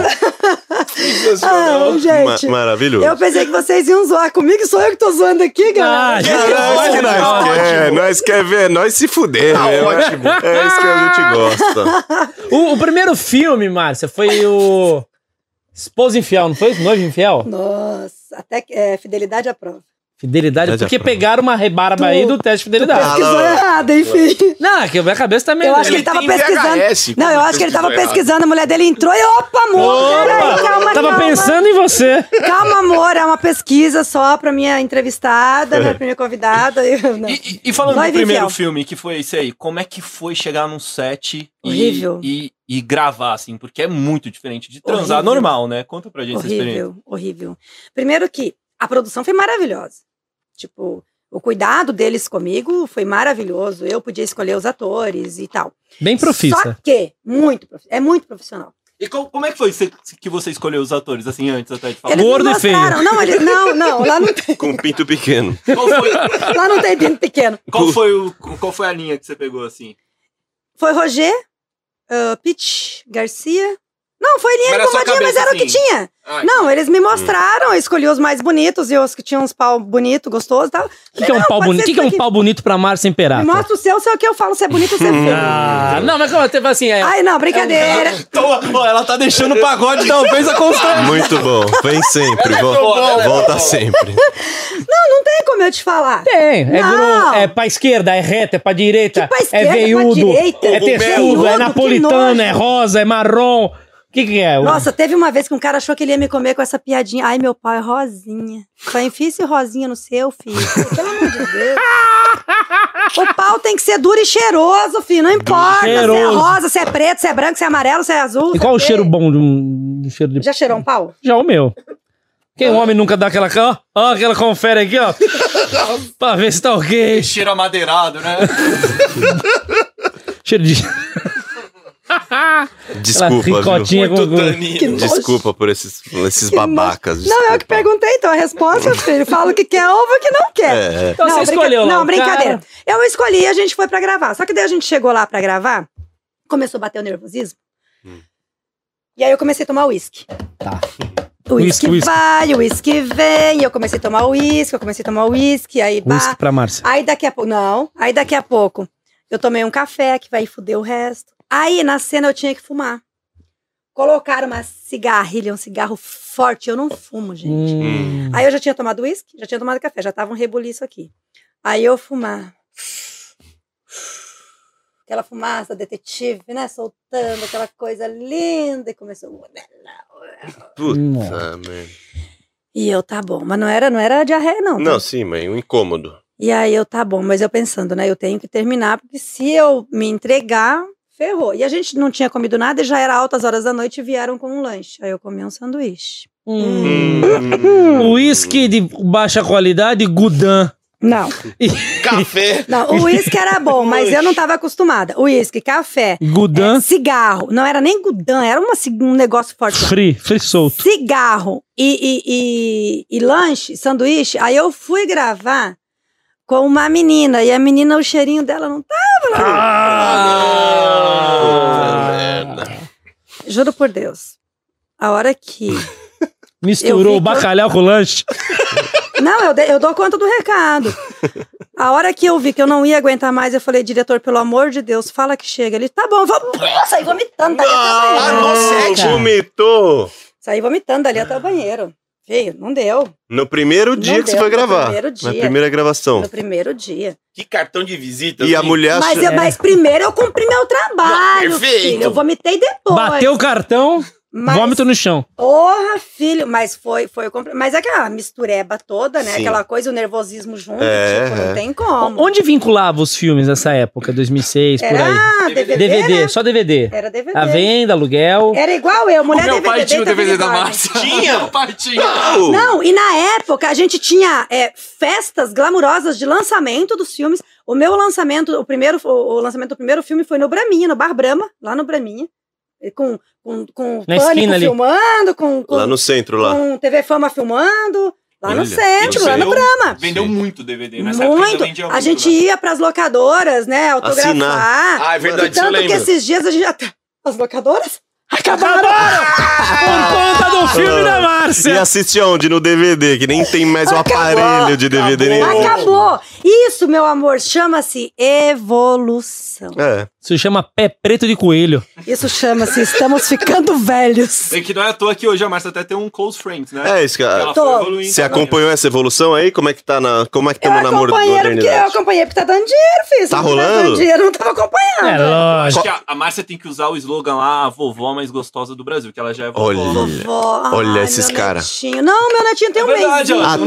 Speaker 3: Ah, gente.
Speaker 4: Ma- maravilhoso.
Speaker 3: Eu pensei que vocês iam zoar comigo, sou eu que tô zoando aqui, galera.
Speaker 1: Ah, gente,
Speaker 4: Caralho, é que nós
Speaker 1: ótimo.
Speaker 4: quer, nós quer ver, nós se fuder, né?
Speaker 2: ótimo.
Speaker 4: É isso que a gente gosta.
Speaker 1: O, o primeiro filme, Márcia, foi o. Esposa Infiel, não foi? Noivo Infiel?
Speaker 3: Nossa, até que, é, fidelidade à prova.
Speaker 1: Fidelidade,
Speaker 4: Mas é
Speaker 1: porque
Speaker 4: pronto.
Speaker 1: pegaram uma rebarba aí do teste de fidelidade.
Speaker 4: Ah,
Speaker 3: Pesquisou
Speaker 4: não.
Speaker 3: errado, enfim.
Speaker 1: Não, que a minha cabeça tá meio.
Speaker 3: Eu acho que ele tava
Speaker 2: tem
Speaker 3: pesquisando.
Speaker 2: VHS,
Speaker 3: não, eu
Speaker 2: como
Speaker 3: acho que ele tava
Speaker 2: pesquisou
Speaker 3: pesquisando, a mulher dele entrou e. Opa, amor! Peraí, calma,
Speaker 1: Tava
Speaker 3: calma.
Speaker 1: pensando em você.
Speaker 3: Calma, amor, é uma pesquisa só pra minha entrevistada, minha primeira convidada. Eu,
Speaker 1: É.
Speaker 3: não.
Speaker 5: E, e- e falando
Speaker 3: Noiva
Speaker 5: do primeiro
Speaker 3: Infiel.
Speaker 5: filme, que foi esse aí, como é que foi chegar num set e,
Speaker 3: Horrível.
Speaker 5: e, e gravar, assim? Porque é muito diferente de transar
Speaker 3: Horrível.
Speaker 5: normal, né? Conta pra gente essa experiência.
Speaker 3: Horrível, horrível. Primeiro que a produção foi maravilhosa. Tipo, o cuidado deles comigo foi maravilhoso. Eu podia escolher os atores e tal.
Speaker 1: Bem profissa.
Speaker 3: Só que, muito profi- é muito profissional.
Speaker 5: E co- como é que foi você- que você escolheu os atores, assim, antes até de falar?
Speaker 3: Eles
Speaker 1: Tá Gordo
Speaker 3: me
Speaker 1: e feio.
Speaker 3: mostraram. Não, eles, não, não, lá não, tem,
Speaker 4: Com um pinto pequeno.
Speaker 5: Qual foi,
Speaker 1: Tá.
Speaker 3: lá não tem pinto pequeno.
Speaker 5: qual foi o- qual foi a linha que você pegou, assim?
Speaker 3: Foi Roger, ah, Pitch, Garcia. Não, foi linha
Speaker 5: Mas era só
Speaker 3: incomodinha, mas
Speaker 5: cabeça,
Speaker 3: era o que
Speaker 5: assim.
Speaker 3: tinha.
Speaker 5: Ah,
Speaker 3: Não, eles me mostraram, eu escolhi os mais bonitos e os que tinham uns pau bonito, gostoso e tal.
Speaker 1: O que, que é um pau
Speaker 3: pode
Speaker 1: bonito?
Speaker 3: ser
Speaker 1: O que, que é
Speaker 3: isso
Speaker 1: um
Speaker 3: aqui.
Speaker 1: pau bonito pra Márcia
Speaker 3: Me
Speaker 1: Imperato?
Speaker 3: mostra o seu, se é o que eu falo, se é bonito ou se é feio.
Speaker 1: Ah, não, mas calma, teve assim. É, um
Speaker 3: Ai, não, brincadeira.
Speaker 5: Então, ó, ela tá deixando o pagode
Speaker 6: um
Speaker 5: da ofensa constante.
Speaker 4: Muito bom. Vem sempre. vol-
Speaker 5: boa,
Speaker 4: volta sempre.
Speaker 3: Tem como eu te falar.
Speaker 1: tem. É,
Speaker 3: Não.
Speaker 1: gru, é pra esquerda, é reta, é pra direita.
Speaker 3: Que pra esquerda,
Speaker 1: é
Speaker 3: pra
Speaker 1: veiudo,
Speaker 3: direita.
Speaker 1: é
Speaker 3: O
Speaker 1: textudo,
Speaker 3: veiudo,
Speaker 1: é
Speaker 3: que nojo.
Speaker 1: napolitano, é rosa, é marrom. O que, que é? O-
Speaker 3: Nossa, teve uma vez que um cara achou que ele ia me comer com essa piadinha. Ai, meu pau é rosinha. Só enfia esse rosinha no seu, filho. Pelo amor de Deus. O pau tem que ser duro e cheiroso, filho. Não importa se é
Speaker 1: Cheiroso.
Speaker 3: rosa, se é preto, se é branco, se é amarelo, se é azul.
Speaker 1: E qual o cheiro bom de um, de um cheiro de
Speaker 3: Já Ah. cheirou um pau?
Speaker 1: Já é o meu. Quem o homem nunca dá aquela. Ó, ó, aquela confere aqui, ó. pra ver se tá ok.
Speaker 5: Cheiro amadeirado, né?
Speaker 1: Cheiro de. aquela
Speaker 4: Desculpa, viu?
Speaker 1: ricotinha com.
Speaker 2: tanino.
Speaker 4: Desculpa por esses, esses babacas.
Speaker 3: Não,
Speaker 4: desculpa.
Speaker 3: eu que perguntei, então. A resposta, filho. Fala o que quer ou o que não quer.
Speaker 4: É, é.
Speaker 1: Então você
Speaker 3: brinca-
Speaker 1: escolheu lá.
Speaker 3: Não,
Speaker 1: o
Speaker 3: brincadeira.
Speaker 1: cara.
Speaker 3: Eu escolhi e a gente foi pra gravar. Só que daí a gente chegou lá pra gravar, começou a bater o nervosismo. E aí eu comecei a tomar uísque.
Speaker 1: Tá. Uísque,
Speaker 3: Uísque
Speaker 1: uísque.
Speaker 3: vai, uísque vem. e Eu comecei a tomar uísque, eu comecei a tomar uísque, aí
Speaker 1: Whisky
Speaker 3: bah.
Speaker 1: pra Márcia.
Speaker 3: Aí daqui a pouco. Não, aí daqui a pouco eu tomei um café que vai foder o resto. Aí na cena eu tinha que fumar. Colocaram uma cigarrilha, um cigarro forte. Eu não fumo, gente.
Speaker 1: Hum.
Speaker 3: Aí eu já tinha tomado uísque, já tinha tomado café, já tava um rebuliço aqui. Aí eu fumar. Aquela fumaça, detetive, né? Soltando aquela coisa linda e começou.
Speaker 1: Hum,
Speaker 4: Puta, man.
Speaker 3: E eu, tá bom. Mas não era, não era diarreia, não. tá?
Speaker 4: Não, sim, mãe, um incômodo.
Speaker 3: E aí eu, tá bom. Mas eu pensando, né? Eu tenho que terminar, porque se eu me entregar, ferrou. E a gente não tinha comido nada e já era altas horas da noite e vieram com um lanche. Aí eu comi um sanduíche.
Speaker 1: Hum. Whisky de baixa qualidade, Gudan.
Speaker 3: Não,
Speaker 2: Café.
Speaker 3: não, o uísque era bom, mas eu não tava acostumada. Uísque, café, É,
Speaker 1: Gudan
Speaker 3: cigarro. Não era nem gudan, era uma ci- um negócio forte. lá.
Speaker 1: free, free solto.
Speaker 3: Cigarro e, e- e- e lanche, sanduíche. Aí eu fui gravar com uma menina. E a menina, o cheirinho dela não tá. Ah! Juro por Deus. A hora que. Eu
Speaker 1: Misturou
Speaker 3: vi
Speaker 1: bacalhau com lanche.
Speaker 3: Não, eu, de- eu dou conta do recado. A hora que eu vi que eu não ia aguentar mais, eu falei, diretor, pelo amor de Deus, fala que chega. Ele, tá bom, vamos sair vomitando dali até o
Speaker 4: Ah,
Speaker 3: banheiro.
Speaker 1: não.
Speaker 4: no
Speaker 1: Caraca.
Speaker 4: set vomitou.
Speaker 3: Saí vomitando dali até o banheiro. Filho, não deu.
Speaker 4: No primeiro dia
Speaker 3: Não
Speaker 4: que você
Speaker 3: deu,
Speaker 4: foi
Speaker 3: no
Speaker 4: gravar.
Speaker 3: primeiro
Speaker 4: Na
Speaker 3: dia.
Speaker 4: primeira gravação.
Speaker 3: No primeiro dia.
Speaker 2: Que cartão de visita.
Speaker 4: E a
Speaker 2: assim.
Speaker 4: mulher.
Speaker 3: Mas,
Speaker 4: achou-
Speaker 3: eu- mas primeiro eu cumpri meu trabalho,
Speaker 2: Não, perfeito.
Speaker 3: filho. Eu vomitei depois.
Speaker 1: Bateu o cartão,
Speaker 3: mas,
Speaker 1: vômito no chão.
Speaker 3: Porra, filho. Mas foi, foi compli- Mas é aquela mistureba toda, né?
Speaker 4: Sim.
Speaker 3: Aquela coisa, o nervosismo junto.
Speaker 4: É,
Speaker 3: tipo,
Speaker 4: é.
Speaker 3: não tem como.
Speaker 1: Onde vinculava os filmes nessa época, 2006, por
Speaker 3: Era
Speaker 1: aí?
Speaker 3: DVD,
Speaker 1: DVD,
Speaker 3: né?
Speaker 1: só DVD.
Speaker 3: Era DVD.
Speaker 1: A venda, aluguel.
Speaker 3: Era igual eu, mulher
Speaker 7: Meu pai
Speaker 3: DVD,
Speaker 7: tinha o
Speaker 3: tá
Speaker 7: DVD da
Speaker 3: virgem.
Speaker 7: Márcia.
Speaker 2: Tinha?
Speaker 7: Meu pai tinha.
Speaker 4: Não!
Speaker 3: Não, e na época a gente tinha é, festas glamurosas de lançamento dos filmes. O meu lançamento, o primeiro, o, o lançamento do primeiro filme foi no Braminha, no Bar Brama, lá no Braminha. E Com, com, com o
Speaker 1: Na
Speaker 3: Pânico
Speaker 1: esquina ali.
Speaker 3: filmando, com, com,
Speaker 4: Lá no centro, lá.
Speaker 3: com TV Fama filmando, lá
Speaker 4: Olha,
Speaker 3: no centro,
Speaker 4: eu
Speaker 3: lá no
Speaker 6: sei.
Speaker 3: Brama.
Speaker 6: Vendeu
Speaker 4: Sim.
Speaker 5: um
Speaker 6: muito DVD, né?
Speaker 3: Muito. A gente ia pras locadoras, né, autografar.
Speaker 2: Ah, é verdade,
Speaker 3: E
Speaker 2: isso eu
Speaker 3: tanto que
Speaker 2: lembro.
Speaker 3: esses dias a gente até... As locadoras? Acabaram!
Speaker 1: Por conta do filme da
Speaker 4: E
Speaker 1: Márcia.
Speaker 4: assiste onde? No DVD, que nem tem mais o
Speaker 3: Acabou,
Speaker 4: aparelho de DVD nenhum.
Speaker 3: Acabou! Isso, meu amor, chama-se evolução.
Speaker 4: É.
Speaker 1: Isso chama pé preto de coelho.
Speaker 3: Isso chama-se estamos ficando velhos.
Speaker 6: E que não é à toa que hoje a Márcia até tem um close friends, né?
Speaker 4: É isso,
Speaker 6: Ela
Speaker 4: cara.
Speaker 6: foi
Speaker 3: Tô.
Speaker 6: evoluindo
Speaker 4: Você
Speaker 6: também,
Speaker 4: acompanhou essa evolução aí? Como é que tá na. Como é que
Speaker 3: Eu
Speaker 4: estamos na mor-
Speaker 3: acompanhei porque eu
Speaker 4: modernidade?
Speaker 3: acompanhei porque tá dando dinheiro, filho. Se
Speaker 4: Tá
Speaker 3: não tivesse
Speaker 4: rolando?
Speaker 3: dando dinheiro, eu não tava acompanhando.
Speaker 1: É
Speaker 6: né?
Speaker 1: lógico.
Speaker 6: Acho que a, a Márcia tem que usar o slogan lá, a vovó mais gostosa do Brasil, que ela já é vovó.
Speaker 4: Olha.
Speaker 3: Vovó,
Speaker 4: Olha
Speaker 3: ai,
Speaker 4: esses
Speaker 3: meu
Speaker 4: cara.
Speaker 3: netinho. Não, meu netinho tem
Speaker 6: É
Speaker 3: um
Speaker 6: verdade, ela-
Speaker 3: mês.
Speaker 4: Ah, tá.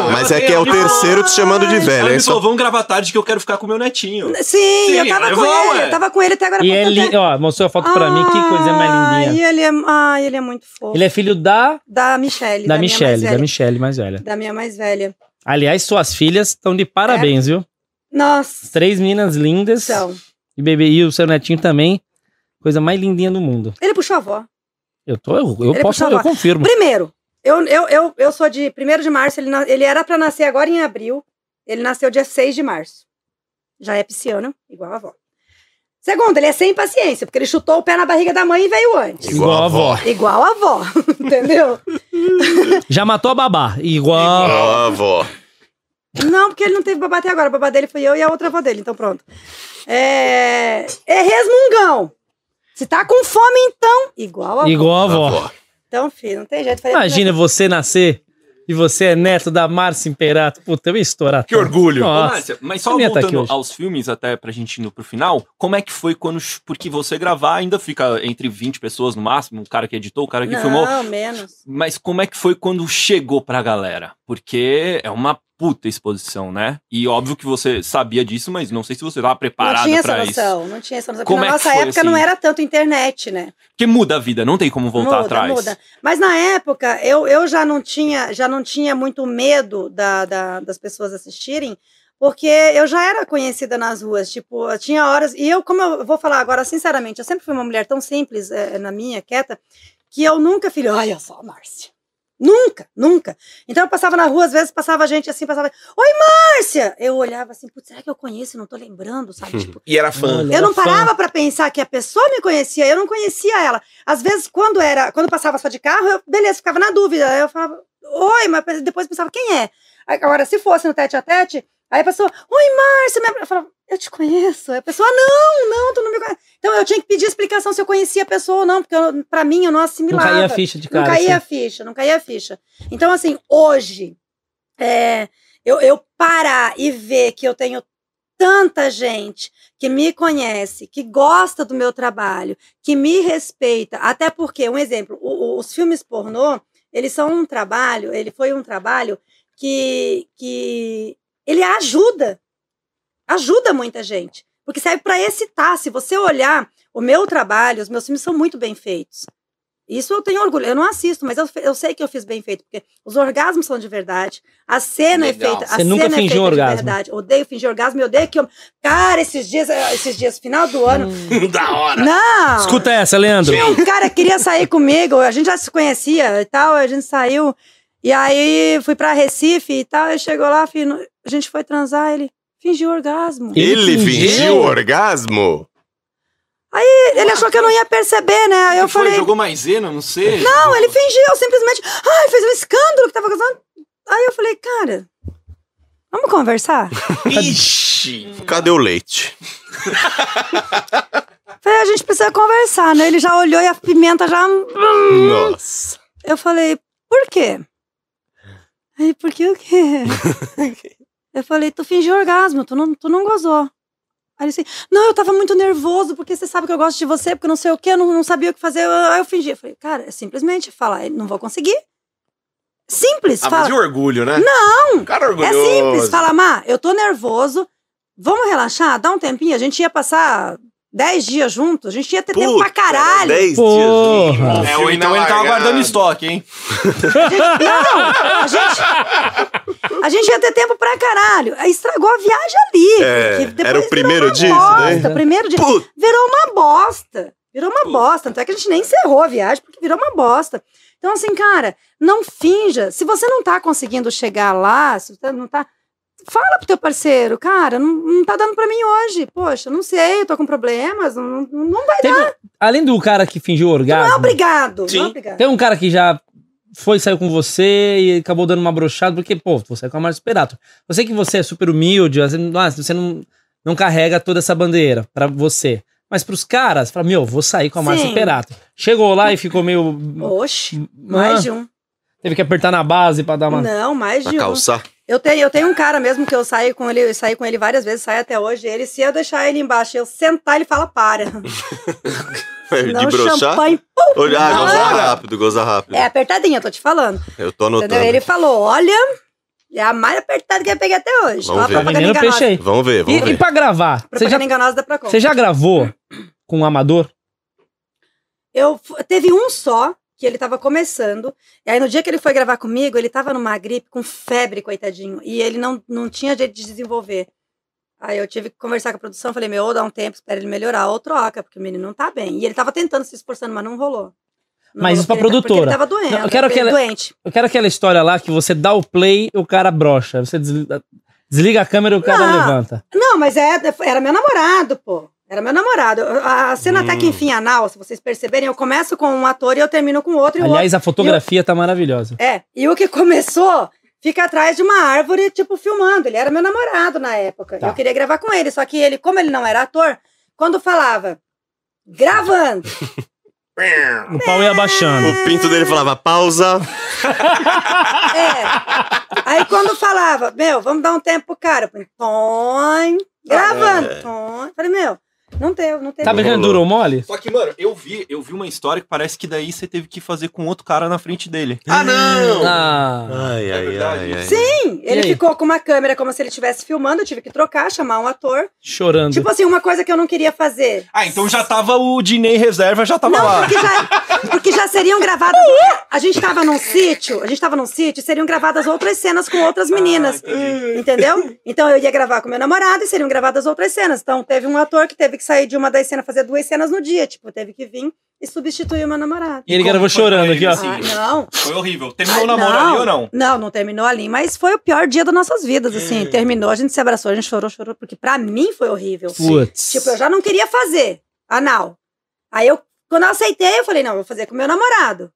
Speaker 6: Ela
Speaker 4: Mas é
Speaker 6: tem-
Speaker 4: que é o
Speaker 6: ela me falou-
Speaker 4: terceiro te chamando de
Speaker 6: Ela
Speaker 4: velho, é
Speaker 6: me
Speaker 4: isso?
Speaker 6: falou, vamos gravar tarde que eu quero ficar com meu netinho.
Speaker 3: Sim, eu tava
Speaker 6: Sim,
Speaker 3: com
Speaker 6: vovó,
Speaker 3: ele.
Speaker 6: é.
Speaker 3: Eu tava com ele até agora.
Speaker 1: E
Speaker 3: há pouco
Speaker 1: ele,
Speaker 3: tempo.
Speaker 1: ó, mostrou a foto pra mim, que coisa mais lindinha.
Speaker 3: Ai, ele é, ai, ele é muito fofo.
Speaker 1: Ele é filho da,
Speaker 3: Da Michelle.
Speaker 1: da
Speaker 3: minha tá mais
Speaker 1: Michelle, da
Speaker 3: velha.
Speaker 1: Michelle mais velha.
Speaker 3: Da minha mais velha.
Speaker 1: Aliás, suas filhas estão de parabéns,
Speaker 3: É.
Speaker 1: viu?
Speaker 3: Nossa.
Speaker 1: Três meninas lindas.
Speaker 3: Então,
Speaker 1: E bebê e o seu netinho também. Coisa mais lindinha do mundo.
Speaker 3: ele puxou a avó.
Speaker 1: Eu tô, eu, eu
Speaker 3: Ele
Speaker 1: posso,
Speaker 3: puxava.
Speaker 1: eu confirmo.
Speaker 3: Primeiro, eu, eu, eu, eu sou de 1 de março, ele, na- ele era pra nascer agora em abril, ele nasceu dia 6 de março. Já é pisciano, igual a avó. Segundo, ele é sem paciência, porque ele chutou o pé na barriga da mãe e veio antes.
Speaker 1: Igual a avó.
Speaker 3: Igual a avó, entendeu?
Speaker 1: Já matou a babá. Igual.
Speaker 3: Ah,
Speaker 4: Ó, avó.
Speaker 3: Não, porque ele não teve babá até agora. O babá dele foi eu e a outra avó dele, então pronto. É, é resmungão. Se tá com fome, então, igual a avó.
Speaker 1: Igual a avó.
Speaker 4: Avó.
Speaker 3: Então, filho, não tem jeito. Falei pra minha
Speaker 1: Imagina você nascer e você é neto da Márcia Imperato. Puta, eu ia estourar.
Speaker 2: Que
Speaker 1: tudo.
Speaker 2: orgulho.
Speaker 6: Ô,
Speaker 1: Nossa.
Speaker 6: Márcia, mas só
Speaker 1: Eu nem ia tá aqui
Speaker 6: voltando
Speaker 1: hoje.
Speaker 6: aos filmes, até pra gente indo pro final, como é que foi quando. Porque você gravar ainda fica entre 20 pessoas no máximo, o cara que editou, o cara que
Speaker 3: não,
Speaker 6: filmou.
Speaker 3: menos.
Speaker 6: Mas como é que foi quando chegou pra galera? Porque é uma puta exposição, né? E óbvio que você sabia disso, mas não sei se você tava
Speaker 3: Não
Speaker 6: preparado
Speaker 3: tinha essa
Speaker 6: pra isso.
Speaker 3: noção, não tinha essa noção.
Speaker 6: Como
Speaker 3: Porque
Speaker 6: é
Speaker 3: na
Speaker 6: que
Speaker 3: nossa
Speaker 6: foi,
Speaker 3: época
Speaker 6: assim?
Speaker 3: não era tanto internet, né?
Speaker 6: Porque muda a vida, não tem como voltar
Speaker 3: muda,
Speaker 6: atrás.
Speaker 3: muda. Mas na época, eu, eu já não tinha já não tinha muito medo da, da- das pessoas assistirem, porque eu já era conhecida nas ruas. Tipo, eu tinha horas. E eu, como eu vou falar agora, sinceramente, eu sempre fui uma mulher tão simples eh, na minha, quieta, que eu nunca falei, olha só, a Márcia. Nunca, nunca. Então eu passava na rua, às vezes passava gente assim, passava, oi Márcia! Eu olhava assim, putz, será que eu conheço? Não tô lembrando, sabe? Tipo,
Speaker 2: E era fã.
Speaker 1: Olha,
Speaker 3: eu
Speaker 1: era
Speaker 3: não
Speaker 1: fã.
Speaker 3: parava pra pensar que a pessoa me conhecia, eu não conhecia ela. Às vezes, quando era, quando passava só de carro, eu, beleza, ficava na dúvida. Aí eu falava, oi, mas depois pensava, quem é? Aí, Agora, se fosse no tete a tete, aí a pessoa, oi, Márcia, minha... eu falava, eu te conheço. Aí a pessoa, não, não, tu não me conhece. Então eu tinha que pedir explicação se eu conhecia a pessoa ou não, porque eu, pra mim eu não
Speaker 1: Não
Speaker 3: assimilava.
Speaker 1: caía a ficha de
Speaker 3: Não
Speaker 1: cara.
Speaker 3: caía a
Speaker 1: assim.
Speaker 3: ficha, não caía a ficha. Então, assim, hoje, é, eu, eu parar e ver que eu tenho tanta gente que me conhece, que gosta do meu trabalho, que me respeita, até porque, um exemplo, o- o- os filmes pornô, eles são um trabalho, ele foi um trabalho que, que ele ajuda, ajuda muita gente, porque serve para excitar. Se você olhar o meu trabalho, os meus filmes são muito bem feitos. Isso eu tenho orgulho. Eu não assisto, mas eu, fe- eu sei que eu fiz bem feito, porque os orgasmos são de verdade. A cena
Speaker 7: Legal.
Speaker 3: é feita. a
Speaker 1: Você nunca
Speaker 3: cena é
Speaker 1: fingiu
Speaker 3: feita
Speaker 1: um orgasmo.
Speaker 3: De verdade. Odeio fingir orgasmo, eu odeio que eu. Cara, esses dias, eh, esses dias, final do ano.
Speaker 2: da hora.
Speaker 3: Não!
Speaker 1: Hum. Escuta essa, Leandro.
Speaker 3: Tinha um cara que queria sair comigo, a gente já se conhecia e tal, a gente saiu. E aí fui pra Recife e tal, e chegou lá, fi- a gente foi transar, ele fingiu orgasmo. E
Speaker 4: Ele fingiu o orgasmo?
Speaker 3: Ele achou que eu não ia perceber, né? Aí
Speaker 6: Quem
Speaker 3: eu
Speaker 6: foi?
Speaker 3: falei,
Speaker 6: Jogou maisena, não sei.
Speaker 3: não, ele fingiu, simplesmente, ai, fez um escândalo que tava causando. Aí eu falei, cara, vamos conversar?
Speaker 2: Ixi!
Speaker 4: Cadê o leite?
Speaker 3: falei, a gente precisa conversar, né? Ele já olhou e a pimenta já.
Speaker 4: Nossa.
Speaker 3: Eu falei, por quê? Aí, por que o quê? eu falei, tu fingiu orgasmo, tu não, tu não gozou. Aí ele assim, não, eu tava muito nervoso, porque você sabe que eu gosto de você, porque não sei o quê, eu não, não sabia o que fazer. Aí eu fingi. Eu falei, cara, é simplesmente falar, não vou conseguir. Simples,
Speaker 2: Ah,
Speaker 3: fala.
Speaker 2: mas e o orgulho, né? Não! O cara é
Speaker 3: É
Speaker 2: orgulhoso.
Speaker 3: simples, fala, Má, eu tô nervoso, vamos relaxar, dá um tempinho, a gente ia passar 10 dias juntos, a gente ia ter tempo pra caralho.
Speaker 4: 10
Speaker 1: Porra.
Speaker 4: dias.
Speaker 2: É, ou então ele tava guardando
Speaker 6: estoque, hein?
Speaker 3: A gente, a gente ia ter tempo pra caralho. Aí Estragou a viagem ali.
Speaker 4: É,
Speaker 3: porque depois
Speaker 4: era o
Speaker 3: virou
Speaker 4: primeiro
Speaker 3: uma
Speaker 4: dia isso
Speaker 3: bosta,
Speaker 4: daí?
Speaker 3: o Primeiro dia.
Speaker 4: Puta.
Speaker 3: Virou uma bosta. Virou uma bosta. Tanto é que a gente nem encerrou a viagem, porque virou uma bosta. Então, assim, cara, não finja. Se você não tá conseguindo chegar lá, se você não tá. Fala pro teu parceiro, cara, não, não tá dando pra mim hoje. Poxa, não sei, eu tô com problemas. Não, não, não vai.
Speaker 1: Teve- além do cara que fingiu
Speaker 3: Não é
Speaker 1: orgasmo,
Speaker 3: obrigado. Não
Speaker 2: Sim.
Speaker 3: é obrigado.
Speaker 1: tem um cara que já foi, saiu com você e acabou dando uma brochada, porque, pô, você é com a Márcia Perato. Eu sei que você é super humilde, você, não- ah, você não, não carrega toda essa bandeira pra você. Mas pros caras, fala, meu, vou sair com a Márcia
Speaker 3: Sim.
Speaker 1: Perato. Chegou lá e ficou meio.
Speaker 3: Oxe, mais
Speaker 1: Ah,
Speaker 3: de um.
Speaker 1: Teve que apertar na base pra dar uma.
Speaker 3: Não, mais
Speaker 4: Pra
Speaker 3: de um.
Speaker 4: calçar.
Speaker 3: Eu tenho, eu tenho um cara mesmo que eu saio com ele, eu saí com ele várias vezes, saio até hoje. Ele, se eu deixar ele embaixo, e eu sentar, ele fala para.
Speaker 4: De
Speaker 3: Não,
Speaker 4: broxar.
Speaker 3: champanhe.
Speaker 4: Olha, ah,
Speaker 3: Não.
Speaker 4: goza rápido, goza rápido.
Speaker 3: É apertadinha, eu tô te falando.
Speaker 4: Eu tô anotando.
Speaker 3: Entendeu? Ele falou: olha, é a mais apertada que eu peguei até hoje.
Speaker 4: Vamos
Speaker 3: Ó, a
Speaker 4: ver.
Speaker 1: Tá
Speaker 3: propaganda
Speaker 1: vendendo
Speaker 3: enganosa.
Speaker 1: peixe aí.
Speaker 4: Vamos ver, vamos
Speaker 1: E, e
Speaker 4: ver.
Speaker 1: pra gravar? Você já,
Speaker 3: Propaganda enganosa da Procon.
Speaker 1: você já gravou com um amador?
Speaker 3: Eu fu- teve um só que ele tava começando. E aí no dia que ele foi gravar comigo, ele tava numa gripe com febre, coitadinho, e ele não, não tinha jeito de desenvolver. Aí eu tive que conversar com a produção, falei: "Meu, ou dá um tempo, espera ele melhorar ou troca, porque o menino não tá bem". E ele tava tentando se esforçando, mas não rolou.
Speaker 1: Mas
Speaker 3: Não rolou,
Speaker 1: isso pra
Speaker 3: porque ele tá- porque
Speaker 1: produtora.
Speaker 3: Ele tava doente.
Speaker 1: Não, eu quero que ela-
Speaker 3: doente.
Speaker 1: Eu quero aquela história lá que você dá o play e o cara brocha. Você desliga, desliga a câmera e o cara
Speaker 3: Não.
Speaker 1: levanta.
Speaker 3: Não, mas é- era meu namorado, pô. Era meu namorado. A a cena
Speaker 1: Hum.
Speaker 3: até que enfim anal, se vocês perceberem, eu começo com um ator e eu termino com outro e o outro
Speaker 1: Aliás, a fotografia tá maravilhosa.
Speaker 3: É, e o que começou fica atrás de uma árvore, tipo, filmando. Ele era meu namorado na época.
Speaker 1: Tá.
Speaker 3: Eu queria gravar com ele, só que ele, como ele não era ator, quando falava gravando,
Speaker 1: O pau ia baixando.
Speaker 4: O pinto dele falava pausa.
Speaker 3: é. Aí quando falava, meu, vamos dar um tempo pro cara. Eu falei, Põe, gravando, põe. Falei, meu, não deu, não teve.
Speaker 1: É. Tá brincando duro ou mole?
Speaker 6: Só que, mano, eu vi, eu vi uma história que parece que daí você teve que fazer com outro cara na frente dele.
Speaker 3: Hum.
Speaker 2: Ah, não!
Speaker 1: Ah.
Speaker 4: Ai, ai,
Speaker 6: verdade.
Speaker 4: ai, ai.
Speaker 3: Sim, ele
Speaker 1: aí?
Speaker 3: ficou com uma câmera como se ele estivesse filmando, eu tive que trocar, chamar um ator.
Speaker 1: Chorando.
Speaker 3: Tipo assim, uma coisa que eu não queria fazer.
Speaker 6: Ah, então já tava o Dinei reserva, já
Speaker 5: Tá
Speaker 6: tava
Speaker 3: Não,
Speaker 6: lá.
Speaker 3: porque já, porque já seriam gravadas. A gente tava num sítio, a gente tava num sítio, e seriam gravadas outras cenas com outras meninas. entendeu? Então eu ia gravar com meu namorado e seriam gravadas outras cenas. Então teve um ator que teve que sair de uma das cenas, fazer duas cenas no dia. Tipo, teve que vir e substituir o meu namorado.
Speaker 1: e ele
Speaker 6: Como
Speaker 1: gravou
Speaker 6: foi
Speaker 1: chorando
Speaker 6: pra
Speaker 1: aqui,
Speaker 6: ele,
Speaker 1: ó.
Speaker 6: assim?
Speaker 3: Ah, não.
Speaker 6: Foi horrível. Terminou o
Speaker 3: Ah,
Speaker 6: namoro
Speaker 3: não.
Speaker 6: ali ou não?
Speaker 3: Não, não terminou ali, mas foi o pior dia das nossas vidas, assim. Terminou, a gente se abraçou, a gente chorou, chorou, porque pra mim foi horrível.
Speaker 1: Putz.
Speaker 3: Tipo, eu já não queria fazer anal. Aí eu, quando eu aceitei, eu falei, não, eu vou fazer com meu namorado.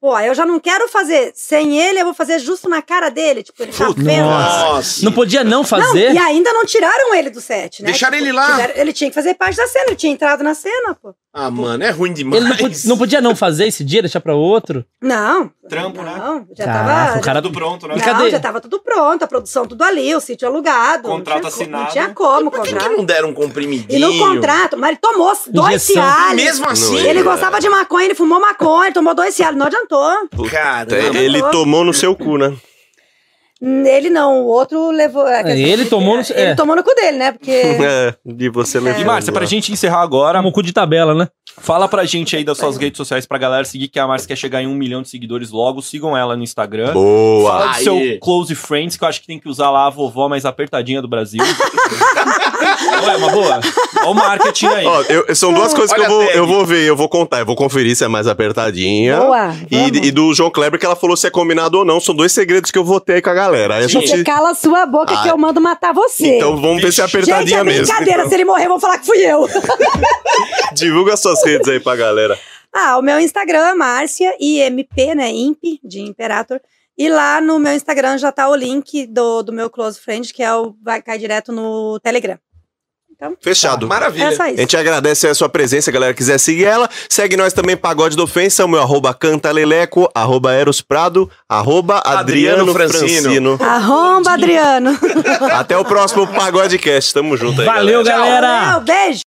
Speaker 3: Pô, aí eu já não quero fazer sem ele, eu vou fazer justo na cara dele. Tipo, ele tá
Speaker 4: Puta.
Speaker 3: vendo.
Speaker 2: Nossa!
Speaker 1: Não podia não
Speaker 3: Não,
Speaker 1: fazer?
Speaker 3: e ainda não tiraram ele do set, né?
Speaker 2: Deixaram ele lá.
Speaker 3: tiveram- ele tinha que fazer parte da cena, ele tinha entrado na cena, pô.
Speaker 2: Ah, mano, é ruim demais.
Speaker 1: Ele não, pod- não podia não fazer esse dia, deixar pra outro?
Speaker 3: Não.
Speaker 6: Trampo, né?
Speaker 3: Não, já
Speaker 1: Caraca,
Speaker 3: tava.
Speaker 1: o cara-
Speaker 6: Tudo pronto, né?
Speaker 3: Não,
Speaker 1: Cadê?
Speaker 3: já tava tudo pronto, a produção tudo ali, o sítio alugado. não
Speaker 6: Contrato
Speaker 3: tinha co-
Speaker 6: assinado.
Speaker 3: Não tinha como
Speaker 2: Por que, que
Speaker 3: contrato.
Speaker 2: não deram um comprimidinho?
Speaker 3: E no contrato, mas ele tomou dois
Speaker 1: Injeção.
Speaker 3: cialis.
Speaker 2: Mesmo assim,
Speaker 4: Não, é
Speaker 3: Ele gostava de maconha, ele fumou maconha, ele tomou dois cialis, não adiantou.
Speaker 2: Cara, é
Speaker 4: Ele, É, ele tomou no seu cu, né?
Speaker 3: Ele não, o outro levou. é, quer dizer,
Speaker 1: ele tomou no-
Speaker 3: Ele
Speaker 1: é.
Speaker 3: tomou no cu dele, né? Porque.
Speaker 4: É, de você levar.
Speaker 6: E Márcia, pra gente encerrar agora,
Speaker 1: Tá no cu de tabela, né?
Speaker 6: fala pra gente aí das suas redes sociais pra galera seguir, que a Márcia quer chegar em um milhão de seguidores logo. Sigam ela no Instagram.
Speaker 4: Boa.
Speaker 6: Fala do
Speaker 2: Aê.
Speaker 6: seu Close Friends, que eu acho que tem que usar lá a vovó mais apertadinha do Brasil. Não é uma boa? Olha o marketing aí.
Speaker 4: Ó, eu- são duas coisas que
Speaker 2: Olha
Speaker 4: eu vou,
Speaker 2: a tag.
Speaker 4: eu vou ver, eu vou contar, eu vou conferir se é mais apertadinha.
Speaker 3: Boa. vamos.
Speaker 4: E, e do João Kleber, que ela falou se é combinado ou não. São dois segredos que eu votei aí com a galera. Aí a
Speaker 2: Sim.
Speaker 4: gente-
Speaker 3: cala a sua boca
Speaker 4: Ah.
Speaker 3: eu mando matar você.
Speaker 4: Então vamos ver se é
Speaker 3: Gente,
Speaker 4: apertadinha
Speaker 3: é
Speaker 4: mesmo. então.
Speaker 3: brincadeira. Se ele morrer, vão falar que fui eu.
Speaker 4: Divulga suas redes aí pra galera.
Speaker 3: ah, o meu Instagram é Márcia IMP, né? Imp, de Imperator. E lá no meu Instagram já tá o link do, do meu close friend, que é o vai cair direto no Telegram.
Speaker 4: Fechado.
Speaker 2: Maravilha.
Speaker 3: É só
Speaker 4: A
Speaker 3: isso.
Speaker 4: gente agradece a sua presença, galera. Quiser seguir ela, segue nós também, Pagode da Ofensa, o meu arroba Cantaleleco, arroba Eros Prado, arroba Adriano,
Speaker 2: Adriano
Speaker 4: Francino.
Speaker 2: Francino.
Speaker 3: Arromba, Adriano.
Speaker 4: Até o próximo Pagodecast. Tamo junto aí, galera.
Speaker 1: Valeu, galera!
Speaker 3: Valeu, beijo.